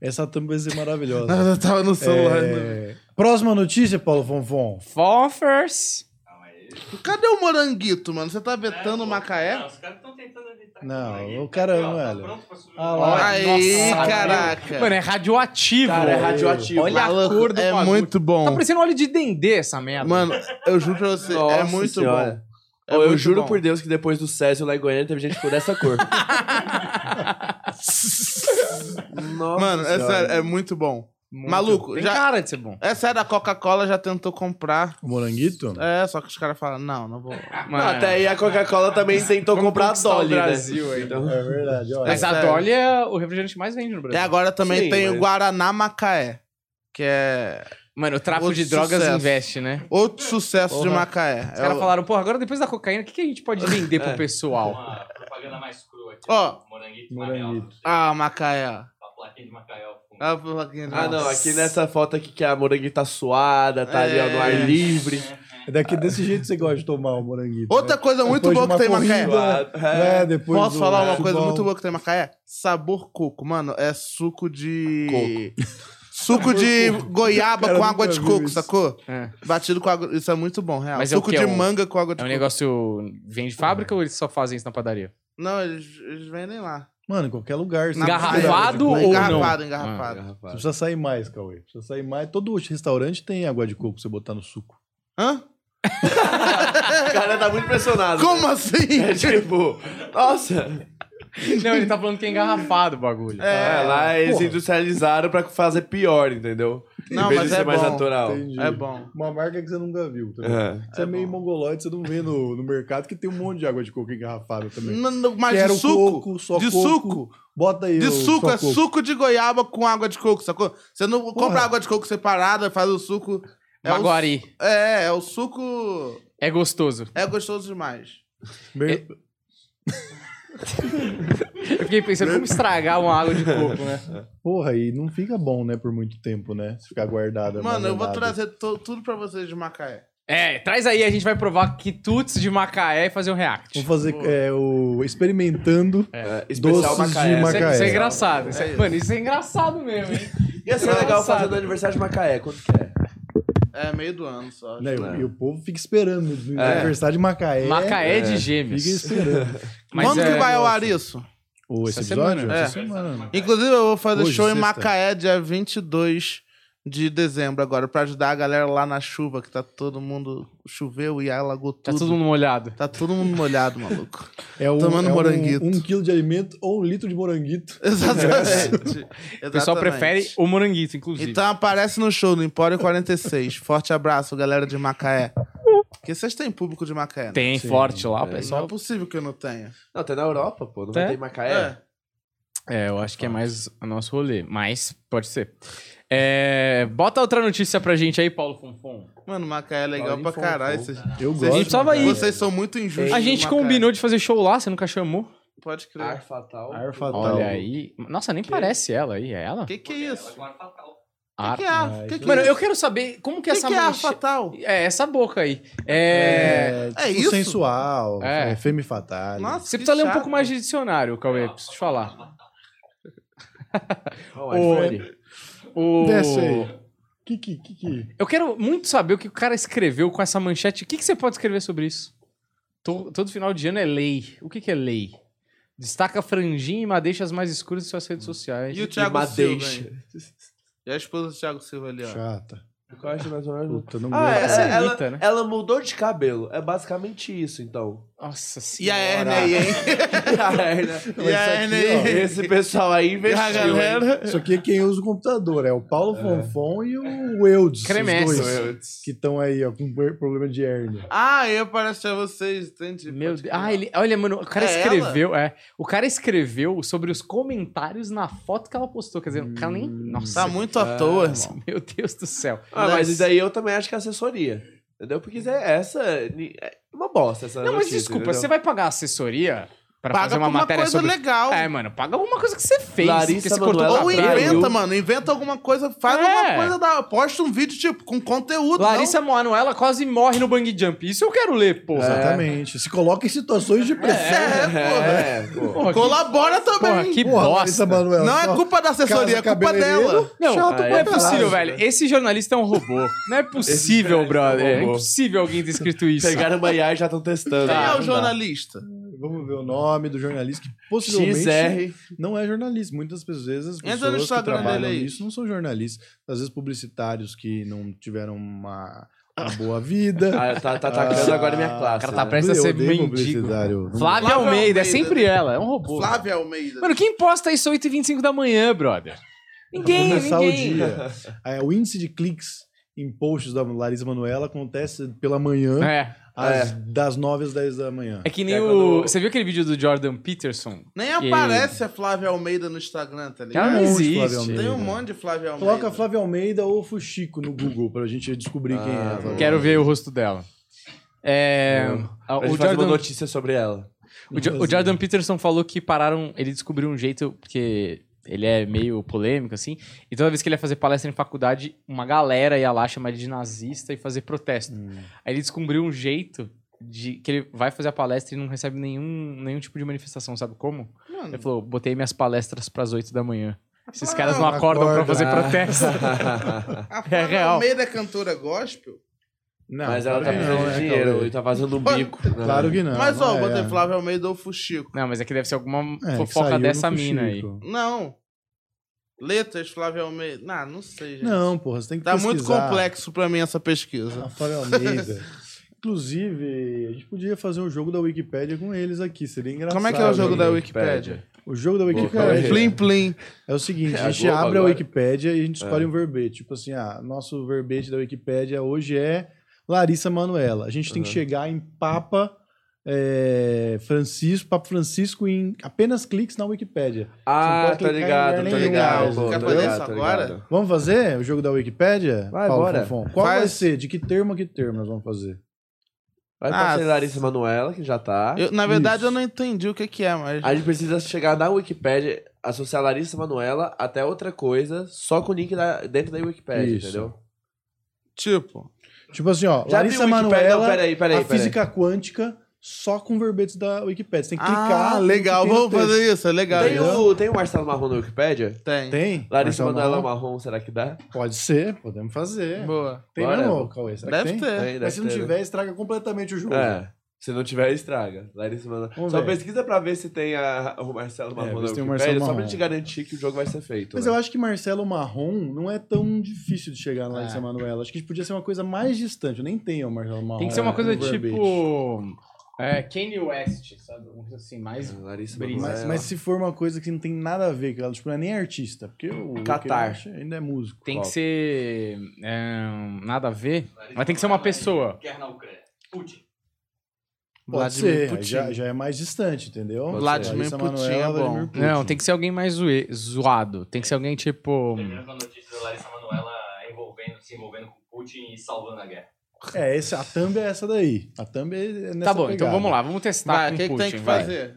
[SPEAKER 4] É. Essa thumb vai ser
[SPEAKER 2] Não,
[SPEAKER 4] maravilhosa.
[SPEAKER 2] eu tava no celular. né?
[SPEAKER 4] É, Próxima notícia, Paulo Fonfon.
[SPEAKER 1] Fofers.
[SPEAKER 2] Cadê o moranguito, mano? Você tá vetando o Macaé?
[SPEAKER 5] é Não, os caras estão tentando evitar.
[SPEAKER 4] Não,
[SPEAKER 5] aquilo aí.
[SPEAKER 4] o cara
[SPEAKER 5] Aqui, ó,
[SPEAKER 4] não,
[SPEAKER 5] tá
[SPEAKER 4] olha.
[SPEAKER 5] pronto pra subir.
[SPEAKER 4] Ah lá.
[SPEAKER 1] Olha,
[SPEAKER 2] Aí,
[SPEAKER 1] nossa,
[SPEAKER 2] caraca.
[SPEAKER 1] Mano, é radioativo.
[SPEAKER 3] Cara, é radioativo.
[SPEAKER 1] Olha a cor do
[SPEAKER 2] é
[SPEAKER 1] bagulho. Tá
[SPEAKER 2] muito bom.
[SPEAKER 1] parecendo óleo de dendê essa merda.
[SPEAKER 2] Mano, eu juro pra você, é
[SPEAKER 3] Nossa
[SPEAKER 2] muito
[SPEAKER 3] senhora.
[SPEAKER 2] bom.
[SPEAKER 3] Ô,
[SPEAKER 2] É
[SPEAKER 3] eu
[SPEAKER 2] muito
[SPEAKER 3] juro
[SPEAKER 2] bom.
[SPEAKER 3] por Deus que depois do Césio lá em Goiânia teve gente que ficou dessa cor. Nossa
[SPEAKER 2] Mano, é
[SPEAKER 3] senhora.
[SPEAKER 2] sério, é muito bom.
[SPEAKER 1] Muito.
[SPEAKER 2] maluco,
[SPEAKER 1] Tem
[SPEAKER 2] já-
[SPEAKER 1] cara de ser bom.
[SPEAKER 2] É sério, a Coca-Cola já tentou comprar.
[SPEAKER 4] O moranguito?
[SPEAKER 2] É, só que os caras falam, não, não vou.
[SPEAKER 1] É,
[SPEAKER 3] Não, até aí a Coca-Cola também tentou
[SPEAKER 1] Vamos
[SPEAKER 3] comprar a
[SPEAKER 1] conquistar o
[SPEAKER 3] Dolly, né?
[SPEAKER 1] Brasil aí.
[SPEAKER 3] Então,
[SPEAKER 4] É verdade, olha.
[SPEAKER 1] Mas a
[SPEAKER 2] sério.
[SPEAKER 1] Dolly é o refrigerante que mais vende no
[SPEAKER 2] E
[SPEAKER 1] Brasil.
[SPEAKER 2] agora também
[SPEAKER 3] Sim,
[SPEAKER 2] tem o
[SPEAKER 3] mas-
[SPEAKER 2] Guaraná Macaé, que é
[SPEAKER 1] Mano, o tráfico
[SPEAKER 2] Outro
[SPEAKER 1] de drogas
[SPEAKER 2] sucesso.
[SPEAKER 1] investe, né?
[SPEAKER 2] outro sucesso de Macaé.
[SPEAKER 1] Os caras
[SPEAKER 2] É o-
[SPEAKER 1] falaram, porra, agora depois da cocaína, o que, que a gente pode vender pro
[SPEAKER 3] É.
[SPEAKER 1] pessoal?
[SPEAKER 5] Uma propaganda mais crua aqui. um
[SPEAKER 2] Ó.
[SPEAKER 5] Moranguito, Moranguito.
[SPEAKER 4] Moranguito.
[SPEAKER 2] Ah, Macaé. ó.
[SPEAKER 5] a plaquinha de Macaió. com-
[SPEAKER 2] Ah, pô, aqui,
[SPEAKER 3] Ah,
[SPEAKER 1] é-
[SPEAKER 3] não,
[SPEAKER 2] nossa.
[SPEAKER 3] aqui nessa foto aqui que a moranguinha tá suada, tá ali ó, no
[SPEAKER 2] É.
[SPEAKER 3] ar livre.
[SPEAKER 4] É daqui desse jeito que você gosta de tomar o moranguito.
[SPEAKER 2] Outra
[SPEAKER 4] né?
[SPEAKER 2] coisa muito
[SPEAKER 4] Depois de
[SPEAKER 2] boa que
[SPEAKER 4] uma
[SPEAKER 2] tem em Macaé.
[SPEAKER 4] corrida.
[SPEAKER 3] É.
[SPEAKER 4] É, depois
[SPEAKER 2] Posso
[SPEAKER 4] do
[SPEAKER 2] falar uma coisa
[SPEAKER 4] futebol.
[SPEAKER 2] muito boa que tem em Macaé? Sabor coco. Mano, é suco de. Suco de goiaba
[SPEAKER 4] Cara,
[SPEAKER 2] com
[SPEAKER 4] eu
[SPEAKER 2] água
[SPEAKER 4] nunca
[SPEAKER 2] de
[SPEAKER 4] vi
[SPEAKER 2] coco,
[SPEAKER 4] isso.
[SPEAKER 2] sacou?
[SPEAKER 1] É.
[SPEAKER 2] Batido com água. Isso é muito bom, real.
[SPEAKER 1] Mas é o
[SPEAKER 2] suco
[SPEAKER 1] quê?
[SPEAKER 2] de
[SPEAKER 1] É um-
[SPEAKER 2] manga com água de
[SPEAKER 1] É um
[SPEAKER 2] coco.
[SPEAKER 1] negócio. Vem de fábrica ou eles só fazem isso na padaria?
[SPEAKER 2] Não, eles, eles vendem lá.
[SPEAKER 4] Mano, em qualquer lugar. você
[SPEAKER 1] Engarrafado
[SPEAKER 4] precisa de água de
[SPEAKER 1] ou não?
[SPEAKER 4] coco.
[SPEAKER 2] tipo, Engarrafado, engarrafado.
[SPEAKER 4] Você precisa sair mais, Cauê. Precisa sair mais. Todo restaurante tem água de coco pra você botar no suco.
[SPEAKER 2] Hã?
[SPEAKER 3] O cara tá muito impressionado.
[SPEAKER 2] Como assim?
[SPEAKER 3] É tipo, nossa.
[SPEAKER 1] Não, ele tá falando que é engarrafado o bagulho.
[SPEAKER 3] É, lá eles
[SPEAKER 4] porra.
[SPEAKER 3] industrializaram pra fazer pior, entendeu?
[SPEAKER 2] Não,
[SPEAKER 3] em vez
[SPEAKER 2] mas
[SPEAKER 3] de ser
[SPEAKER 2] é
[SPEAKER 3] mais
[SPEAKER 2] bom.
[SPEAKER 3] natural.
[SPEAKER 4] Entendi.
[SPEAKER 2] É bom.
[SPEAKER 4] Uma marca que você nunca viu. Tá ligado?
[SPEAKER 3] É.
[SPEAKER 4] Você é, meio mongoloide, você não vê no, no mercado que tem um monte de água de coco engarrafada também.
[SPEAKER 2] N- n- Mas
[SPEAKER 4] Quero
[SPEAKER 2] Ah,
[SPEAKER 4] um
[SPEAKER 2] de suco?
[SPEAKER 4] coco, só
[SPEAKER 2] de
[SPEAKER 4] coco.
[SPEAKER 2] suco?
[SPEAKER 4] Bota aí.
[SPEAKER 2] De
[SPEAKER 4] o
[SPEAKER 2] suco,
[SPEAKER 4] só
[SPEAKER 2] é
[SPEAKER 4] coco.
[SPEAKER 2] suco de goiaba com água de coco, sacou? Você não compra
[SPEAKER 4] Porra.
[SPEAKER 2] água de coco separada, faz o suco. É o-
[SPEAKER 1] Maguari.
[SPEAKER 2] é, é o suco.
[SPEAKER 1] É gostoso.
[SPEAKER 2] É gostoso demais.
[SPEAKER 4] Mer-
[SPEAKER 2] É-
[SPEAKER 1] Eu fiquei pensando como estragar uma água de coco, né?
[SPEAKER 4] Porra, e não fica bom, né, por muito tempo, né? Se ficar guardada.
[SPEAKER 2] Mano, eu vou
[SPEAKER 4] armazenada.
[SPEAKER 2] trazer to- tudo pra vocês de Macaé.
[SPEAKER 1] É, traz aí, a gente vai provar quitutes de Macaé e fazer um react.
[SPEAKER 4] Vamos fazer é, o experimentando.
[SPEAKER 3] É, especial
[SPEAKER 4] Doces de
[SPEAKER 3] Macaé.
[SPEAKER 1] Isso é,
[SPEAKER 4] Macaé.
[SPEAKER 1] isso é engraçado. Isso é-
[SPEAKER 2] É isso.
[SPEAKER 1] mano, isso é engraçado mesmo, hein?
[SPEAKER 3] Ia ser legal
[SPEAKER 1] Engraçado.
[SPEAKER 3] fazer no aniversário de Macaé. Quanto que é?
[SPEAKER 2] É meio do ano só.
[SPEAKER 4] né,
[SPEAKER 3] né?
[SPEAKER 4] e o povo fica esperando. No
[SPEAKER 3] É.
[SPEAKER 4] aniversário de Macaé.
[SPEAKER 2] é.
[SPEAKER 4] É.
[SPEAKER 1] Macaé de gêmeos.
[SPEAKER 4] Fica esperando.
[SPEAKER 1] Mas
[SPEAKER 2] Quando
[SPEAKER 1] é-
[SPEAKER 2] que vai ao ar isso?
[SPEAKER 4] Ô, esse
[SPEAKER 1] Essa
[SPEAKER 4] episódio?
[SPEAKER 1] semana.
[SPEAKER 4] Essa
[SPEAKER 2] É.
[SPEAKER 4] semana.
[SPEAKER 2] Inclusive, eu vou fazer
[SPEAKER 4] Hoje,
[SPEAKER 2] show em
[SPEAKER 4] sexta.
[SPEAKER 2] Macaé dia 22 de dezembro agora, pra ajudar a galera lá na chuva, que tá todo mundo. Choveu e alagou
[SPEAKER 1] Tá
[SPEAKER 2] tudo.
[SPEAKER 1] todo mundo molhado.
[SPEAKER 2] Tá todo mundo molhado, maluco.
[SPEAKER 4] É um,
[SPEAKER 2] Tomando
[SPEAKER 4] é um-
[SPEAKER 2] moranguito.
[SPEAKER 4] Um, quilo de alimento ou um litro de moranguito.
[SPEAKER 2] Exatamente.
[SPEAKER 1] O pessoal
[SPEAKER 2] Exatamente.
[SPEAKER 1] prefere o moranguito, inclusive.
[SPEAKER 2] Então aparece no show do Empório 46. Forte abraço, galera de Macaé. Porque vocês têm público de Macaé, né?
[SPEAKER 1] Tem
[SPEAKER 4] Sim.
[SPEAKER 1] forte lá, o
[SPEAKER 2] Não é
[SPEAKER 1] pessoal.
[SPEAKER 2] possível que eu não tenha.
[SPEAKER 3] Não, até na Europa, pô. Não
[SPEAKER 1] É?
[SPEAKER 3] vai ter em Macaé?
[SPEAKER 1] É, eu acho que é mais o nosso rolê. Mas pode ser. É, bota outra notícia pra gente aí, Paulo Fonfon.
[SPEAKER 2] Mano, Macaé é legal
[SPEAKER 3] Olha,
[SPEAKER 2] pra
[SPEAKER 3] info-
[SPEAKER 2] caralho.
[SPEAKER 3] info-
[SPEAKER 2] Vocês, Vocês-
[SPEAKER 4] Eu gosto. né?
[SPEAKER 1] A gente precisava
[SPEAKER 4] de Macaé.
[SPEAKER 1] ir.
[SPEAKER 2] vocês são muito injustos.
[SPEAKER 1] A
[SPEAKER 2] com
[SPEAKER 1] gente
[SPEAKER 2] Macaé.
[SPEAKER 1] combinou de fazer show lá, você nunca chamou?
[SPEAKER 2] Pode crer.
[SPEAKER 3] Ar fatal.
[SPEAKER 4] Ar fatal.
[SPEAKER 1] Olha aí. Nossa, nem parece ela aí. É ela?
[SPEAKER 2] Que que é isso?
[SPEAKER 5] Agora tá fatal.
[SPEAKER 1] Ar-
[SPEAKER 2] Que que é a-
[SPEAKER 4] Ai,
[SPEAKER 2] que que
[SPEAKER 1] ah, Mano,
[SPEAKER 2] é
[SPEAKER 1] eu quero saber como que,
[SPEAKER 2] que,
[SPEAKER 1] essa
[SPEAKER 2] que é a
[SPEAKER 1] manche-
[SPEAKER 2] fatal?
[SPEAKER 1] É, essa boca aí. É.
[SPEAKER 4] tipo,
[SPEAKER 2] É isso?
[SPEAKER 4] sensual,
[SPEAKER 1] É.
[SPEAKER 4] é. femme fatale.
[SPEAKER 2] Nossa,
[SPEAKER 1] Você
[SPEAKER 2] que
[SPEAKER 1] precisa ler um
[SPEAKER 2] chato.
[SPEAKER 1] pouco mais de dicionário, Cauê, preciso te falar.
[SPEAKER 3] Ó, o
[SPEAKER 1] O...
[SPEAKER 3] iPhone.
[SPEAKER 1] o-
[SPEAKER 4] Desce aí. Que que que que?
[SPEAKER 1] Eu quero muito saber o que o cara escreveu com essa manchete. O que, que você pode escrever sobre isso? To- Todo, final de ano é lei. O que, que é lei? Destaca franjinha e madeixas mais escuras em suas redes sociais.
[SPEAKER 2] E o Thiago
[SPEAKER 3] madeixa.
[SPEAKER 2] Silva. hein? E a esposa do Thiago Silva ali, ó.
[SPEAKER 4] Chata.
[SPEAKER 3] Eu acho mais ou menos.
[SPEAKER 4] Puta, não
[SPEAKER 3] Ah,
[SPEAKER 4] aguento.
[SPEAKER 1] Essa
[SPEAKER 3] é,
[SPEAKER 1] é
[SPEAKER 3] ela,
[SPEAKER 1] Anitta, né?
[SPEAKER 3] ela mudou de cabelo. É basicamente isso, então. Ah, é,
[SPEAKER 1] Nossa
[SPEAKER 2] E a
[SPEAKER 1] senhora.
[SPEAKER 2] Erna aí, hein? E a Erna
[SPEAKER 4] Mas isso aqui,
[SPEAKER 1] é
[SPEAKER 2] aí.
[SPEAKER 3] né? Esse pessoal aí
[SPEAKER 2] E
[SPEAKER 3] investiu.
[SPEAKER 2] a
[SPEAKER 3] hein?
[SPEAKER 2] galera.
[SPEAKER 4] Isso aqui é quem usa o computador. É o Paulo Fonfon e o Eudes. os
[SPEAKER 1] Cremesses.
[SPEAKER 4] dois Que estão aí, ó, com problema de hérnia.
[SPEAKER 2] Ah, eu pareço pra vocês, entende?
[SPEAKER 1] Meu
[SPEAKER 2] Pode
[SPEAKER 1] Deus.
[SPEAKER 2] falar.
[SPEAKER 1] Ah, ele. Olha, mano, o cara
[SPEAKER 2] É
[SPEAKER 1] escreveu. É. O cara escreveu sobre os comentários na foto que ela postou. Quer dizer, o cara nem. Nossa.
[SPEAKER 2] Tá muito
[SPEAKER 1] é
[SPEAKER 2] à toa, irmão.
[SPEAKER 1] Meu Deus do céu.
[SPEAKER 3] Ah, mas isso daí eu também acho que é assessoria. Entendeu? Porque isso é- essa é uma bosta. Essa
[SPEAKER 1] Não, mas
[SPEAKER 3] notícia,
[SPEAKER 1] desculpa,
[SPEAKER 3] entendeu?
[SPEAKER 1] você vai pagar assessoria pra
[SPEAKER 2] Paga
[SPEAKER 1] fazer uma
[SPEAKER 2] por uma
[SPEAKER 1] matéria
[SPEAKER 2] coisa
[SPEAKER 1] sobre.
[SPEAKER 2] legal.
[SPEAKER 1] É, mano, paga alguma coisa que você fez.
[SPEAKER 3] Larissa
[SPEAKER 1] porque você cortou
[SPEAKER 3] Manoela
[SPEAKER 2] Ou
[SPEAKER 3] Ela
[SPEAKER 1] cabelo.
[SPEAKER 3] Braga.
[SPEAKER 2] inventa, mano. Inventa alguma coisa, faz
[SPEAKER 1] É.
[SPEAKER 2] alguma coisa, da, posta um vídeo, tipo, com conteúdo.
[SPEAKER 1] Larissa Manoela quase morre no bungee jump. Isso eu quero ler, porra.
[SPEAKER 4] É. Exatamente. Se coloca em situações de pressão.
[SPEAKER 3] É, pô.
[SPEAKER 1] Porra,
[SPEAKER 2] não.
[SPEAKER 1] que-
[SPEAKER 2] é, Colabora
[SPEAKER 1] porra,
[SPEAKER 2] também.
[SPEAKER 1] que
[SPEAKER 4] Porra,
[SPEAKER 1] bosta.
[SPEAKER 4] Larissa Manoela,
[SPEAKER 2] Não é
[SPEAKER 4] só
[SPEAKER 2] culpa da assessoria, é
[SPEAKER 4] casa
[SPEAKER 2] culpa
[SPEAKER 4] cabeleireiro.
[SPEAKER 2] dela.
[SPEAKER 1] Não,
[SPEAKER 4] Chato,
[SPEAKER 1] não é
[SPEAKER 4] pô,
[SPEAKER 1] possível,
[SPEAKER 4] caralho,
[SPEAKER 1] velho. Esse jornalista é um robô. Não é possível, brother. É impossível alguém ter escrito isso.
[SPEAKER 3] Pegaram uma IA e já estão testando.
[SPEAKER 2] Quem
[SPEAKER 3] Ah,
[SPEAKER 2] é
[SPEAKER 3] não
[SPEAKER 2] o
[SPEAKER 3] dá.
[SPEAKER 2] jornalista?
[SPEAKER 4] Vamos ver o nome do jornalista que possivelmente
[SPEAKER 3] XR.
[SPEAKER 4] não é jornalista. Muitas vezes as
[SPEAKER 2] Entra no
[SPEAKER 4] pessoas que
[SPEAKER 2] Instagram
[SPEAKER 4] trabalham
[SPEAKER 2] dele aí.
[SPEAKER 4] nisso não são jornalistas. Às vezes publicitários que não tiveram uma, uma boa vida.
[SPEAKER 3] Ah, tá, tá atacando
[SPEAKER 4] Ah,
[SPEAKER 3] agora minha
[SPEAKER 1] O
[SPEAKER 3] classe.
[SPEAKER 1] cara tá
[SPEAKER 3] né?
[SPEAKER 1] prestes a
[SPEAKER 4] Eu
[SPEAKER 1] ser
[SPEAKER 4] odeio
[SPEAKER 1] mendigo.
[SPEAKER 4] publicitário.
[SPEAKER 1] Flávia
[SPEAKER 4] Não-
[SPEAKER 2] Flávia
[SPEAKER 1] Almeida,
[SPEAKER 2] Almeida.
[SPEAKER 1] é sempre ela, é um robô.
[SPEAKER 2] Flávia Almeida.
[SPEAKER 1] Mano, quem posta é isso 8h25 da manhã, brother? Ninguém,
[SPEAKER 4] começar o
[SPEAKER 1] ninguém.
[SPEAKER 4] dia. É, o índice de cliques em posts da Larissa Manoela acontece pela manhã,
[SPEAKER 1] É,
[SPEAKER 4] às- das 9 às 10 da manhã.
[SPEAKER 1] é que nem
[SPEAKER 3] É
[SPEAKER 1] o...
[SPEAKER 3] quando-
[SPEAKER 1] Você viu aquele vídeo do Jordan Peterson?
[SPEAKER 2] Nem
[SPEAKER 1] Que-
[SPEAKER 2] aparece a Flávia Almeida no Instagram, tá
[SPEAKER 1] Ela não
[SPEAKER 2] ligado?
[SPEAKER 4] monte de
[SPEAKER 1] existe.
[SPEAKER 4] Flávia Almeida.
[SPEAKER 2] Tem um monte de Flávia Almeida.
[SPEAKER 4] Coloca Flávia Almeida ou Fuxico no Google pra gente descobrir quem é.
[SPEAKER 3] Ah,
[SPEAKER 4] a Flávia
[SPEAKER 1] Quero
[SPEAKER 4] Almeida.
[SPEAKER 1] ver o rosto dela. É, a-
[SPEAKER 3] Hum. A
[SPEAKER 1] o,
[SPEAKER 3] gente faz uma
[SPEAKER 1] Jordan,
[SPEAKER 3] notícia sobre ela.
[SPEAKER 1] o Jo- o Jordan Peterson falou que pararam. Ele descobriu um jeito, porque ele é meio polêmico, assim. E toda vez que ele ia fazer palestra em faculdade, uma galera ia lá chamar ele de nazista e fazer protesto.
[SPEAKER 3] Hum.
[SPEAKER 1] Aí ele descobriu um jeito de que ele vai fazer a palestra e não recebe nenhum, nenhum tipo de manifestação, sabe como? Ele
[SPEAKER 2] Mano,
[SPEAKER 1] falou: botei minhas palestras pras 8 da manhã. Esses
[SPEAKER 2] Ah,
[SPEAKER 1] caras não acordam pra
[SPEAKER 4] acorda.
[SPEAKER 1] fazer protesto.
[SPEAKER 2] a
[SPEAKER 1] é
[SPEAKER 2] Flávia
[SPEAKER 1] real.
[SPEAKER 2] Almeida é cantora gospel.
[SPEAKER 4] Não,
[SPEAKER 3] Mas ela tá
[SPEAKER 4] claro que
[SPEAKER 3] precisando
[SPEAKER 4] não,
[SPEAKER 3] de
[SPEAKER 4] né,
[SPEAKER 3] dinheiro
[SPEAKER 4] Cauê?
[SPEAKER 3] e tá fazendo um
[SPEAKER 2] Pô,
[SPEAKER 3] bico.
[SPEAKER 4] Claro que não.
[SPEAKER 2] Mas, ó,
[SPEAKER 4] não
[SPEAKER 2] eu botei
[SPEAKER 4] é.
[SPEAKER 2] Flávia Almeida ou Fuxico.
[SPEAKER 1] Não, mas é que deve ser alguma
[SPEAKER 4] É, que
[SPEAKER 1] fofoca
[SPEAKER 4] saiu
[SPEAKER 1] dessa
[SPEAKER 4] no
[SPEAKER 1] mina aí.
[SPEAKER 4] Fuxico.
[SPEAKER 2] Não. Letras Flávia Almeida. Não, não sei, gente.
[SPEAKER 4] Não, porra, você tem que
[SPEAKER 2] Tá muito
[SPEAKER 4] pesquisar.
[SPEAKER 2] complexo pra mim essa pesquisa.
[SPEAKER 4] A Flávia Almeida. Inclusive, a gente podia fazer um jogo da Wikipédia com eles aqui, seria engraçado.
[SPEAKER 2] Como é que é o jogo
[SPEAKER 4] né?
[SPEAKER 2] da Wikipédia?
[SPEAKER 4] O jogo da
[SPEAKER 3] Boa,
[SPEAKER 4] Wikipédia
[SPEAKER 3] Cauê.
[SPEAKER 2] Plim, plim.
[SPEAKER 4] é o seguinte,
[SPEAKER 3] É
[SPEAKER 4] a
[SPEAKER 3] a
[SPEAKER 4] gente
[SPEAKER 3] Globo
[SPEAKER 4] abre a
[SPEAKER 3] agora. É.
[SPEAKER 4] Wikipédia e a gente escolhe um verbete. Tipo assim, ah, nosso verbete da Wikipédia hoje é Larissa Manuela. A gente tem que
[SPEAKER 3] Uhum.
[SPEAKER 4] chegar em Papa é, Francisco, Papa Francisco em apenas cliques na Wikipédia. Você
[SPEAKER 3] Ah,
[SPEAKER 4] não pode
[SPEAKER 3] tá
[SPEAKER 4] clicar em lugar
[SPEAKER 3] ligado, tá
[SPEAKER 4] nenhum.
[SPEAKER 3] ligado.
[SPEAKER 2] Você quer
[SPEAKER 3] tá
[SPEAKER 2] fazer
[SPEAKER 3] ligado,
[SPEAKER 2] isso
[SPEAKER 3] tá
[SPEAKER 2] agora?
[SPEAKER 3] ligado.
[SPEAKER 4] Vamos fazer o jogo da Wikipédia?
[SPEAKER 3] Vai, bora.
[SPEAKER 4] Fonfon? Qual vai
[SPEAKER 2] Faz.
[SPEAKER 4] ser? De que termo a que termo nós vamos fazer?
[SPEAKER 3] Vai
[SPEAKER 2] Ah,
[SPEAKER 3] passar em Larissa Manoela, que já tá.
[SPEAKER 2] Eu, na verdade,
[SPEAKER 4] Ah, Isso.
[SPEAKER 2] eu não entendi o que que é, mas...
[SPEAKER 3] A gente precisa chegar na Wikipédia, associar Larissa Manoela até outra coisa, só com o link da- dentro da Wikipédia,
[SPEAKER 4] Isso.
[SPEAKER 3] entendeu?
[SPEAKER 2] Tipo...
[SPEAKER 4] Tipo assim, ó,
[SPEAKER 3] Já
[SPEAKER 4] Larissa
[SPEAKER 3] tem Wikipédia-
[SPEAKER 4] Manoela,
[SPEAKER 3] Não, peraí, peraí, peraí.
[SPEAKER 4] a física quântica, só com verbetes da Wikipédia. Você tem que clicar.
[SPEAKER 2] Ah,
[SPEAKER 4] no que
[SPEAKER 2] legal.
[SPEAKER 4] tem no
[SPEAKER 2] Vamos
[SPEAKER 4] texto. um-
[SPEAKER 2] fazer isso, é legal.
[SPEAKER 3] Tem o, tem o Marcelo Marrom na Wikipédia?
[SPEAKER 2] Tem.
[SPEAKER 4] Tem?
[SPEAKER 3] Larissa
[SPEAKER 4] Marcelo
[SPEAKER 3] Manoela é
[SPEAKER 4] Marrom?
[SPEAKER 3] Marrom, será que dá?
[SPEAKER 4] Pode ser, podemos fazer.
[SPEAKER 2] Boa.
[SPEAKER 4] Tem
[SPEAKER 3] Bora.
[SPEAKER 4] mesmo, Cauê? Será
[SPEAKER 2] Deve
[SPEAKER 4] que tem?
[SPEAKER 2] ter.
[SPEAKER 3] Tem, deve
[SPEAKER 4] É, Mas se não
[SPEAKER 3] ter, né?
[SPEAKER 4] tiver, estraga completamente o jogo.
[SPEAKER 3] É. Se não tiver, estraga. Larissa Manoela.
[SPEAKER 4] Vamos
[SPEAKER 3] Só
[SPEAKER 4] ver. É,
[SPEAKER 3] pesquisa pra ver se tem a- o Marcelo Marrom
[SPEAKER 4] ver
[SPEAKER 3] na
[SPEAKER 4] se tem
[SPEAKER 3] Wikipédia,
[SPEAKER 4] o Marcelo
[SPEAKER 3] só pra
[SPEAKER 4] Marrom.
[SPEAKER 3] te garantir que o jogo vai ser feito. né?
[SPEAKER 4] Mas eu acho que Marcelo Marrom não é tão difícil de chegar na Larissa Manoela. Acho que podia ser uma coisa mais distante. Eu nem tenho o Marcelo Marrom.
[SPEAKER 1] Tem que ser
[SPEAKER 2] É,
[SPEAKER 1] uma
[SPEAKER 4] no
[SPEAKER 2] um
[SPEAKER 1] coisa
[SPEAKER 4] verbete.
[SPEAKER 1] tipo. É, Kanye West, sabe? Uma coisa assim, mais.
[SPEAKER 3] que... É, Larissa
[SPEAKER 1] Brisa.
[SPEAKER 3] Manoela.
[SPEAKER 4] Mas, mas se for uma coisa que não tem nada a ver com ela, tipo, não é nem artista, porque o
[SPEAKER 3] Catar.
[SPEAKER 4] o que ele ainda é músico.
[SPEAKER 1] Tem que
[SPEAKER 3] Qual?
[SPEAKER 1] ser. é, nada a ver. Mas tem que ser uma pessoa.
[SPEAKER 5] Guerra na Ucrânia. Putin.
[SPEAKER 4] Pode
[SPEAKER 2] Vladimir
[SPEAKER 4] ser,
[SPEAKER 2] Putin.
[SPEAKER 4] já, já é mais distante, entendeu?
[SPEAKER 3] Pode
[SPEAKER 2] Vladimir
[SPEAKER 4] Larissa
[SPEAKER 2] Putin
[SPEAKER 4] Manoela,
[SPEAKER 2] é bom.
[SPEAKER 4] Vladimir Putin.
[SPEAKER 1] Não, tem que ser alguém mais zoe- zoado. Tem que ser alguém tipo.
[SPEAKER 5] Terminando com a notícia da Larissa Manoela envolvendo, se envolvendo com Putin e salvando a guerra.
[SPEAKER 4] É, esse, a thumb é essa daí. A thumb é nessa
[SPEAKER 1] Tá bom,
[SPEAKER 4] pegada.
[SPEAKER 1] então vamos lá, vamos testar.
[SPEAKER 2] Vai,
[SPEAKER 1] com
[SPEAKER 2] o que, que
[SPEAKER 1] Putin,
[SPEAKER 2] tem que
[SPEAKER 1] vai.
[SPEAKER 2] fazer?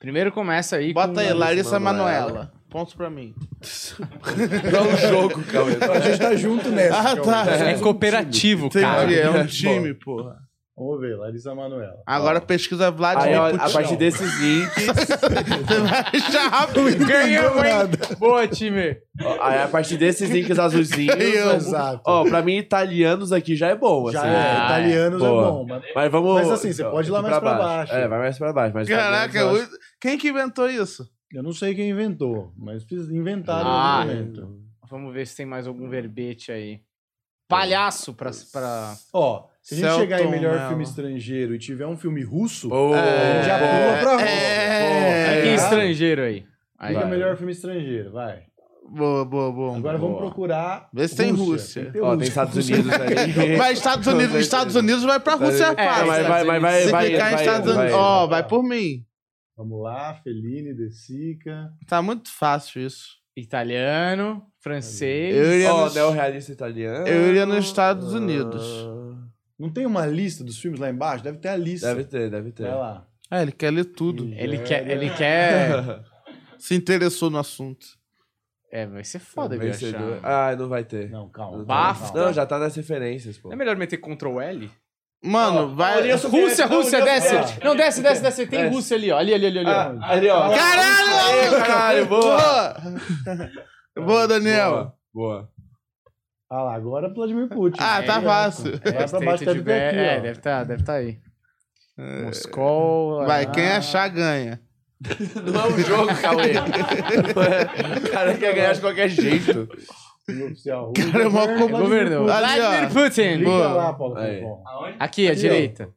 [SPEAKER 1] Primeiro começa aí. com
[SPEAKER 2] Bota aí, Larissa
[SPEAKER 3] Larissa
[SPEAKER 2] Manoela.
[SPEAKER 3] Manoela.
[SPEAKER 2] Pontos pra mim. É
[SPEAKER 3] Dá um jogo, Cauê.
[SPEAKER 4] A gente tá junto nessa.
[SPEAKER 2] Ah, tá.
[SPEAKER 4] Cauê.
[SPEAKER 1] É cooperativo,
[SPEAKER 2] Entendi,
[SPEAKER 1] cara.
[SPEAKER 2] é um time, porra.
[SPEAKER 4] Vamos ver, Larissa Manoela.
[SPEAKER 2] Agora pesquisa
[SPEAKER 3] Aí,
[SPEAKER 2] Vladimir
[SPEAKER 3] ó, a
[SPEAKER 2] Putin.
[SPEAKER 3] partir desses links.
[SPEAKER 2] Você vai achar rápido.
[SPEAKER 1] Ganhamos, hein? Boa, time.
[SPEAKER 3] ó, aí, a partir desses links azulzinhos.
[SPEAKER 2] Ganhamos.
[SPEAKER 4] Exato.
[SPEAKER 3] Ó, pra mim, italianos aqui já é bom.
[SPEAKER 4] Já
[SPEAKER 3] assim.
[SPEAKER 4] é,
[SPEAKER 1] ah,
[SPEAKER 4] italianos é
[SPEAKER 3] boa.
[SPEAKER 4] bom, mas
[SPEAKER 3] Mas vamos.
[SPEAKER 4] Mas assim, você pode ir lá mais pra baixo.
[SPEAKER 3] É, vai mais pra baixo. Mas
[SPEAKER 2] Caraca,
[SPEAKER 3] italianos,
[SPEAKER 2] eu- quem que inventou isso?
[SPEAKER 4] eu não sei quem inventou, mas fiz- inventaram
[SPEAKER 1] Ah,
[SPEAKER 4] o elemento.
[SPEAKER 1] Vamos ver se tem mais
[SPEAKER 2] Hum.
[SPEAKER 1] algum verbete aí. Palhaço pra. pra...
[SPEAKER 4] Ó, se a gente
[SPEAKER 2] Celton
[SPEAKER 4] chegar em melhor
[SPEAKER 2] Mello.
[SPEAKER 4] filme estrangeiro e tiver um filme russo,
[SPEAKER 3] eu acho. Boa,
[SPEAKER 4] É, já
[SPEAKER 3] boa.
[SPEAKER 4] pula pra rua.
[SPEAKER 2] é,
[SPEAKER 1] É, que
[SPEAKER 4] é.
[SPEAKER 1] estrangeiro aí. aí
[SPEAKER 4] Aí é
[SPEAKER 1] vai.
[SPEAKER 4] melhor filme estrangeiro, vai.
[SPEAKER 2] Boa, boa, boa.
[SPEAKER 4] Agora vamos procurar.
[SPEAKER 2] Vê se tem Rússia.
[SPEAKER 4] que ter
[SPEAKER 3] Ó, tem Estados Unidos aí.
[SPEAKER 2] Vai Estados Unidos, Estados Unidos né? vai pra Rússia
[SPEAKER 1] É,
[SPEAKER 2] fácil.
[SPEAKER 1] mas
[SPEAKER 3] vai, vai, vai, vai,
[SPEAKER 2] Se
[SPEAKER 3] vai,
[SPEAKER 2] clicar em
[SPEAKER 3] vai,
[SPEAKER 2] Estados
[SPEAKER 3] vai.
[SPEAKER 2] Unidos, ó, vai por mim.
[SPEAKER 4] Vamos lá, Fellini, De Sica.
[SPEAKER 2] Tá muito fácil isso.
[SPEAKER 1] Italiano, francês.
[SPEAKER 2] Eu iria,
[SPEAKER 3] Ó,
[SPEAKER 2] nos,
[SPEAKER 3] neorrealista italiano.
[SPEAKER 2] eu iria nos Estados Unidos.
[SPEAKER 4] Não tem uma lista dos filmes lá embaixo? Deve ter a lista.
[SPEAKER 3] Deve ter, deve ter.
[SPEAKER 4] Vai lá.
[SPEAKER 2] Ah, ele quer ler tudo.
[SPEAKER 1] Ele quer. Ele quer.
[SPEAKER 2] Se interessou no assunto.
[SPEAKER 1] É, vai ser foda de
[SPEAKER 3] Vencedor.
[SPEAKER 1] achar.
[SPEAKER 3] Ah, não vai ter.
[SPEAKER 4] Não, calma.
[SPEAKER 1] Bafta.
[SPEAKER 4] calma,
[SPEAKER 3] Não, já tá nas referências, pô.
[SPEAKER 1] Não é melhor meter Ctrl L?
[SPEAKER 2] Mano, vai.
[SPEAKER 1] Rússia, Rússia, desce!
[SPEAKER 4] Soviética.
[SPEAKER 1] Não, desce, desce, desce. Tem
[SPEAKER 3] Desce.
[SPEAKER 1] Rússia ali, ó. Ali, ali, ali, ali.
[SPEAKER 2] Ah.
[SPEAKER 1] ó.
[SPEAKER 4] calma.
[SPEAKER 3] Ali, ó.
[SPEAKER 2] Caralho!
[SPEAKER 3] Aê, caralho, boa!
[SPEAKER 2] Boa, Boa, Daniel.
[SPEAKER 3] Boa, Boa.
[SPEAKER 4] Ah lá, agora é Vladimir Putin.
[SPEAKER 2] Ah,
[SPEAKER 4] É,
[SPEAKER 2] tá
[SPEAKER 4] é.
[SPEAKER 2] fácil.
[SPEAKER 1] É,
[SPEAKER 4] Vai pra
[SPEAKER 1] Estreito
[SPEAKER 4] baixo,
[SPEAKER 1] de
[SPEAKER 4] deve ter
[SPEAKER 1] Be-
[SPEAKER 4] aqui,
[SPEAKER 1] É,
[SPEAKER 4] ó.
[SPEAKER 1] deve tá, deve tá aí. Moscou.
[SPEAKER 2] É. Vai,
[SPEAKER 1] ah,
[SPEAKER 2] quem achar ganha.
[SPEAKER 3] Não é um jogo, Cauê. O cara quer ganhar de qualquer jeito.
[SPEAKER 4] Filme oficial.
[SPEAKER 2] Cara, é mó
[SPEAKER 1] é
[SPEAKER 4] Vladimir
[SPEAKER 1] Governo.
[SPEAKER 4] Putin.
[SPEAKER 2] Ali, ó.
[SPEAKER 1] Vladimir Putin.
[SPEAKER 4] Liga
[SPEAKER 2] Boa.
[SPEAKER 4] lá, Paulo. é
[SPEAKER 3] Aí.
[SPEAKER 4] Capon.
[SPEAKER 5] Aonde?
[SPEAKER 1] Aqui, à
[SPEAKER 4] Aqui, ó.
[SPEAKER 1] direita.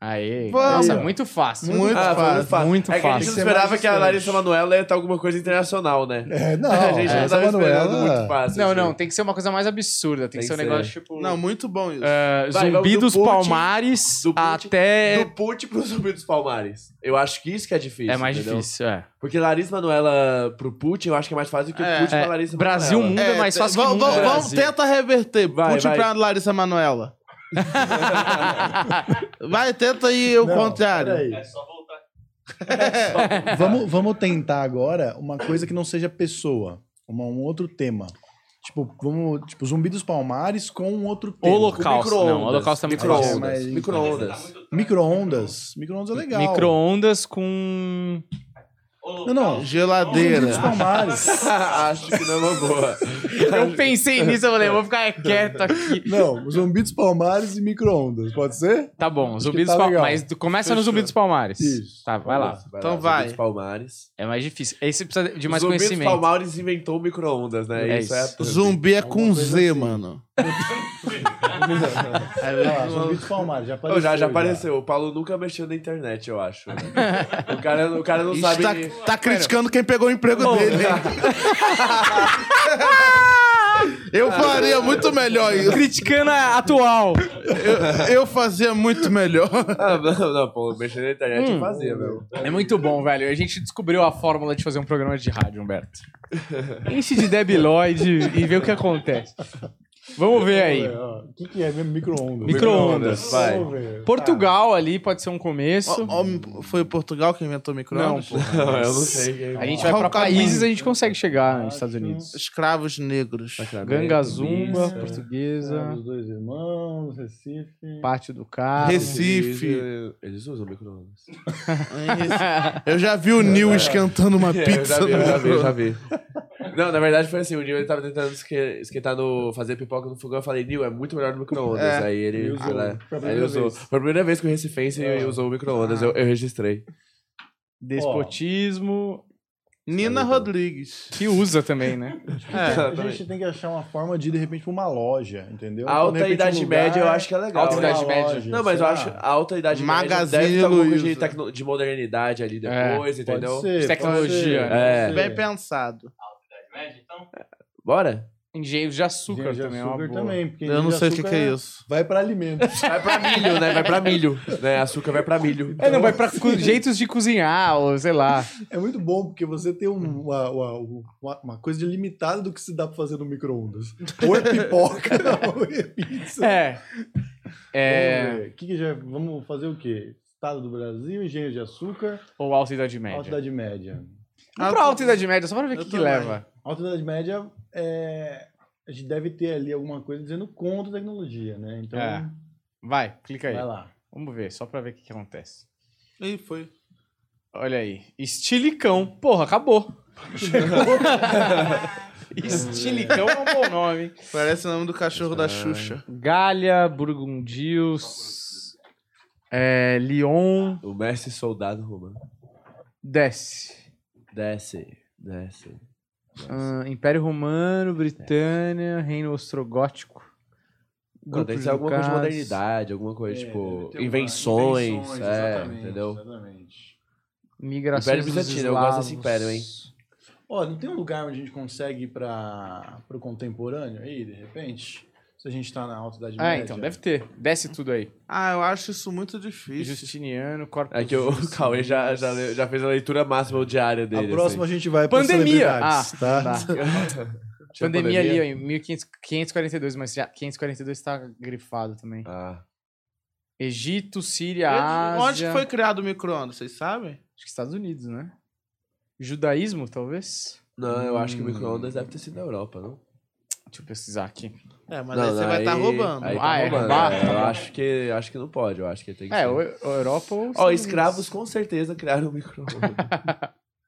[SPEAKER 1] Aê.
[SPEAKER 2] Vamos.
[SPEAKER 1] Nossa, muito fácil. Ah,
[SPEAKER 2] Muito fácil.
[SPEAKER 3] vamos fa-
[SPEAKER 1] muito
[SPEAKER 3] Ah, é que a gente
[SPEAKER 1] fácil.
[SPEAKER 3] não esperava
[SPEAKER 4] mais
[SPEAKER 3] que a
[SPEAKER 4] distante.
[SPEAKER 3] Larissa Manoela ia ter alguma coisa internacional, né?
[SPEAKER 4] É, não,
[SPEAKER 3] a gente
[SPEAKER 4] é,
[SPEAKER 3] não tava esperando
[SPEAKER 4] Manuela-
[SPEAKER 3] muito fácil.
[SPEAKER 1] Não,
[SPEAKER 3] assim.
[SPEAKER 1] não, tem que ser uma coisa mais absurda. Tem, que ser um negócio tipo.
[SPEAKER 2] Não, muito bom isso.
[SPEAKER 1] eh,
[SPEAKER 3] Vai,
[SPEAKER 1] zumbi
[SPEAKER 3] vamos do
[SPEAKER 1] dos
[SPEAKER 3] Putin,
[SPEAKER 1] Palmares
[SPEAKER 3] do Putin,
[SPEAKER 1] até.
[SPEAKER 3] Do Put pro Zumbi dos Palmares. Eu acho que isso que é difícil.
[SPEAKER 1] É mais
[SPEAKER 3] entendeu?
[SPEAKER 1] difícil, é.
[SPEAKER 3] Porque Larissa Manoela pro Putin, eu acho que é mais fácil do que
[SPEAKER 2] É,
[SPEAKER 3] o Putin
[SPEAKER 1] é.
[SPEAKER 3] pra Larissa
[SPEAKER 1] Brasil,
[SPEAKER 3] Manoela.
[SPEAKER 1] mundo é mais fácil que
[SPEAKER 2] vamos,
[SPEAKER 1] mundo é
[SPEAKER 2] vamos-
[SPEAKER 1] Brasil.
[SPEAKER 2] tenta reverter.
[SPEAKER 3] Vai,
[SPEAKER 2] Putin
[SPEAKER 3] vai.
[SPEAKER 2] pra Larissa Manoela. Vai, tenta aí o
[SPEAKER 4] Não,
[SPEAKER 2] contrário.
[SPEAKER 4] peraí.
[SPEAKER 5] É só voltar.
[SPEAKER 4] Vamos, vamos tentar agora uma coisa que não seja pessoa. uma- um outro tema. Tipo, vamos. Tipo, zumbi dos palmares com um outro tema.
[SPEAKER 1] Holocausto.
[SPEAKER 3] micro-ondas.
[SPEAKER 1] Não, holocausto é muito
[SPEAKER 3] Micro-ondas.
[SPEAKER 1] fácil.
[SPEAKER 4] mas-
[SPEAKER 5] tá
[SPEAKER 3] Micro-ondas.
[SPEAKER 4] Micro-ondas. Micro-ondas é legal.
[SPEAKER 1] Micro-ondas com.
[SPEAKER 4] Não, não. Zumbi
[SPEAKER 2] Geladeira.
[SPEAKER 4] dos palmares.
[SPEAKER 3] acho que não é uma boa.
[SPEAKER 1] Eu pensei nisso, eu falei, eu vou ficar quieto aqui.
[SPEAKER 4] Não, zumbi dos palmares e micro-ondas. Pode ser?
[SPEAKER 1] Tá bom,
[SPEAKER 4] que
[SPEAKER 1] zumbi dos
[SPEAKER 4] tá
[SPEAKER 1] palmares.
[SPEAKER 4] legal.
[SPEAKER 1] Mas do- começa no zumbi dos palmares.
[SPEAKER 4] Isso.
[SPEAKER 1] Tá, vai lá.
[SPEAKER 2] Então
[SPEAKER 3] Zumbi
[SPEAKER 2] vai.
[SPEAKER 3] dos Palmares.
[SPEAKER 1] É mais difícil. Esse precisa de
[SPEAKER 3] O
[SPEAKER 1] mais
[SPEAKER 3] Zumbi dos
[SPEAKER 1] conhecimento.
[SPEAKER 3] Palmares inventou micro-ondas, né?
[SPEAKER 1] É
[SPEAKER 3] isso. é
[SPEAKER 1] isso.
[SPEAKER 3] a-
[SPEAKER 2] Zumbi é com
[SPEAKER 4] Alguma coisa
[SPEAKER 2] Z,
[SPEAKER 4] assim.
[SPEAKER 2] mano.
[SPEAKER 4] Ah, zumbi dos palmares. Já
[SPEAKER 3] Oh,
[SPEAKER 4] apareceu.
[SPEAKER 3] já, já apareceu. O Paulo nunca mexeu na internet, eu acho. o, cara, o cara não
[SPEAKER 2] Ixi,
[SPEAKER 3] sabe.
[SPEAKER 2] tá, tá criticando quem pegou o emprego dele. Eu faria muito melhor isso.
[SPEAKER 1] Criticando a atual.
[SPEAKER 2] Eu fazia muito melhor.
[SPEAKER 3] Ah, não, não, pô, mexer na internet eu fazia, meu.
[SPEAKER 1] É muito bom, velho. A gente descobriu a fórmula de fazer um programa de rádio, Humberto. Enche de debilóide e vê o que acontece. Vamos ver aí.
[SPEAKER 4] O que, que é mesmo? Micro-ondas.
[SPEAKER 1] Micro-ondas,
[SPEAKER 4] Vamos
[SPEAKER 3] vai.
[SPEAKER 4] ver.
[SPEAKER 1] Portugal ali pode ser um começo.
[SPEAKER 2] Ó, ó, foi Portugal que inventou
[SPEAKER 1] Não,
[SPEAKER 2] micro-ondas?
[SPEAKER 1] pô.
[SPEAKER 3] Não, eu não sei. Quem... é.
[SPEAKER 1] A gente vai
[SPEAKER 2] Qual
[SPEAKER 1] pra
[SPEAKER 2] o caminho?
[SPEAKER 1] países, a gente consegue chegar nos Estados Unidos.
[SPEAKER 2] Escravos negros.
[SPEAKER 3] Tá
[SPEAKER 1] Ganga Zumba,
[SPEAKER 3] Isso.
[SPEAKER 4] Tá,
[SPEAKER 1] portuguesa,
[SPEAKER 4] Os dois irmãos, Recife.
[SPEAKER 1] Pátio do Carro.
[SPEAKER 2] Recife.
[SPEAKER 3] Eles- Eles usam micro-ondas.
[SPEAKER 2] Eu já vi o Neil esquentando uma
[SPEAKER 3] É,
[SPEAKER 2] pizza.
[SPEAKER 3] eu já vi, eu
[SPEAKER 2] no-
[SPEAKER 3] já vi, eu já vi. Não, na verdade foi assim, o Nil ele tava tentando esque- esquentar no. fazer pipoca no fogão. Eu falei, Nil, é muito melhor no micro-ondas.
[SPEAKER 2] É.
[SPEAKER 3] Aí ele,
[SPEAKER 4] Ele usou,
[SPEAKER 3] ela-
[SPEAKER 4] pra
[SPEAKER 3] aí ele
[SPEAKER 4] primeira
[SPEAKER 3] usou.
[SPEAKER 4] vez.
[SPEAKER 3] Foi a primeira vez que o Recifense
[SPEAKER 4] É.
[SPEAKER 3] usou o micro-ondas, eu, eu registrei.
[SPEAKER 1] Despotismo.
[SPEAKER 2] Nina Rodrigues.
[SPEAKER 1] Que usa também, né?
[SPEAKER 2] É.
[SPEAKER 4] A gente tem que achar uma forma de ir, de repente, pra uma loja, entendeu? Então,
[SPEAKER 3] A alta idade média eu acho que é legal.
[SPEAKER 1] Alta
[SPEAKER 3] né?
[SPEAKER 1] idade
[SPEAKER 4] um Uma
[SPEAKER 1] média.
[SPEAKER 4] loja,
[SPEAKER 3] Não, mas eu
[SPEAKER 4] será?
[SPEAKER 3] acho a alta idade
[SPEAKER 2] Magazine
[SPEAKER 3] média deve ter alguma coisa de,
[SPEAKER 2] Luiza.
[SPEAKER 3] tecno- de modernidade ali
[SPEAKER 1] É,
[SPEAKER 3] depois,
[SPEAKER 4] Pode
[SPEAKER 3] entendeu?
[SPEAKER 4] ser,
[SPEAKER 1] De tecnologia,
[SPEAKER 4] pode
[SPEAKER 2] É,
[SPEAKER 3] né?
[SPEAKER 4] ser,
[SPEAKER 2] Bem
[SPEAKER 4] pode ser.
[SPEAKER 2] pensado.
[SPEAKER 5] Média, então?
[SPEAKER 3] Bora?
[SPEAKER 1] Engenheiros de açúcar
[SPEAKER 4] Engenho de
[SPEAKER 1] também. é uma
[SPEAKER 4] açúcar
[SPEAKER 1] boa.
[SPEAKER 4] também, porque
[SPEAKER 2] Eu não
[SPEAKER 4] engenho
[SPEAKER 2] sei o
[SPEAKER 4] de
[SPEAKER 2] que, que
[SPEAKER 4] açúcar
[SPEAKER 2] é isso.
[SPEAKER 4] Vai pra alimento.
[SPEAKER 3] Vai pra milho, né? Vai pra milho. Né? Açúcar vai pra milho.
[SPEAKER 1] É, não, vai pra cu- jeitos de cozinhar, ou sei lá.
[SPEAKER 4] É muito bom, porque você tem um- uma, uma- uma- uma coisa limitada do que se dá pra fazer no micro-ondas. Ou é pipoca, ou é pizza.
[SPEAKER 1] É.
[SPEAKER 4] Vamos
[SPEAKER 1] É.
[SPEAKER 4] ver. Que que já- vamos fazer o quê? Estado do Brasil, engenho de açúcar,
[SPEAKER 1] Ou alta idade média.
[SPEAKER 4] alta idade média.
[SPEAKER 2] Ah,
[SPEAKER 1] Vamos pra alta idade média, só pra ver o
[SPEAKER 2] Eu
[SPEAKER 1] que, que
[SPEAKER 2] também.
[SPEAKER 1] leva.
[SPEAKER 4] Alta idade média, é, a gente deve ter ali alguma coisa dizendo contra a tecnologia, né? Então,
[SPEAKER 1] É. Vai, clica aí.
[SPEAKER 6] Vai lá.
[SPEAKER 1] Vamos ver, só pra ver o que, que acontece.
[SPEAKER 2] Ih, foi.
[SPEAKER 1] Olha aí. Estilicão. Porra, acabou. Estilicão é um bom nome. hein?
[SPEAKER 2] Parece o nome do cachorro da Xuxa.
[SPEAKER 1] Galha, Burgundios, é, Lyon,
[SPEAKER 3] O mestre soldado romano.
[SPEAKER 1] desce.
[SPEAKER 3] Desce, desce.
[SPEAKER 1] Ahn, Ah, Império Romano, Britânia, Reino Ostrogótico.
[SPEAKER 3] Não, tem
[SPEAKER 1] Grupos
[SPEAKER 3] que ser alguma coisa de
[SPEAKER 1] ducais.
[SPEAKER 3] modernidade, alguma
[SPEAKER 6] É,
[SPEAKER 3] coisa, tipo,
[SPEAKER 4] É, deve ter uma-
[SPEAKER 3] invenções,
[SPEAKER 4] invenções,
[SPEAKER 3] é,
[SPEAKER 4] exatamente,
[SPEAKER 3] entendeu?
[SPEAKER 4] Exatamente.
[SPEAKER 1] Migrações
[SPEAKER 3] Império
[SPEAKER 1] dos
[SPEAKER 3] Bizantino, eu gosto desse
[SPEAKER 1] eslavos.
[SPEAKER 3] império, hein?
[SPEAKER 4] Ó, não tem um lugar onde a gente consegue ir para o contemporâneo aí, de repente? Se a gente tá na alta idade
[SPEAKER 1] Ah,
[SPEAKER 3] né,
[SPEAKER 4] média.
[SPEAKER 1] então, deve ter. Desce tudo aí.
[SPEAKER 2] Ah, eu acho isso muito difícil.
[SPEAKER 1] Justiniano, Corpus
[SPEAKER 3] É que o
[SPEAKER 1] Justi-
[SPEAKER 3] Cauê já, já, leu- já fez a leitura máxima diária dele.
[SPEAKER 6] a próxima a gente vai pra
[SPEAKER 1] Pandemia!
[SPEAKER 6] celebridades,
[SPEAKER 1] Ah,
[SPEAKER 6] tá?
[SPEAKER 1] tá.
[SPEAKER 3] assim. Tinha
[SPEAKER 1] Pandemia ali, ó, em 1542, mas já 542 tá grifado também.
[SPEAKER 3] Ah,
[SPEAKER 1] Egito, Síria,
[SPEAKER 2] Eu- Onde
[SPEAKER 1] Ásia.
[SPEAKER 2] que foi criado o micro-ondas, vocês sabem?
[SPEAKER 1] Acho que Estados Unidos, né? Judaísmo, talvez?
[SPEAKER 3] não, eu acho que o micro-ondas deve ter sido na Europa, não?
[SPEAKER 1] Deixa eu pesquisar aqui.
[SPEAKER 2] É, mas
[SPEAKER 3] Não,
[SPEAKER 2] aí você
[SPEAKER 3] não,
[SPEAKER 2] vai estar roubando.
[SPEAKER 3] Aí
[SPEAKER 1] Ah,
[SPEAKER 3] tá
[SPEAKER 1] é,
[SPEAKER 3] roubando.
[SPEAKER 1] roubar?
[SPEAKER 3] é, eu acho que, eu acho que não pode, eu acho que tem que
[SPEAKER 1] É,
[SPEAKER 3] ser.
[SPEAKER 1] ou ou Europa ou.
[SPEAKER 3] Ó,
[SPEAKER 1] Estados
[SPEAKER 3] escravos
[SPEAKER 1] Unidos.
[SPEAKER 3] com certeza criaram o micro-ondas.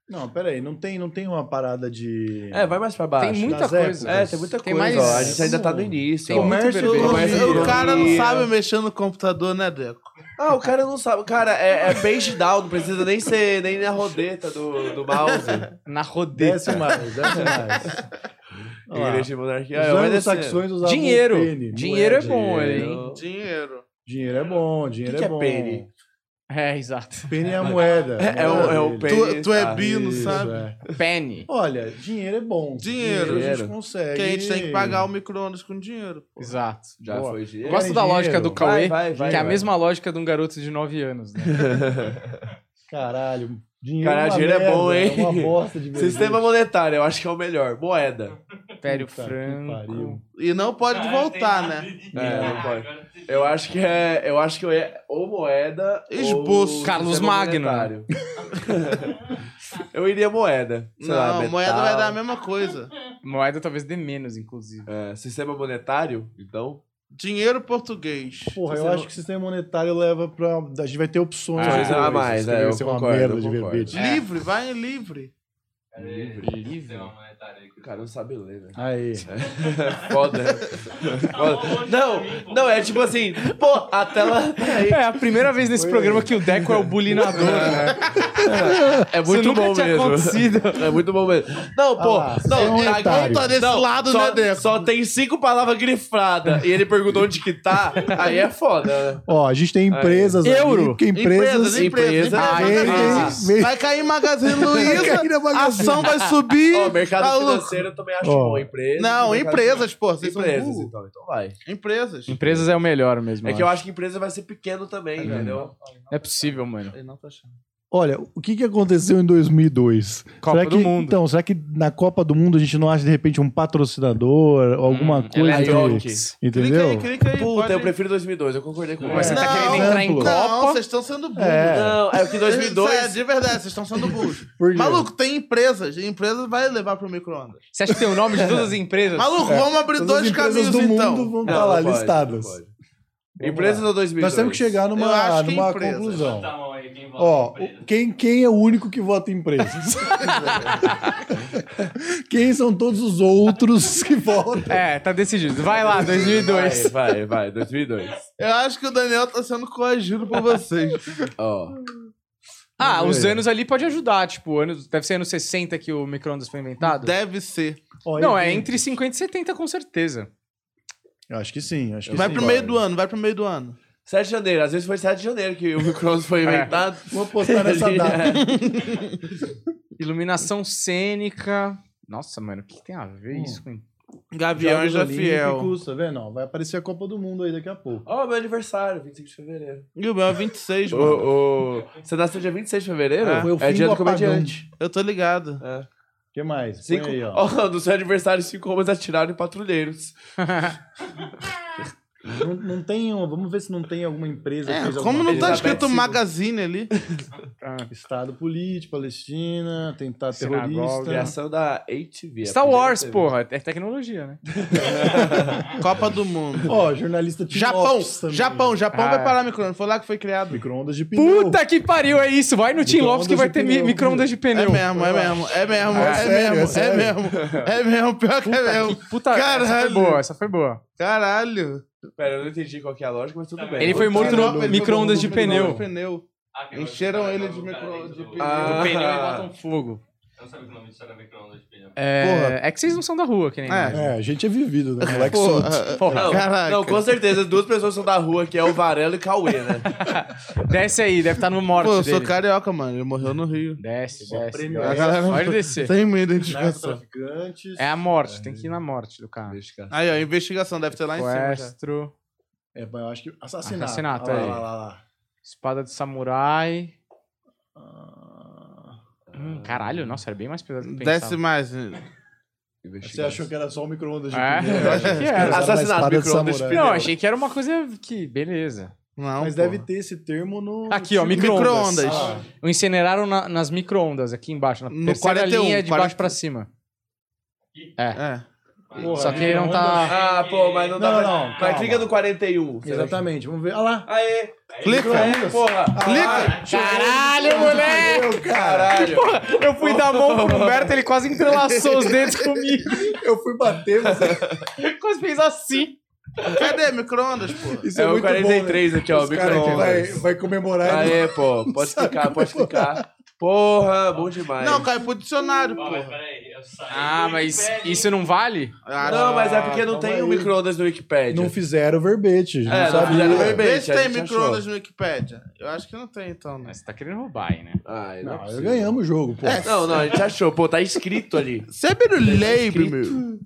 [SPEAKER 4] Não, peraí, não tem, não tem uma parada de.
[SPEAKER 3] é, vai mais pra baixo.
[SPEAKER 1] Tem muita
[SPEAKER 4] nas
[SPEAKER 1] coisa.
[SPEAKER 3] É, tem muita
[SPEAKER 1] Tem
[SPEAKER 3] coisa,
[SPEAKER 1] mais- um.
[SPEAKER 3] ó. A gente ainda tá no início,
[SPEAKER 1] Tem
[SPEAKER 3] ó.
[SPEAKER 1] muito
[SPEAKER 4] Comércio
[SPEAKER 1] bebê.
[SPEAKER 2] O-
[SPEAKER 3] Comércio
[SPEAKER 2] o cara não
[SPEAKER 3] economia.
[SPEAKER 2] sabe mexer no computador, né, Deco?
[SPEAKER 3] Ah, o cara não sabe. Cara, é, é page down, não precisa nem ser nem na rodeta do, do mouse.
[SPEAKER 1] Na rodeta.
[SPEAKER 4] Desce mais, desce mais. Olha lá.
[SPEAKER 3] Igreja e monarquia.
[SPEAKER 4] Os
[SPEAKER 3] Ah, vai descer.
[SPEAKER 4] anglo-saxões usavam
[SPEAKER 1] é, Dinheiro.
[SPEAKER 4] pene,
[SPEAKER 1] Dinheiro é
[SPEAKER 4] moeda.
[SPEAKER 1] bom, hein?
[SPEAKER 3] Dinheiro.
[SPEAKER 2] Dinheiro.
[SPEAKER 4] Dinheiro é bom, dinheiro
[SPEAKER 3] Que que
[SPEAKER 4] é
[SPEAKER 3] é
[SPEAKER 4] bom.
[SPEAKER 3] pene?
[SPEAKER 1] É, exato.
[SPEAKER 4] Pene é a moeda.
[SPEAKER 3] É, é o, é o
[SPEAKER 4] pene.
[SPEAKER 3] pene,
[SPEAKER 2] Tu- tu é
[SPEAKER 3] tá.
[SPEAKER 2] bi- Pino,
[SPEAKER 4] Isso,
[SPEAKER 2] sabe?
[SPEAKER 4] é.
[SPEAKER 1] Penny.
[SPEAKER 4] Olha, dinheiro é bom.
[SPEAKER 2] Dinheiro.
[SPEAKER 4] a gente
[SPEAKER 3] Dinheiro.
[SPEAKER 4] consegue.
[SPEAKER 2] Porque a gente tem que pagar o micro-ondas com dinheiro. pô.
[SPEAKER 1] Exato.
[SPEAKER 3] Já
[SPEAKER 4] Boa.
[SPEAKER 3] foi
[SPEAKER 1] Eu
[SPEAKER 3] dinheiro.
[SPEAKER 1] gosto da
[SPEAKER 4] Dinheiro.
[SPEAKER 1] lógica do Cauê,
[SPEAKER 3] Vai, vai, vai,
[SPEAKER 1] que é a
[SPEAKER 3] vai.
[SPEAKER 1] mesma lógica de um garoto de 9 anos, né?
[SPEAKER 4] Caralho. Dinheiro,
[SPEAKER 3] Caralho,
[SPEAKER 4] é uma
[SPEAKER 3] dinheiro é
[SPEAKER 4] merda,
[SPEAKER 3] bom, hein?
[SPEAKER 4] É uma bosta de verdade.
[SPEAKER 3] Sistema monetário, eu acho que é o melhor. Moeda.
[SPEAKER 1] Império
[SPEAKER 4] Puta que
[SPEAKER 1] Franco.
[SPEAKER 4] pariu.
[SPEAKER 2] E não
[SPEAKER 3] Ah,
[SPEAKER 2] pode
[SPEAKER 5] Cara,
[SPEAKER 2] voltar,
[SPEAKER 5] é, tem
[SPEAKER 2] né?
[SPEAKER 5] nada de-
[SPEAKER 3] É, não pode.
[SPEAKER 5] Agora você-
[SPEAKER 3] Eu acho que é. Eu acho que é ou moeda.
[SPEAKER 2] Esboço.
[SPEAKER 3] Ou
[SPEAKER 1] Carlos
[SPEAKER 3] sistema
[SPEAKER 1] Magno.
[SPEAKER 3] monetário. eu iria moeda. Sei
[SPEAKER 2] Não,
[SPEAKER 3] lá, metal.
[SPEAKER 2] moeda vai dar a mesma coisa.
[SPEAKER 1] Moeda talvez dê menos, inclusive.
[SPEAKER 3] É, sistema monetário, então.
[SPEAKER 2] Dinheiro português.
[SPEAKER 4] Porra, eu
[SPEAKER 3] Sistema-
[SPEAKER 4] acho que o sistema monetário leva pra. A gente vai ter opções.
[SPEAKER 1] Ah,
[SPEAKER 4] de
[SPEAKER 1] coisa
[SPEAKER 4] coisas.
[SPEAKER 3] a mais,
[SPEAKER 4] Deveria
[SPEAKER 3] é, eu
[SPEAKER 4] ser uma
[SPEAKER 3] concordo,
[SPEAKER 4] merda
[SPEAKER 3] eu
[SPEAKER 4] de
[SPEAKER 3] concordo.
[SPEAKER 4] verbete.
[SPEAKER 1] É.
[SPEAKER 2] Livre, vai em livre.
[SPEAKER 5] Cadê
[SPEAKER 3] Livre.
[SPEAKER 5] o sistema monetário aí?
[SPEAKER 3] O cara não sabe ler, né?
[SPEAKER 4] Aí.
[SPEAKER 3] Foda. Foda. Não, não, é tipo assim, pô, a tela tá aí.
[SPEAKER 1] É a primeira vez nesse programa que o Deco é o bulinador, né?
[SPEAKER 3] É muito
[SPEAKER 1] Isso nunca
[SPEAKER 3] bom
[SPEAKER 1] tinha
[SPEAKER 3] mesmo.
[SPEAKER 1] acontecido.
[SPEAKER 3] É muito bom mesmo. Não,
[SPEAKER 4] Ah
[SPEAKER 3] pô,
[SPEAKER 4] lá,
[SPEAKER 3] não,
[SPEAKER 4] sistema
[SPEAKER 3] tá-
[SPEAKER 4] monetário.
[SPEAKER 2] Tá desse
[SPEAKER 3] não,
[SPEAKER 2] lado,
[SPEAKER 3] só,
[SPEAKER 2] né, Deco?
[SPEAKER 3] Só tem cinco palavras grifadas e ele perguntou onde que tá, aí é foda, né?
[SPEAKER 4] Ó, a gente tem empresas.
[SPEAKER 1] Aí.
[SPEAKER 4] ali,
[SPEAKER 1] Euro.
[SPEAKER 4] porque empresas.
[SPEAKER 2] empresas, empresas.
[SPEAKER 3] empresa.
[SPEAKER 1] Ah,
[SPEAKER 2] empresas.
[SPEAKER 1] empresa.
[SPEAKER 4] Vem, vem,
[SPEAKER 2] Vai cair em Magazine
[SPEAKER 4] Vai
[SPEAKER 2] Luiza,
[SPEAKER 4] cair na
[SPEAKER 2] a
[SPEAKER 4] Magazine.
[SPEAKER 2] ação vai subir.
[SPEAKER 3] Ó, mercado
[SPEAKER 2] Tá louco.
[SPEAKER 3] financeiro eu também acho
[SPEAKER 4] Ó.
[SPEAKER 3] bom, empresa.
[SPEAKER 2] Não,
[SPEAKER 3] mercado
[SPEAKER 2] empresas, pô.
[SPEAKER 3] financeiro.
[SPEAKER 2] Vocês são
[SPEAKER 3] Empresas,
[SPEAKER 2] burro.
[SPEAKER 3] então, então vai.
[SPEAKER 2] Empresas.
[SPEAKER 1] Empresas é o melhor mesmo.
[SPEAKER 3] É que eu acho que empresa vai ser pequeno também,
[SPEAKER 4] Uhum.
[SPEAKER 3] entendeu?
[SPEAKER 1] Não é possível, mano.
[SPEAKER 2] Ele não tá achando.
[SPEAKER 4] Olha, o que, que aconteceu em 2002?
[SPEAKER 1] Copa
[SPEAKER 4] será que,
[SPEAKER 1] do Mundo.
[SPEAKER 4] Então, será que na Copa do Mundo a gente não acha de repente um patrocinador, alguma
[SPEAKER 1] Hum,
[SPEAKER 4] coisa?
[SPEAKER 1] Aí,
[SPEAKER 3] Aí,
[SPEAKER 1] eletroque.
[SPEAKER 4] Que,
[SPEAKER 3] ok.
[SPEAKER 4] entendeu?
[SPEAKER 2] Clica aí, clica aí.
[SPEAKER 3] Puta,
[SPEAKER 2] pode
[SPEAKER 3] eu
[SPEAKER 2] ir.
[SPEAKER 3] prefiro 2002, eu concordei com
[SPEAKER 1] Mas você tá
[SPEAKER 2] Não,
[SPEAKER 1] querendo entrar em
[SPEAKER 4] exemplo.
[SPEAKER 1] Copa?
[SPEAKER 2] Não, vocês estão sendo burros.
[SPEAKER 4] É.
[SPEAKER 3] Não, é que
[SPEAKER 2] É,
[SPEAKER 3] 2002...
[SPEAKER 2] de verdade, vocês estão sendo burros.
[SPEAKER 4] Por quê?
[SPEAKER 2] Maluco, tem empresas. E empresas vai levar pro micro-ondas.
[SPEAKER 1] Você acha que tem o nome de todas as empresas?
[SPEAKER 2] Maluco, vamos abrir
[SPEAKER 4] É. Todas
[SPEAKER 2] dois
[SPEAKER 4] as empresas
[SPEAKER 2] caminhos
[SPEAKER 4] do
[SPEAKER 2] então.
[SPEAKER 4] mundo vão
[SPEAKER 3] Não,
[SPEAKER 4] estar tá lá
[SPEAKER 3] não pode,
[SPEAKER 4] listadas.
[SPEAKER 3] não pode. Empresas ou 2002?
[SPEAKER 4] Nós temos que chegar
[SPEAKER 2] Eu
[SPEAKER 4] numa,
[SPEAKER 2] acho que
[SPEAKER 4] numa
[SPEAKER 2] empresa.
[SPEAKER 4] conclusão.
[SPEAKER 5] Levanta a mão aí, quem vota
[SPEAKER 4] Ó,
[SPEAKER 5] em empresa.
[SPEAKER 4] o- quem, quem é o único que vota em empresas? quem são todos os outros que votam?
[SPEAKER 1] É, tá decidido. Vai lá, 2002.
[SPEAKER 3] Vai, vai, vai, 2002.
[SPEAKER 2] Eu acho que o Daniel tá sendo coagido por vocês.
[SPEAKER 3] Ó.
[SPEAKER 1] Ah, os anos ali pode ajudar, tipo, anos, deve ser anos 60 que o micro-ondas foi
[SPEAKER 4] Tá.
[SPEAKER 1] inventado.
[SPEAKER 2] Deve ser.
[SPEAKER 4] Ó,
[SPEAKER 1] Não,
[SPEAKER 4] enfim.
[SPEAKER 1] é entre 50 e 70, com certeza.
[SPEAKER 4] Eu Acho que sim, acho que
[SPEAKER 2] Vai
[SPEAKER 4] sim.
[SPEAKER 2] pro meio do ano, vai pro meio do ano.
[SPEAKER 3] 7 de janeiro, às vezes foi 7 de janeiro que o micro-ondas foi inventado.
[SPEAKER 4] É.
[SPEAKER 3] é.
[SPEAKER 4] Vou postar nessa data.
[SPEAKER 1] Iluminação cênica. Nossa, mano, o que que tem a ver isso com.
[SPEAKER 2] Gaviões da
[SPEAKER 4] Jogos
[SPEAKER 2] é Fiel.
[SPEAKER 4] Olímpicos, tá vendo? Ó, Vai aparecer a Copa do Mundo aí daqui a pouco.
[SPEAKER 3] Ó, meu aniversário, 25 de fevereiro.
[SPEAKER 2] E o meu é 26,
[SPEAKER 3] Ô,
[SPEAKER 2] mano.
[SPEAKER 3] ô, Você nasceu dia 26 de fevereiro?
[SPEAKER 2] É,
[SPEAKER 4] Foi o fim
[SPEAKER 3] dia
[SPEAKER 4] do
[SPEAKER 3] do
[SPEAKER 4] apagão.
[SPEAKER 3] comediante.
[SPEAKER 2] Eu tô ligado.
[SPEAKER 3] É.
[SPEAKER 4] O que mais? Põe
[SPEAKER 3] Cinco,
[SPEAKER 4] aí, ó.
[SPEAKER 3] ó, no seu aniversário, cinco homens atiraram em patrulheiros.
[SPEAKER 7] Não, não tem. um- Vamos ver se não tem alguma empresa. que
[SPEAKER 2] É,
[SPEAKER 7] fez
[SPEAKER 2] como
[SPEAKER 7] alguma
[SPEAKER 2] não tá
[SPEAKER 7] coisa.
[SPEAKER 2] escrito
[SPEAKER 7] Elizabeth
[SPEAKER 2] magazine ali?
[SPEAKER 7] Caraca, Estado político, Palestina, tentar
[SPEAKER 2] Sinagoga.
[SPEAKER 7] terrorista.
[SPEAKER 3] Criação da ATV. a
[SPEAKER 1] Star
[SPEAKER 3] primeira
[SPEAKER 1] Wars,
[SPEAKER 3] TV.
[SPEAKER 1] porra, é tecnologia, né?
[SPEAKER 2] Copa do Mundo.
[SPEAKER 7] Ó, jornalista Tim
[SPEAKER 2] Japão,
[SPEAKER 7] Lopes também.
[SPEAKER 2] Japão, Japão
[SPEAKER 1] Ah,
[SPEAKER 2] vai
[SPEAKER 1] é.
[SPEAKER 2] parar micro-ondas. Foi lá que foi criado.
[SPEAKER 7] Micro-ondas de pneu.
[SPEAKER 1] Puta que pariu, é isso. Vai no Tim Lopes que vai ter mi-
[SPEAKER 7] Micro-ondas de pneu.
[SPEAKER 1] micro-ondas de
[SPEAKER 2] É
[SPEAKER 1] pneu.
[SPEAKER 2] mesmo, é mesmo, é mesmo,
[SPEAKER 1] Ah, é
[SPEAKER 2] é
[SPEAKER 4] sério, é
[SPEAKER 2] mesmo, é
[SPEAKER 4] sério.
[SPEAKER 2] mesmo, é mesmo, pior que é
[SPEAKER 1] Puta,
[SPEAKER 2] mesmo.
[SPEAKER 1] que- puta essa foi
[SPEAKER 2] Caralho.
[SPEAKER 1] boa, essa foi boa.
[SPEAKER 2] Caralho.
[SPEAKER 3] Pera, eu não entendi qual que é a lógica, mas tudo bem.
[SPEAKER 1] Tá Ele foi morto
[SPEAKER 2] Caralho,
[SPEAKER 1] no
[SPEAKER 2] ele
[SPEAKER 1] micro-ondas de
[SPEAKER 2] foi morto no
[SPEAKER 1] pneu.
[SPEAKER 2] micro-ondas de
[SPEAKER 5] Ah,
[SPEAKER 2] Encheram
[SPEAKER 5] um
[SPEAKER 2] ele de micro- de pneu.
[SPEAKER 1] O
[SPEAKER 3] Ah.
[SPEAKER 1] pneu e botam fogo.
[SPEAKER 5] Eu não sabia que o nome disso era micro-ondas de pneu.
[SPEAKER 1] É,
[SPEAKER 2] Porra.
[SPEAKER 1] é que vocês não são da rua, que nem.
[SPEAKER 2] É.
[SPEAKER 1] nós.
[SPEAKER 4] É, a gente é vivido, né?
[SPEAKER 2] pneu.
[SPEAKER 4] Moleque
[SPEAKER 2] Pô,
[SPEAKER 4] solto.
[SPEAKER 2] ah,
[SPEAKER 1] Porra.
[SPEAKER 3] Não,
[SPEAKER 2] Caraca.
[SPEAKER 3] não, com certeza, duas pessoas são da rua, que é o Varela e o Cauê, né?
[SPEAKER 1] Desce aí, deve estar no morte
[SPEAKER 2] Pô, eu
[SPEAKER 1] dele.
[SPEAKER 2] sou carioca, mano. Ele morreu no Rio.
[SPEAKER 1] Desce, desce.
[SPEAKER 7] prêmio
[SPEAKER 1] desce.
[SPEAKER 2] A galera não-
[SPEAKER 1] Pode descer.
[SPEAKER 2] Sem medo de investigação.
[SPEAKER 7] Narcotraficantes.
[SPEAKER 1] É a morte, tem que ir na morte do cara.
[SPEAKER 2] Aí, ó, investigação deve ter lá em cima. já.
[SPEAKER 1] Sequestro,
[SPEAKER 7] É, mas eu acho que assassinato.
[SPEAKER 1] Assassinato,
[SPEAKER 7] Ah,
[SPEAKER 1] é.
[SPEAKER 7] lá, lá, lá, lá.
[SPEAKER 1] espada de samurai.
[SPEAKER 7] Ah,
[SPEAKER 1] Hum, caralho, nossa, era bem mais pesado do que eu
[SPEAKER 2] Desce
[SPEAKER 1] pensava.
[SPEAKER 2] mais.
[SPEAKER 7] Você achou que era só o micro-ondas de
[SPEAKER 1] É,
[SPEAKER 7] pneu?
[SPEAKER 1] eu achei que era.
[SPEAKER 4] Cara,
[SPEAKER 3] Assassinato,
[SPEAKER 4] espada de
[SPEAKER 3] micro-ondas de
[SPEAKER 4] samurai.
[SPEAKER 1] Não,
[SPEAKER 3] pneu.
[SPEAKER 1] achei que era uma coisa que. Beleza.
[SPEAKER 2] Não,
[SPEAKER 7] Mas
[SPEAKER 2] porra.
[SPEAKER 7] deve ter esse termo no.
[SPEAKER 1] Aqui, ó, micro-ondas.
[SPEAKER 2] Micro-ondas.
[SPEAKER 7] Ah,
[SPEAKER 1] O incineraram na- nas micro-ondas, aqui embaixo, na
[SPEAKER 2] No
[SPEAKER 1] terceira
[SPEAKER 2] 41,
[SPEAKER 1] linha de
[SPEAKER 2] 40.
[SPEAKER 1] baixo pra cima.
[SPEAKER 2] É.
[SPEAKER 7] porra,
[SPEAKER 4] né?
[SPEAKER 1] Só que ele não tá.
[SPEAKER 3] Ah, pô, mas não dá
[SPEAKER 7] Não,
[SPEAKER 3] pra-
[SPEAKER 7] não,
[SPEAKER 3] Mas
[SPEAKER 7] calma.
[SPEAKER 3] clica no 41. será que-
[SPEAKER 7] Exatamente, vamos ver. Ah lá.
[SPEAKER 3] Aê!
[SPEAKER 2] Clica.
[SPEAKER 3] Clica, porra!
[SPEAKER 2] Clica.
[SPEAKER 1] Caralho, moleque!
[SPEAKER 4] Eu, cara,
[SPEAKER 3] Caralho!
[SPEAKER 1] Eu fui dar a mão pro Humberto, ele quase entrelaçou os dedos comigo.
[SPEAKER 4] eu fui bater, mas
[SPEAKER 1] Ele quase fez assim.
[SPEAKER 2] Cadê micro-ondas, pô?
[SPEAKER 4] isso
[SPEAKER 3] É,
[SPEAKER 4] é,
[SPEAKER 3] o
[SPEAKER 4] muito
[SPEAKER 3] 43 aqui, ó,
[SPEAKER 4] bom. né? Os cara que vai,
[SPEAKER 3] micro-ondas.
[SPEAKER 4] vai comemorar. ele-
[SPEAKER 3] Aê, pô, pode clicar, pode clicar. Porra, bom demais.
[SPEAKER 2] Não, cai pro dicionário,
[SPEAKER 5] Ah, mas
[SPEAKER 2] porra.
[SPEAKER 5] peraí, eu saí.
[SPEAKER 1] Ah,
[SPEAKER 5] do
[SPEAKER 1] mas
[SPEAKER 5] Wikipedia.
[SPEAKER 1] isso não vale?
[SPEAKER 2] Ah,
[SPEAKER 3] Não, mas é porque não
[SPEAKER 7] calma
[SPEAKER 3] tem
[SPEAKER 7] aí.
[SPEAKER 3] o micro-ondas no Wikipedia.
[SPEAKER 4] Não fizeram verbete, não
[SPEAKER 3] É, não
[SPEAKER 4] sabia.
[SPEAKER 3] fizeram verbete.
[SPEAKER 2] Ah. Vê se
[SPEAKER 3] a
[SPEAKER 2] tem
[SPEAKER 3] gente
[SPEAKER 2] micro-ondas no Wikipedia. Eu acho que não tem, então, né?
[SPEAKER 1] Mas você tá querendo roubar aí, né?
[SPEAKER 3] Ai, não, é
[SPEAKER 4] Não, eu um.
[SPEAKER 3] possível.
[SPEAKER 4] ganhamos o jogo, pô.
[SPEAKER 3] Não, não, a gente achou. Pô, tá escrito ali.
[SPEAKER 2] Você é birulei,
[SPEAKER 3] escrito.
[SPEAKER 2] meu.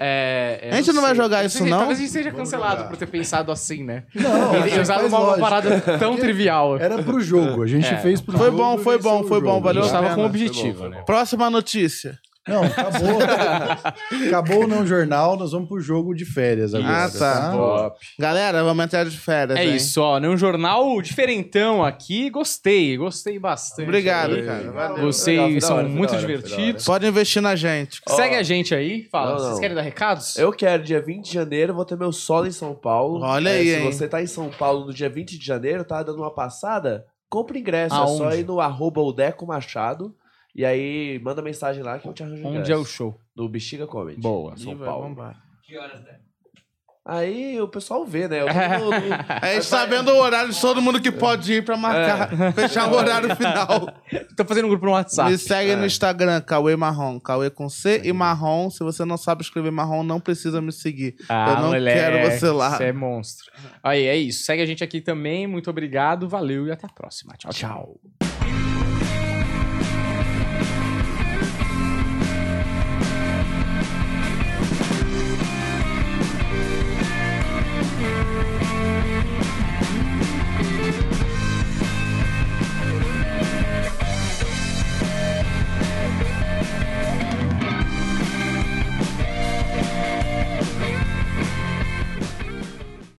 [SPEAKER 1] É, eu
[SPEAKER 2] A gente não vai
[SPEAKER 1] sei.
[SPEAKER 2] jogar
[SPEAKER 1] Eu
[SPEAKER 2] isso,
[SPEAKER 1] sei,
[SPEAKER 2] não?
[SPEAKER 1] Talvez a gente seja cancelado por ter pensado assim, né?
[SPEAKER 4] Não,
[SPEAKER 1] E usado
[SPEAKER 4] faz
[SPEAKER 1] uma, uma
[SPEAKER 4] lógica. É,
[SPEAKER 1] parada tão trivial.
[SPEAKER 4] Era pro jogo, a gente
[SPEAKER 1] É.
[SPEAKER 4] fez pro
[SPEAKER 2] Foi
[SPEAKER 4] jogo.
[SPEAKER 2] bom,
[SPEAKER 4] e
[SPEAKER 2] foi
[SPEAKER 4] venceu
[SPEAKER 2] bom,
[SPEAKER 4] o
[SPEAKER 2] foi
[SPEAKER 4] jogo.
[SPEAKER 2] bom,
[SPEAKER 1] A
[SPEAKER 2] valeu
[SPEAKER 1] gente
[SPEAKER 2] a
[SPEAKER 1] tava
[SPEAKER 2] pena.
[SPEAKER 1] com um
[SPEAKER 2] Foi
[SPEAKER 1] objetivo,
[SPEAKER 3] Tá bom, foi
[SPEAKER 1] né?
[SPEAKER 2] Próxima notícia.
[SPEAKER 4] Não, acabou. acabou o não jornal, nós vamos pro jogo de férias agora.
[SPEAKER 2] Ah, tá.
[SPEAKER 1] Boa.
[SPEAKER 2] Galera, vamos entrar de férias,
[SPEAKER 1] É
[SPEAKER 2] hein?
[SPEAKER 1] isso, ó. Num jornal diferentão aqui, gostei, gostei bastante.
[SPEAKER 2] Obrigado,
[SPEAKER 1] Aí.
[SPEAKER 2] cara. Valeu.
[SPEAKER 1] Vocês
[SPEAKER 3] Legal, foi da
[SPEAKER 1] são
[SPEAKER 3] hora, foi
[SPEAKER 1] muito
[SPEAKER 3] da hora, foi da hora.
[SPEAKER 1] divertidos.
[SPEAKER 2] Pode investir na gente.
[SPEAKER 3] Ó.
[SPEAKER 1] Segue a gente aí, fala.
[SPEAKER 3] Não,
[SPEAKER 1] Vocês
[SPEAKER 3] não.
[SPEAKER 1] querem dar recados?
[SPEAKER 3] Eu quero, dia 20 de janeiro, vou ter meu solo em São Paulo.
[SPEAKER 2] Olha
[SPEAKER 3] É,
[SPEAKER 2] aí,
[SPEAKER 3] Se
[SPEAKER 2] hein?
[SPEAKER 3] você tá em São Paulo no dia 20 de janeiro, tá dando uma passada, compra ingresso. É só
[SPEAKER 1] Aonde?
[SPEAKER 3] ir no arroba o Deco Machado. E aí, manda mensagem lá que eu te arranjo
[SPEAKER 1] Onde
[SPEAKER 3] ingresso.
[SPEAKER 1] é o show?
[SPEAKER 3] No Bexiga Comedy.
[SPEAKER 1] Boa.
[SPEAKER 3] São
[SPEAKER 2] Ih, vai
[SPEAKER 3] Paulo.
[SPEAKER 2] bombar.
[SPEAKER 5] Que horas é?
[SPEAKER 3] Aí o pessoal vê, né? Eu tô no- no-
[SPEAKER 2] A gente tá vendo o horário de todo mundo que pode ir pra marcar, fechar o horário final.
[SPEAKER 1] Tô fazendo um grupo no WhatsApp.
[SPEAKER 2] Me segue
[SPEAKER 3] É.
[SPEAKER 2] no Instagram, Cauê Marrom. Cauê com C e Marrom. Se você não sabe escrever Marrom, não precisa me seguir. eu não quero você lá.
[SPEAKER 1] Você Ah, é monstro. Aí, é isso. Segue a gente aqui também. Muito obrigado, valeu e até a próxima. Tchau, tchau.